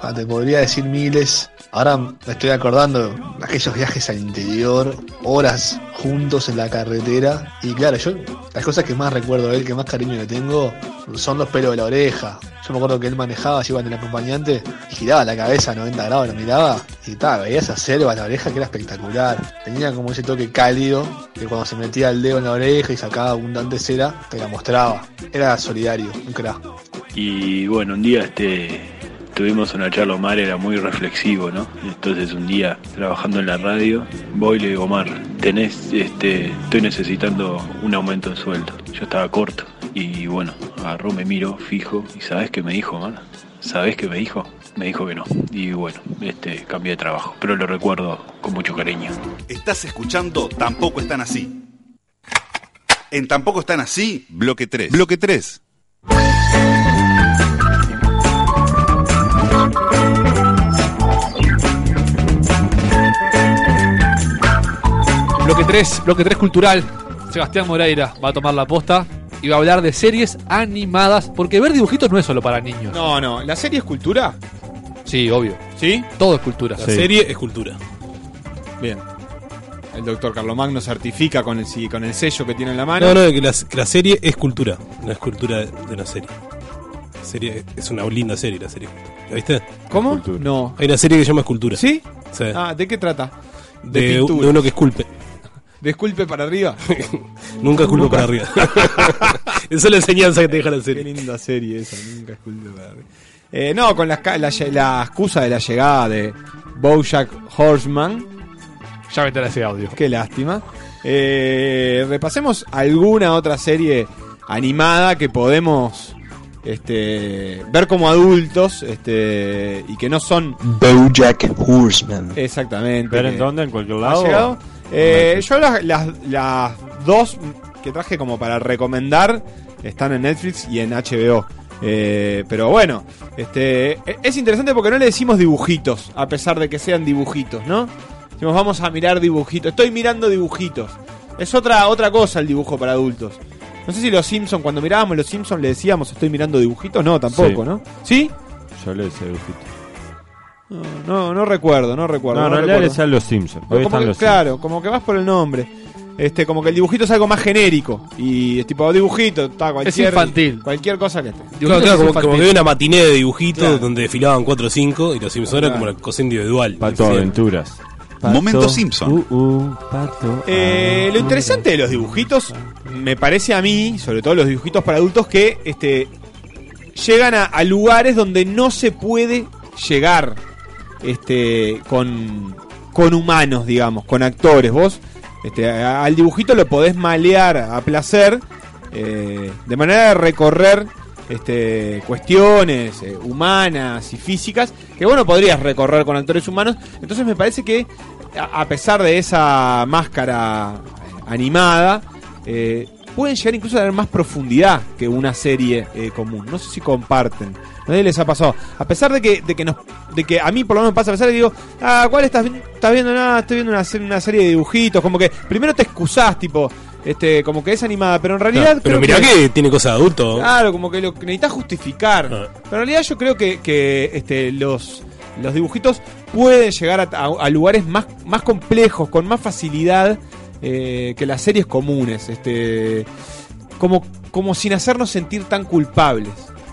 T: Fa, te podría decir miles. Ahora me estoy acordando de aquellos viajes al interior, horas juntos en la carretera. Y claro, yo las cosas que más recuerdo de él, que más cariño le tengo, son los pelos de la oreja. Yo me acuerdo que él manejaba, llevaba en el acompañante, y giraba la cabeza a 90 grados, lo miraba, y ta, veía esa selva en la oreja que era espectacular. Tenía como ese toque cálido, que cuando se metía el dedo en la oreja y sacaba abundante cera, te la mostraba. Era solidario, un crack.
R: Y bueno, un día este tuvimos una charla, Omar era muy reflexivo, ¿no? Entonces un día, trabajando en la radio, voy y le digo, Omar, tenés, este, estoy necesitando un aumento de sueldo. Yo estaba corto. Y bueno, agarró, me miro, fijo, y ¿sabés qué me dijo, Omar? ¿Sabés qué me dijo? Me dijo que no. Y bueno, este, cambié de trabajo. Pero lo recuerdo con mucho cariño.
J: Estás escuchando. Tampoco están así. En Tampoco están así. Bloque 3. Bloque 3.
D: Bloque 3, bloque 3 cultural. Sebastián Moreira va a tomar la posta y va a hablar de series animadas, porque ver dibujitos no es solo para niños.
F: No, no, ¿la serie es cultura?
D: Sí, obvio.
F: ¿Sí?
D: Todo es cultura.
F: La serie es
E: cultura.
F: Bien. El doctor Carlomagno certifica con el, si- con el sello que tiene en la mano.
E: No, no, que la, que la serie es cultura, no es cultura de la serie. La serie es una linda serie, la serie. ¿La viste?
F: ¿Cómo? No.
E: Hay una serie que se llama Escultura.
F: ¿Sí?
E: Sí.
F: Ah, ¿de qué trata?
E: De, de
F: pintura.
E: uno que esculpe.
F: ¿De esculpe para arriba?
E: Nunca esculpe para arriba. Esa es la enseñanza que te deja la serie.
F: Qué linda serie esa, nunca esculpe para arriba. Eh, no, con las ca- la, lle- la excusa de la llegada de Bojack Horseman.
D: Ya meterá ese audio.
F: Qué lástima. Eh, repasemos alguna otra serie animada que podemos este, ver como adultos este, y que no son
T: Bojack Horseman.
F: Exactamente.
G: ¿Ver en
F: que
G: dónde? ¿En cualquier
F: ha
G: lado?
F: llegado. Eh, yo las, las- las dos que traje como para recomendar están en Netflix y en HBO. Eh, pero bueno, este e- es interesante porque no le decimos dibujitos, a pesar de que sean dibujitos, ¿no? Decimos, vamos a mirar dibujitos. Estoy mirando dibujitos. Es otra, otra cosa el dibujo para adultos. No sé si los Simpsons, cuando mirábamos los Simpsons, le decíamos, estoy mirando dibujitos. No, tampoco,
G: Sí.
F: ¿no? ¿Sí?
G: Yo le decía dibujito.
F: No, no, no recuerdo, no recuerdo.
G: No, en realidad
F: recuerdo.
G: le salen los Simpsons. Hoy
F: Como
G: están
F: que-
G: los
F: claro, como que vas por el nombre. Este, como que el dibujito es algo más genérico. Y es tipo dibujito, está cualquier.
E: infantil.
F: Cualquier cosa que esté.
E: Claro, claro, como, como que había una matiné de dibujitos
F: Claro.
E: donde desfilaban 4 o 5 y los Simpsons eran como la cosa individual.
G: Pato Aventuras.
E: Momento Simpson.
G: Uh, uh, pato.
F: Eh, lo interesante de los dibujitos, me parece a mí, sobre todo los dibujitos para adultos, que este, llegan a, a lugares donde no se puede llegar este, con, con humanos, digamos, con actores. Vos este, a- al dibujito lo podés malear a placer, eh, de manera de recorrer este, cuestiones eh, humanas y físicas que vos no podrías recorrer con actores humanos. Entonces me parece que a a pesar de esa máscara animada, eh, pueden llegar incluso a tener más profundidad que una serie eh, común. No sé si comparten. A nadie les ha pasado. A pesar de que, de que nos, de que a mí por lo menos me pasa, a pesar de que digo, ah, ¿cuál estás, vi- estás viendo? Nada, estoy viendo una, se- una serie de dibujitos. Como que primero te excusás, tipo, este, como que es animada, pero en realidad.
E: Pero
F: creo Ah,
E: mirá que... tiene cosas de adulto.
F: Claro, como que lo que necesitas justificar. Pero en realidad yo creo que, que, este, los, los dibujitos pueden llegar a, a- a lugares más, más complejos, con más facilidad eh, que las series comunes. Este, como, como sin hacernos sentir tan culpables.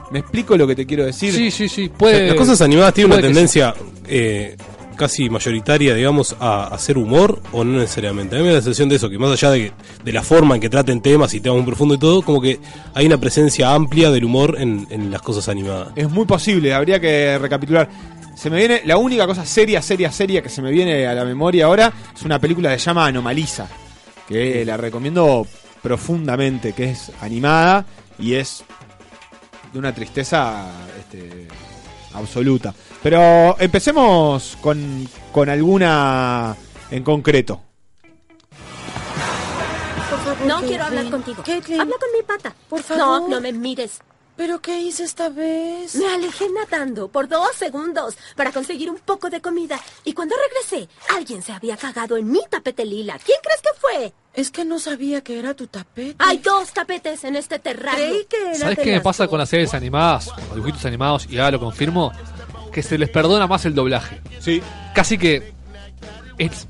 F: ¿Me explico lo que te quiero decir?
M: Sí, sí, sí. Puede,
E: Las cosas animadas tienen una
M: puede que
E: tendencia eh, casi mayoritaria, digamos, a hacer humor o no necesariamente. A mí me da la sensación de eso, que más allá de, de la forma en que traten temas y temas muy profundos y todo, como que hay una presencia amplia del humor en, en las cosas animadas.
F: Es muy posible, habría que recapitular. Se me viene, la única cosa seria, seria, seria que se me viene a la memoria ahora es una película que se llama Anomaliza, que la recomiendo profundamente, que es animada y es de una tristeza este, absoluta. Pero empecemos con, con alguna en concreto.
V: No quiero hablar contigo. Habla con mi pata. Por
W: favor.
V: No, no me mires. ¿Pero qué hice esta vez? Me alejé nadando por dos segundos para conseguir un poco de comida. Y cuando regresé, alguien se había cagado en mi tapete lila. ¿Quién crees que fue? Es que no sabía que era tu tapete. Hay dos tapetes en este terreno. Creí que
M: ¿Sabes qué me pasa con las series animadas, con los dibujitos animados, y ahora lo confirmo? Que se les perdona más el doblaje.
F: Sí.
M: Casi que es,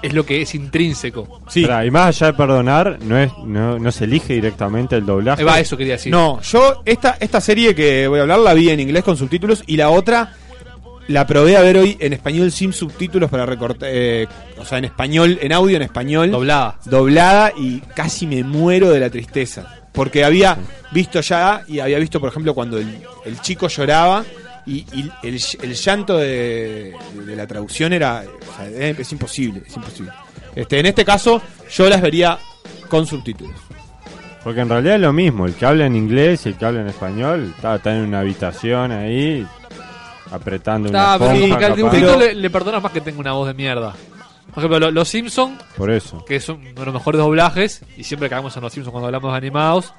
M: es lo que es intrínseco.
G: Pará, y más allá de perdonar, no, es, no, no se elige directamente el doblaje.
M: Eh, va, eso quería decir.
F: No, yo esta, esta serie que voy a hablar la vi en inglés con subtítulos y la otra la probé a ver hoy en español sin subtítulos para recortar, eh, o sea, en español, en audio en español.
M: Doblada.
F: Doblada y casi me muero de la tristeza. Porque había visto ya y había visto, por ejemplo, cuando el, el chico lloraba y, y el, el llanto de, de la traducción era, o sea, es, es imposible, es imposible. Este, en este caso yo las vería con subtítulos.
G: Porque en realidad es lo mismo, el que habla en inglés y el que habla en español, está, está en una habitación ahí, apretando
M: Está,
G: una
M: Ah, pero
G: esponja,
M: porque al
G: capaz.
M: dibujito le, le perdona más que tenga una voz de mierda. Por ejemplo, lo- los Simpsons,
G: Por eso.
M: que son uno de los mejores doblajes, y siempre cagamos en los Simpsons cuando hablamos de animados.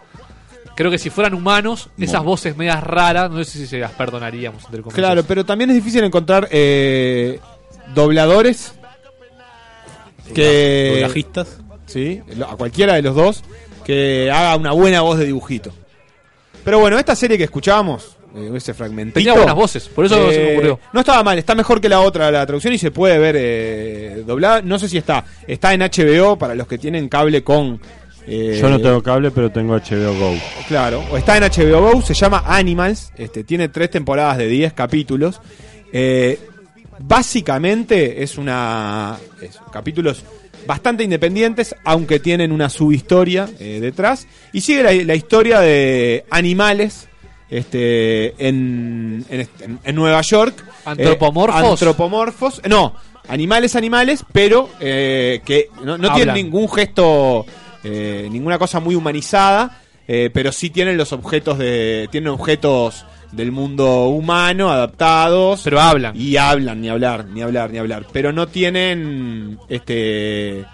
M: Creo que si fueran humanos, esas
F: Bueno.
M: voces medias raras, no sé si se las perdonaríamos, entre comillas.
F: Claro, pero también es difícil encontrar eh, dobladores que
E: doblajistas.
F: Sí, lo- a cualquiera de los dos que haga una buena voz de dibujito. Pero bueno, esta serie que escuchábamos,
Q: este,
F: eh, ese fragmentito.
M: Tenía buenas voces, por eso se me ocurrió.
F: No estaba mal, está mejor que la otra, la traducción, y se puede ver eh, doblada. No sé si está. Está en HBO para los que tienen cable con. eh,
G: Yo no tengo cable, pero tengo HBO Go.
F: Claro, o está en HBO Go, se llama Animals, este, tiene tres temporadas de 10 capítulos. eh, Básicamente es una. es capítulos bastante independientes, aunque tienen una subhistoria eh, detrás. Y sigue la, la historia de animales este, en, en, este- en- en Nueva York.
D: ¿Antropomorfos?
F: Eh, antropomorfos. No, animales, animales, pero eh, que no, no tienen
D: Hablan.
F: ningún gesto, eh, ninguna cosa muy humanizada, eh, pero sí tienen los objetos de. Tienen objetos del mundo humano adaptados. Pero hablan. Y hablan, ni hablar, ni hablar, ni hablar. Pero no tienen. Este. eh,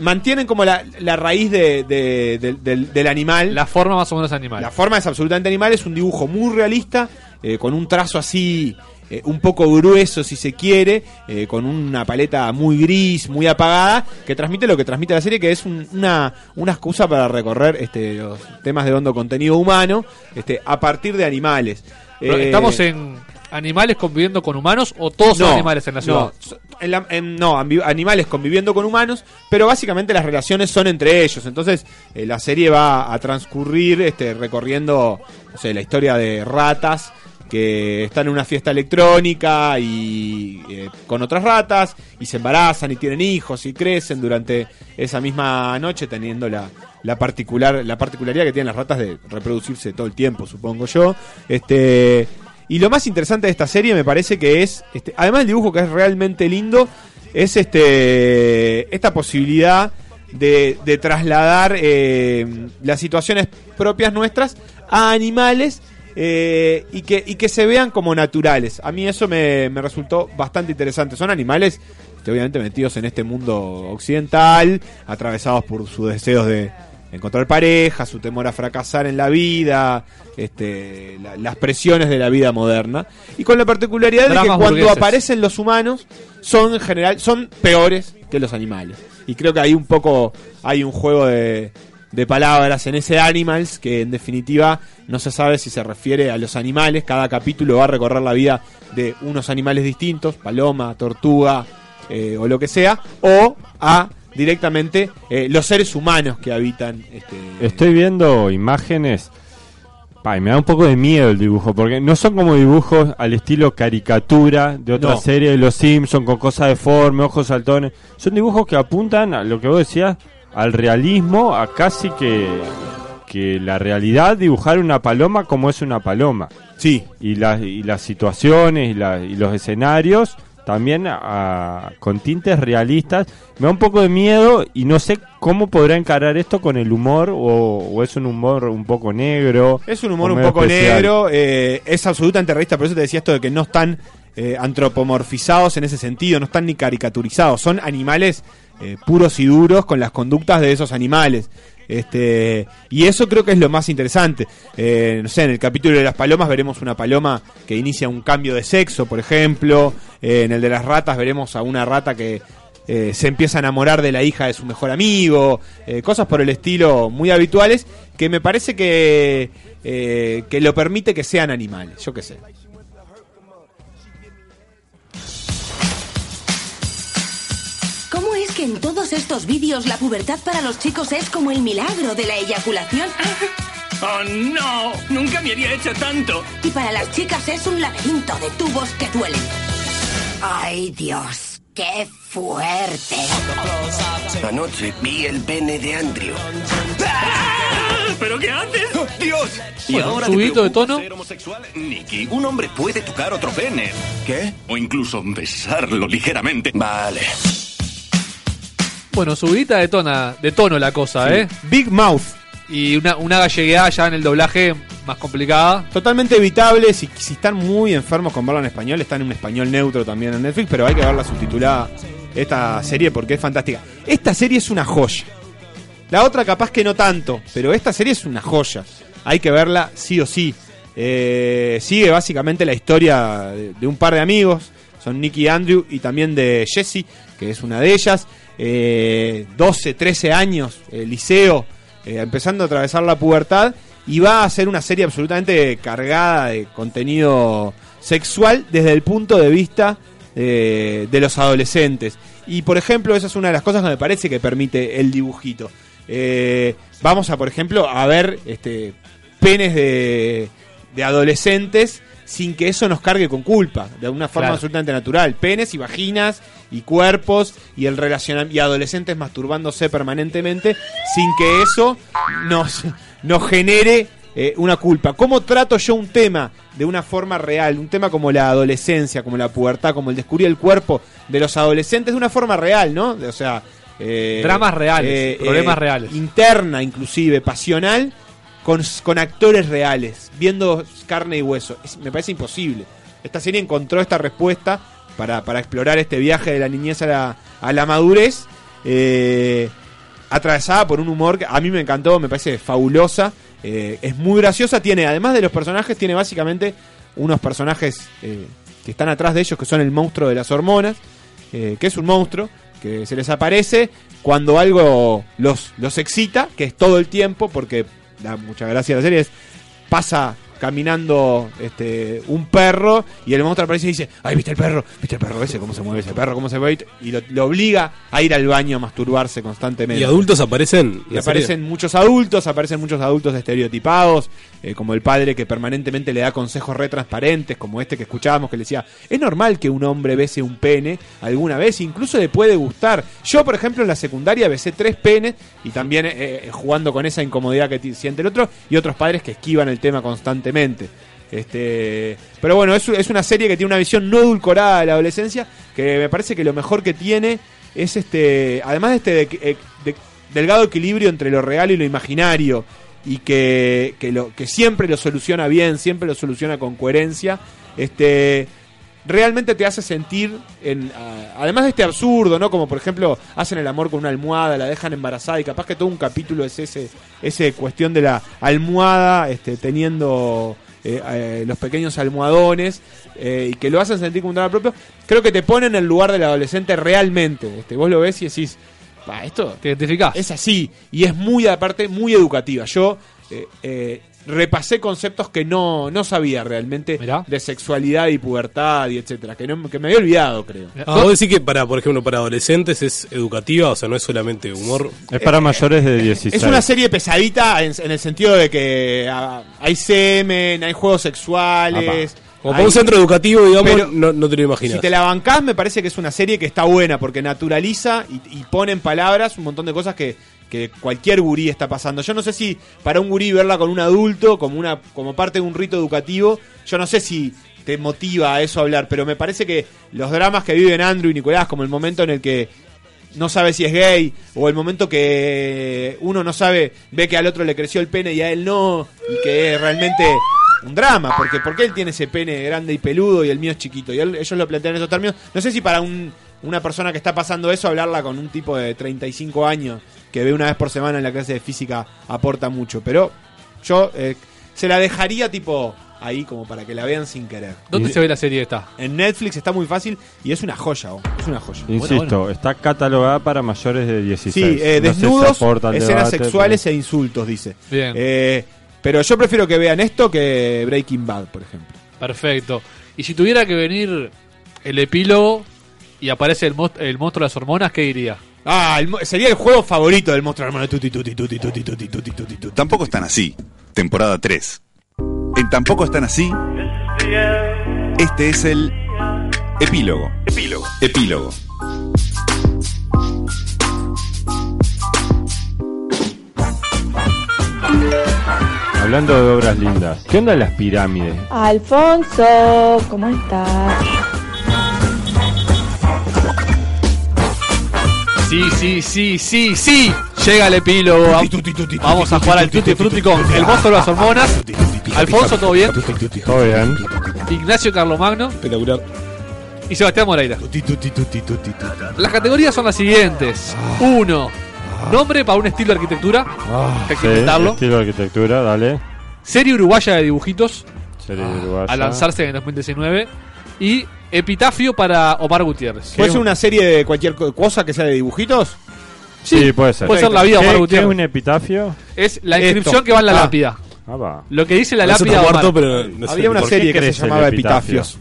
F: mantienen como la, la raíz de- de- del- del- del animal. La
D: forma más o menos animal.
F: La forma es absolutamente animal, es un dibujo muy realista, eh, con un trazo así eh, un poco grueso si se quiere, eh, con una paleta muy gris, muy apagada, que transmite lo que transmite la serie, que es un- una, una excusa para recorrer este, los temas de hondo contenido humano este, a partir de animales.
D: Pero
F: Eh,
D: ¿Estamos en animales conviviendo con humanos o todos son
F: no,
D: animales en la ciudad?
F: No, so- en la- en- no, ambi- animales conviviendo con humanos, pero básicamente las relaciones son entre ellos. Entonces, eh, la serie va a transcurrir este, recorriendo no sé, la historia de ratas que están en una fiesta electrónica y eh, con otras ratas y se embarazan y tienen hijos y crecen durante esa misma noche teniendo la, la particular la particularidad que tienen las ratas de reproducirse todo el tiempo supongo yo este y lo más interesante de esta serie me parece que es, este, además el dibujo que es realmente lindo, es este esta posibilidad de, de trasladar eh, las situaciones propias nuestras a animales eh, y, que, y que se vean como naturales. A mí eso me, me resultó bastante interesante. Son animales, este, obviamente, metidos en este mundo occidental, atravesados por sus deseos de, encontrar pareja, su temor a fracasar en la vida, este, la- las presiones de la vida moderna. Y con la particularidad de que
D: Dramas
F: cuando
D: burgueses.
F: aparecen los humanos, son en general, son peores que los animales. Y creo que hay un poco, hay un juego de, de palabras en ese Animals, que en definitiva no se sabe si se refiere a los animales. Cada capítulo va a recorrer la vida de unos animales distintos, paloma, tortuga, eh, o lo que sea, o a directamente eh, los seres humanos que habitan este,
G: Estoy viendo imágenes. Pa, y me da un poco de miedo el dibujo, porque no son como dibujos al estilo caricatura de otra
F: No.
G: serie de Los Simpsons con cosas deformes, ojos saltones. Son dibujos que apuntan a lo que vos decías, al realismo, a casi que, que la realidad, dibujar una paloma como es una paloma.
F: Sí.
G: Y, las y las situaciones y, la- y los escenarios también a- con tintes realistas. Me da un poco de miedo y no sé cómo podrá encarar esto con el humor o, o es un humor un poco negro.
F: Es un humor
G: o
F: un
G: medio
F: poco
G: especial.
F: negro, eh, es absolutamente realista, por eso te decía esto de que no están eh, antropomorfizados en ese sentido, no están ni caricaturizados, son animales eh, puros y duros con las conductas de esos animales. Este, y eso creo que es lo más interesante. Eh, no sé, en el capítulo de las palomas veremos una paloma que inicia un cambio de sexo, por ejemplo. Eh, en el de las ratas veremos a una rata que eh, se empieza a enamorar de la hija de su mejor amigo, eh, cosas por el estilo muy habituales que me parece que, eh, que lo permite que sean animales, yo qué sé.
A: ¿Cómo es que en todos estos vídeos la pubertad para los chicos es como el milagro de la eyaculación?
W: ¡Oh, no! Nunca me había hecho tanto.
A: Y para las chicas es un laberinto de tubos que duelen. ¡Ay, Dios! ¡Qué fuerte!
W: Anoche vi el pene de Andrew. ¿Pero qué haces? ¡Oh, ¡Dios!
D: Bueno, subidito de
W: preocupa ser homosexual? Nicky, un hombre puede tocar otro pene. ¿Qué? O incluso besarlo ligeramente. Vale.
D: Bueno, subidita de, tona, de tono la cosa,
F: Sí.
D: ¿eh?
F: Big Mouth.
D: Y una, una gallegueada ya en el doblaje más complicada.
F: Totalmente evitable, si, si están muy enfermos con verlo en español, están en un español neutro también en Netflix, pero hay que verla subtitulada esta serie porque es fantástica. Esta serie es una joya. La otra capaz que no tanto, pero esta serie es una joya. Hay que verla sí o sí. Eh, sigue básicamente la historia de, de un par de amigos. Son Nicky y Andrew y también de Jessie, que es una de ellas. Eh, 12, 13 años, eh, liceo, eh, empezando a atravesar la pubertad. Y va a ser una serie absolutamente cargada de contenido sexual desde el punto de vista eh, de los adolescentes. Y por ejemplo, esa es una de las cosas que me parece que permite el dibujito. Eh, vamos a, por ejemplo, a ver este, penes de, de adolescentes sin que eso nos cargue con culpa, de una forma
D: Claro.
F: absolutamente natural. Penes y vaginas y cuerpos y el relacionamiento y adolescentes masturbándose permanentemente sin que eso nos, nos genere eh, una culpa. ¿Cómo trato yo un tema de una forma real? Un tema como la adolescencia, como la pubertad, como el descubrir el cuerpo de los adolescentes de una forma real, ¿no? O sea, eh,
D: Dramas reales, problemas reales.
F: Interna, inclusive, pasional, con, con actores reales, viendo carne y hueso. Es- me parece imposible. Esta serie encontró esta respuesta para, para explorar este viaje de la niñez a la, a la madurez, eh, atravesada por un humor que a mí me encantó, me parece fabulosa. eh, es muy graciosa, tiene, además de los personajes, tiene básicamente unos personajes eh, que están atrás de ellos, que son el monstruo de las hormonas, eh, que es un monstruo, que se les aparece cuando algo los, los excita, que es todo el tiempo, porque da mucha gracia a la serie, es pasa caminando este, un perro y el monstruo aparece y dice, ay, viste el perro, viste el perro ese, cómo se mueve ese perro, cómo se mueve, y lo, lo obliga a ir al baño a masturbarse constantemente.
E: ¿Y adultos aparecen?
F: Y aparecen muchos adultos, aparecen muchos adultos estereotipados, eh, como el padre que permanentemente le da consejos re transparentes, como este que escuchábamos que le decía, es normal que un hombre bese un pene alguna vez, incluso le puede gustar. Yo, por ejemplo, en la secundaria besé tres penes y también eh, eh, jugando con esa incomodidad que ti- siente el otro, y otros padres que esquivan el tema constantemente. Este, pero bueno, es, u- es una serie que tiene una visión no edulcorada de la adolescencia, que me parece que lo mejor que tiene es este, además de este de- eh, de- delgado equilibrio entre lo real y lo imaginario, y que, que lo, que siempre lo soluciona bien, siempre lo soluciona con coherencia, este, realmente te hace sentir, en, a- además de este absurdo, ¿no? Como por ejemplo, hacen el amor con una almohada, la dejan embarazada y capaz que todo un capítulo es ese, ese cuestión de la almohada este, teniendo eh, eh, los pequeños almohadones eh, y que lo hacen sentir como un drama propio. Creo que te pone en el lugar del adolescente realmente. Este, vos lo ves y decís, "Pa, esto te identificás. Es así y es muy aparte muy educativa. Yo eh, eh, repasé conceptos que no, no sabía realmente de sexualidad y pubertad y etcétera, que, no, que me había olvidado, creo.
E: Ah, vos decís que para, por ejemplo, para adolescentes es educativa, o sea, no es solamente humor. Eh,
G: Es para mayores de 16.
F: Eh, Es una serie pesadita en, en el sentido de que ah, hay semen, hay juegos sexuales.
E: Como para
F: hay-
E: un centro educativo, digamos,
F: Pero-
E: no, no te lo imaginas.
F: Si te la bancás, me parece que es una serie que está buena, porque naturaliza y, y pone en palabras un montón de cosas que, que cualquier gurí está pasando. Yo no sé si para un gurí verla con un adulto, como, una, como parte de un rito educativo, yo no sé si te motiva a eso a hablar, pero me parece que los dramas que viven Andrew y Nicolás, como el momento en el que no sabe si es gay, o el momento que uno no sabe, ve que al otro le creció el pene y a él no, y que es realmente un drama, porque ¿por qué él tiene ese pene grande y peludo y el mío es chiquito? Y él- ellos lo plantean en esos términos. No sé si para un- una persona que está pasando eso, hablarla con un tipo de 35 años que ve una vez por semana en la clase de física aporta mucho, pero yo eh, se la dejaría tipo ahí como para que la vean sin querer.
D: ¿Dónde se ve la serie esta?
F: En Netflix está muy fácil y es una joya, oh, es una joya.
G: Insisto, está catalogada para mayores de 16.
F: Sí, eh,
G: No se
F: desnudos,
G: soporta el
F: escenas
G: debate,
F: sexuales e insultos, dice.
D: Bien.
F: Eh, pero yo prefiero que vean esto que Breaking Bad, por ejemplo.
D: Perfecto. Y si tuviera que venir el epílogo y aparece el, mos- el monstruo de las hormonas, ¿qué diría?
F: Ah, el mo- sería el juego favorito del monstruo hermano. Tuti, tuti, tuti, tuti, tuti, tuti, tuti, tuti.
C: Tampoco están así. Temporada 3. En Tampoco están así. Este es el epílogo. Epílogo. Epílogo.
G: Hablando de obras lindas, ¿qué onda las pirámides?
I: Alfonso, ¿cómo estás?
D: Sí, sí, sí, sí, sí. Llega el epílogo. Vamos- Vamos a jugar al Tutti Frutti con el monstruo de las hormonas. Alfonso, ¿todo bien?
G: Todo bien.
D: Ignacio Carlomagno.
E: Espectacular.
D: Y Sebastián Moreira. Las categorías son las siguientes.
F: Ah.
D: Uno, nombre para un estilo de arquitectura.
F: Ah,
D: Hay que
G: Sí,
D: inventarlo.
G: estilo de arquitectura, dale.
D: Serie uruguaya de dibujitos Ah,
G: Serie uruguaya.
D: a lanzarse en el 2019. Y epitafio para Omar Gutiérrez.
F: ¿Puede ser una serie de cualquier co- cosa que sea de dibujitos?
G: Sí, puede ser.
D: Puede ser la vida de
G: ¿Qué-
D: Omar
G: qué
D: Gutiérrez.
G: es un epitafio?
D: Es la inscripción que va en la lápida.
G: Ah, va.
D: Lo que dice la
G: Parece
D: lápida.
G: otro
D: Omar.
G: cuarto, pero no sé Había una por qué serie que se crece el llamaba epitafio. Epitafios.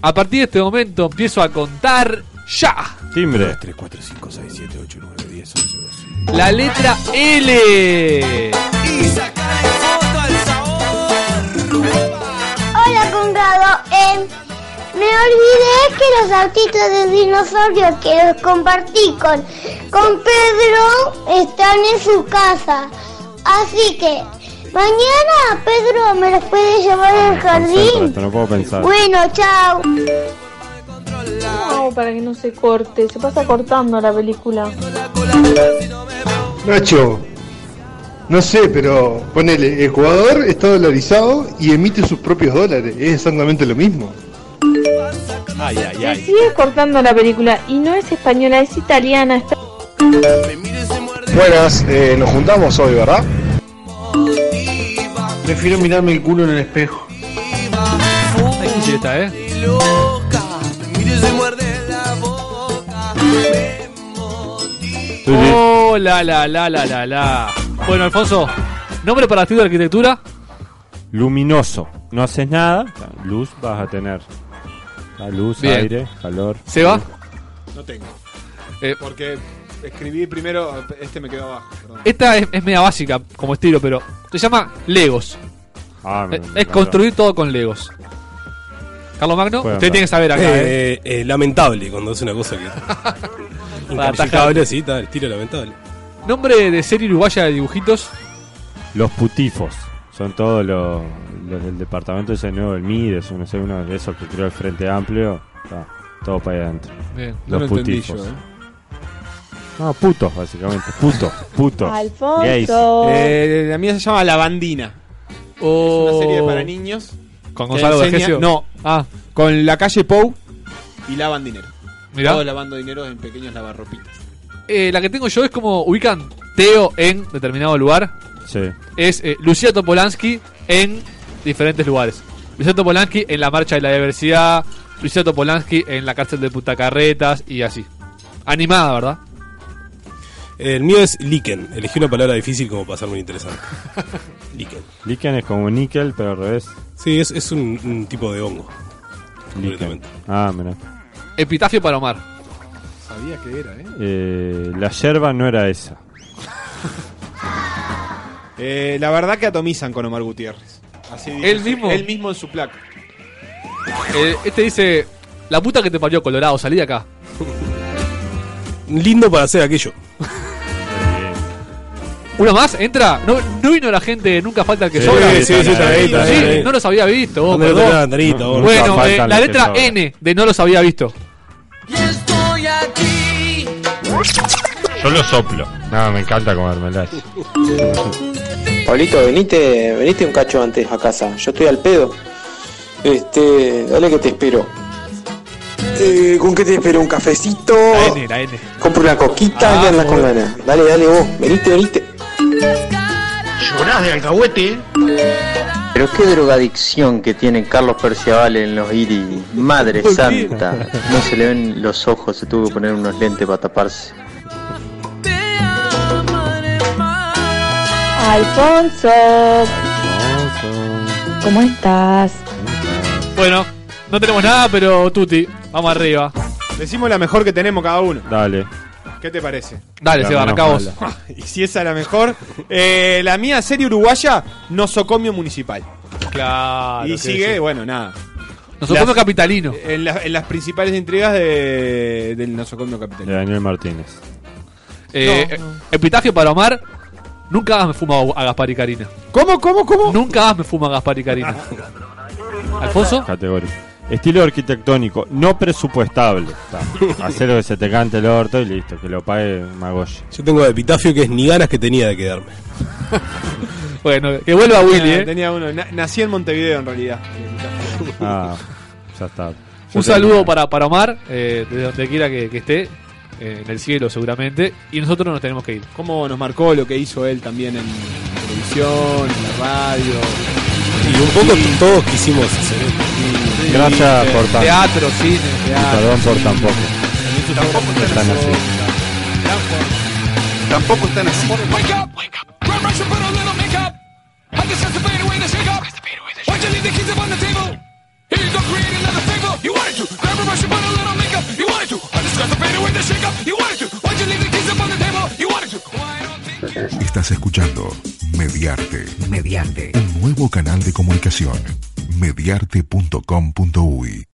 D: A partir de este momento empiezo a contar ya.
G: Timbre.
F: 3, 4, 5, 6, 7, 8, 9, 10, 11, 12.
D: La letra L.
B: Hola, Conrado. Eh, me olvidé que los autitos de dinosaurio que los compartí con, con Pedro están en su casa. Así que mañana Pedro me los puede llevar al jardín.
G: Concéntrate, no puedo pensar.
B: Bueno, chao.
I: No, para que no se corte. Se pasa cortando la película.
K: Nacho, no sé, pero ponele, el jugador está dolarizado y emite sus propios dólares. Es exactamente lo mismo.
I: Ay, Sigue cortando la película y no es española, es italiana. Está...
K: Buenas, eh, nos juntamos hoy, ¿verdad? Prefiero mirarme el culo en el espejo.
D: Hay quincheta, ¿eh? Oh, la, la, la, la, la, la. Bueno, Alfonso, nombre para estudio de arquitectura.
G: Luminoso. No haces nada, luz vas a tener. La luz,
D: Bien.
G: aire, calor.
D: ¿Se va?
F: No tengo.
D: Eh.
F: Porque escribí primero, este me quedó abajo. perdón.
D: Esta es, es media básica como estilo, pero se llama Legos.
G: Ah,
D: Eh, es construir todo con Legos. Carlos Magno,
E: Bueno,
D: usted
E: claro.
D: tiene que saber acá. ¿eh?
E: Eh, eh, lamentable cuando hace una cosa que. Incalificable, sí, está, el tiro lamentable.
D: Nombre de serie uruguaya de dibujitos.
G: Los putifos. Son todos los, los del departamento ese nuevo del Mides, no sé, uno de esos que creó el Frente Amplio. Está todo para allá adentro.
D: Bien.
G: Los
F: No lo entendí
G: putifos.
F: yo, ¿eh?
G: No, putos, básicamente. Putos, putos.
I: Alfonso.
G: Gays.
F: Eh, la mía se llama Lavandina. Es una serie para niños.
D: ¿Con
F: que
D: Gonzalo
F: enseña-
D: Vergesio?
F: No.
D: Ah.
F: Con la calle Pou y lavan dinero.
D: Mirá.
F: Todos lavando dinero en pequeños lavarropitas.
D: Eh, la que tengo yo es como ubican Teo en determinado lugar.
G: Sí.
D: Es eh, Lucía Topolansky en diferentes lugares. Lucía Topolansky en la marcha de la diversidad. Lucía Topolansky en la cárcel de putacarretas y así. Animada, ¿verdad?
E: El mío es liquen. Elegí una palabra difícil como para ser muy interesante. liquen.
G: Líquen es como níquel, pero al revés.
E: Sí, es, es un, un tipo de hongo.
G: Líquen. Ah, mira.
D: Epitafio para Omar.
F: Sabía que era, ¿eh?
G: Eh, la yerba no era esa.
F: Eh, la verdad que atomizan con Omar Gutiérrez. Así dice.
D: Él mismo.
F: Él mismo en su placa.
D: Eh, este dice: La puta que te parió Colorado, salí de acá.
E: Lindo para hacer aquello.
D: Uno más, entra. No, no vino la gente, nunca falta el que
E: Sí,
D: sobra.
E: sí, sí, está ahí, está ahí,
D: Sí,
E: está ahí.
D: no los había visto. vos,
E: ¿Dónde lo
D: perdón.
E: tenés la antenita, vos? Nunca
D: bueno,
E: faltan
D: eh,
E: los
D: la
E: que
D: letra
E: sobran.
D: N de no los había visto.
G: Yo lo soplo. No, me encanta comérmelas.
X: Pablito, venite, venite Eh, un cacho antes a casa. Yo estoy al pedo. Este, dale que te espero. Eh, ¿Con qué te espero? ¿Un cafecito?
D: La N.
X: Compro una
F: Ah,
X: coquita y anda con ganas. Dale, dale vos. Venite, venite.
H: Llorás de alcahuete.
X: Pero qué drogadicción que tiene Carlos Perciabal en los iris. Madre
F: Pues
H: ¿Por qué?
X: santa. No se le ven los ojos, se tuvo que poner unos lentes para taparse.
I: Alfonso. ¿Cómo estás?
D: Bueno, no tenemos nada, pero Tuti, vamos arriba.
F: Decimos la mejor que tenemos cada uno.
G: Dale.
F: ¿Qué te parece?
D: Dale,
G: La
D: Seba, arrancá
G: menos
D: vos.
F: y si esa es la mejor, eh, la mía serie uruguaya, Nosocomio Municipal.
D: Claro.
F: y
D: que
F: sigue,
D: sí.
F: Eh, bueno, nada.
D: Nosocomio
F: Las-
D: capitalino.
F: En, la- en las principales intrigas de, del Nosocomio
G: De
F: Capitalino.
G: Daniel Martínez.
D: Eh, eh, Epitafio para Omar. Nunca más me fumo a Gaspar y Karina.
F: ¿Cómo, cómo, cómo?
D: Nunca más me fumo a Gaspar y Karina. ¿Alfonso?
G: Categoría. Estilo arquitectónico, no presupuestable. Está. Hacer lo que se te cante el orto y listo, que lo pague Magoy.
E: Yo tengo de epitafio que es ni ganas que tenía de quedarme.
D: bueno, que vuelva Willy,
F: Ah,
D: eh.
F: Tenía uno. Na- nací en Montevideo, en realidad.
G: Ah, ya está.
D: Un saludo para, para Omar, eh, de donde quiera que, que esté, eh, en el cielo seguramente. Y nosotros nos tenemos que ir.
F: Cómo nos marcó lo que hizo él también en televisión, en la radio.
E: Y un poco todos quisimos hacer esto.
G: Gracias por tanto.
D: Teatro, cine.
G: Perdón por tampoco. No están así.
J: Tampoco están así.
Y: Estás escuchando Mediarte. Mediarte. Un nuevo canal de comunicación.
K: mediarte.com.uy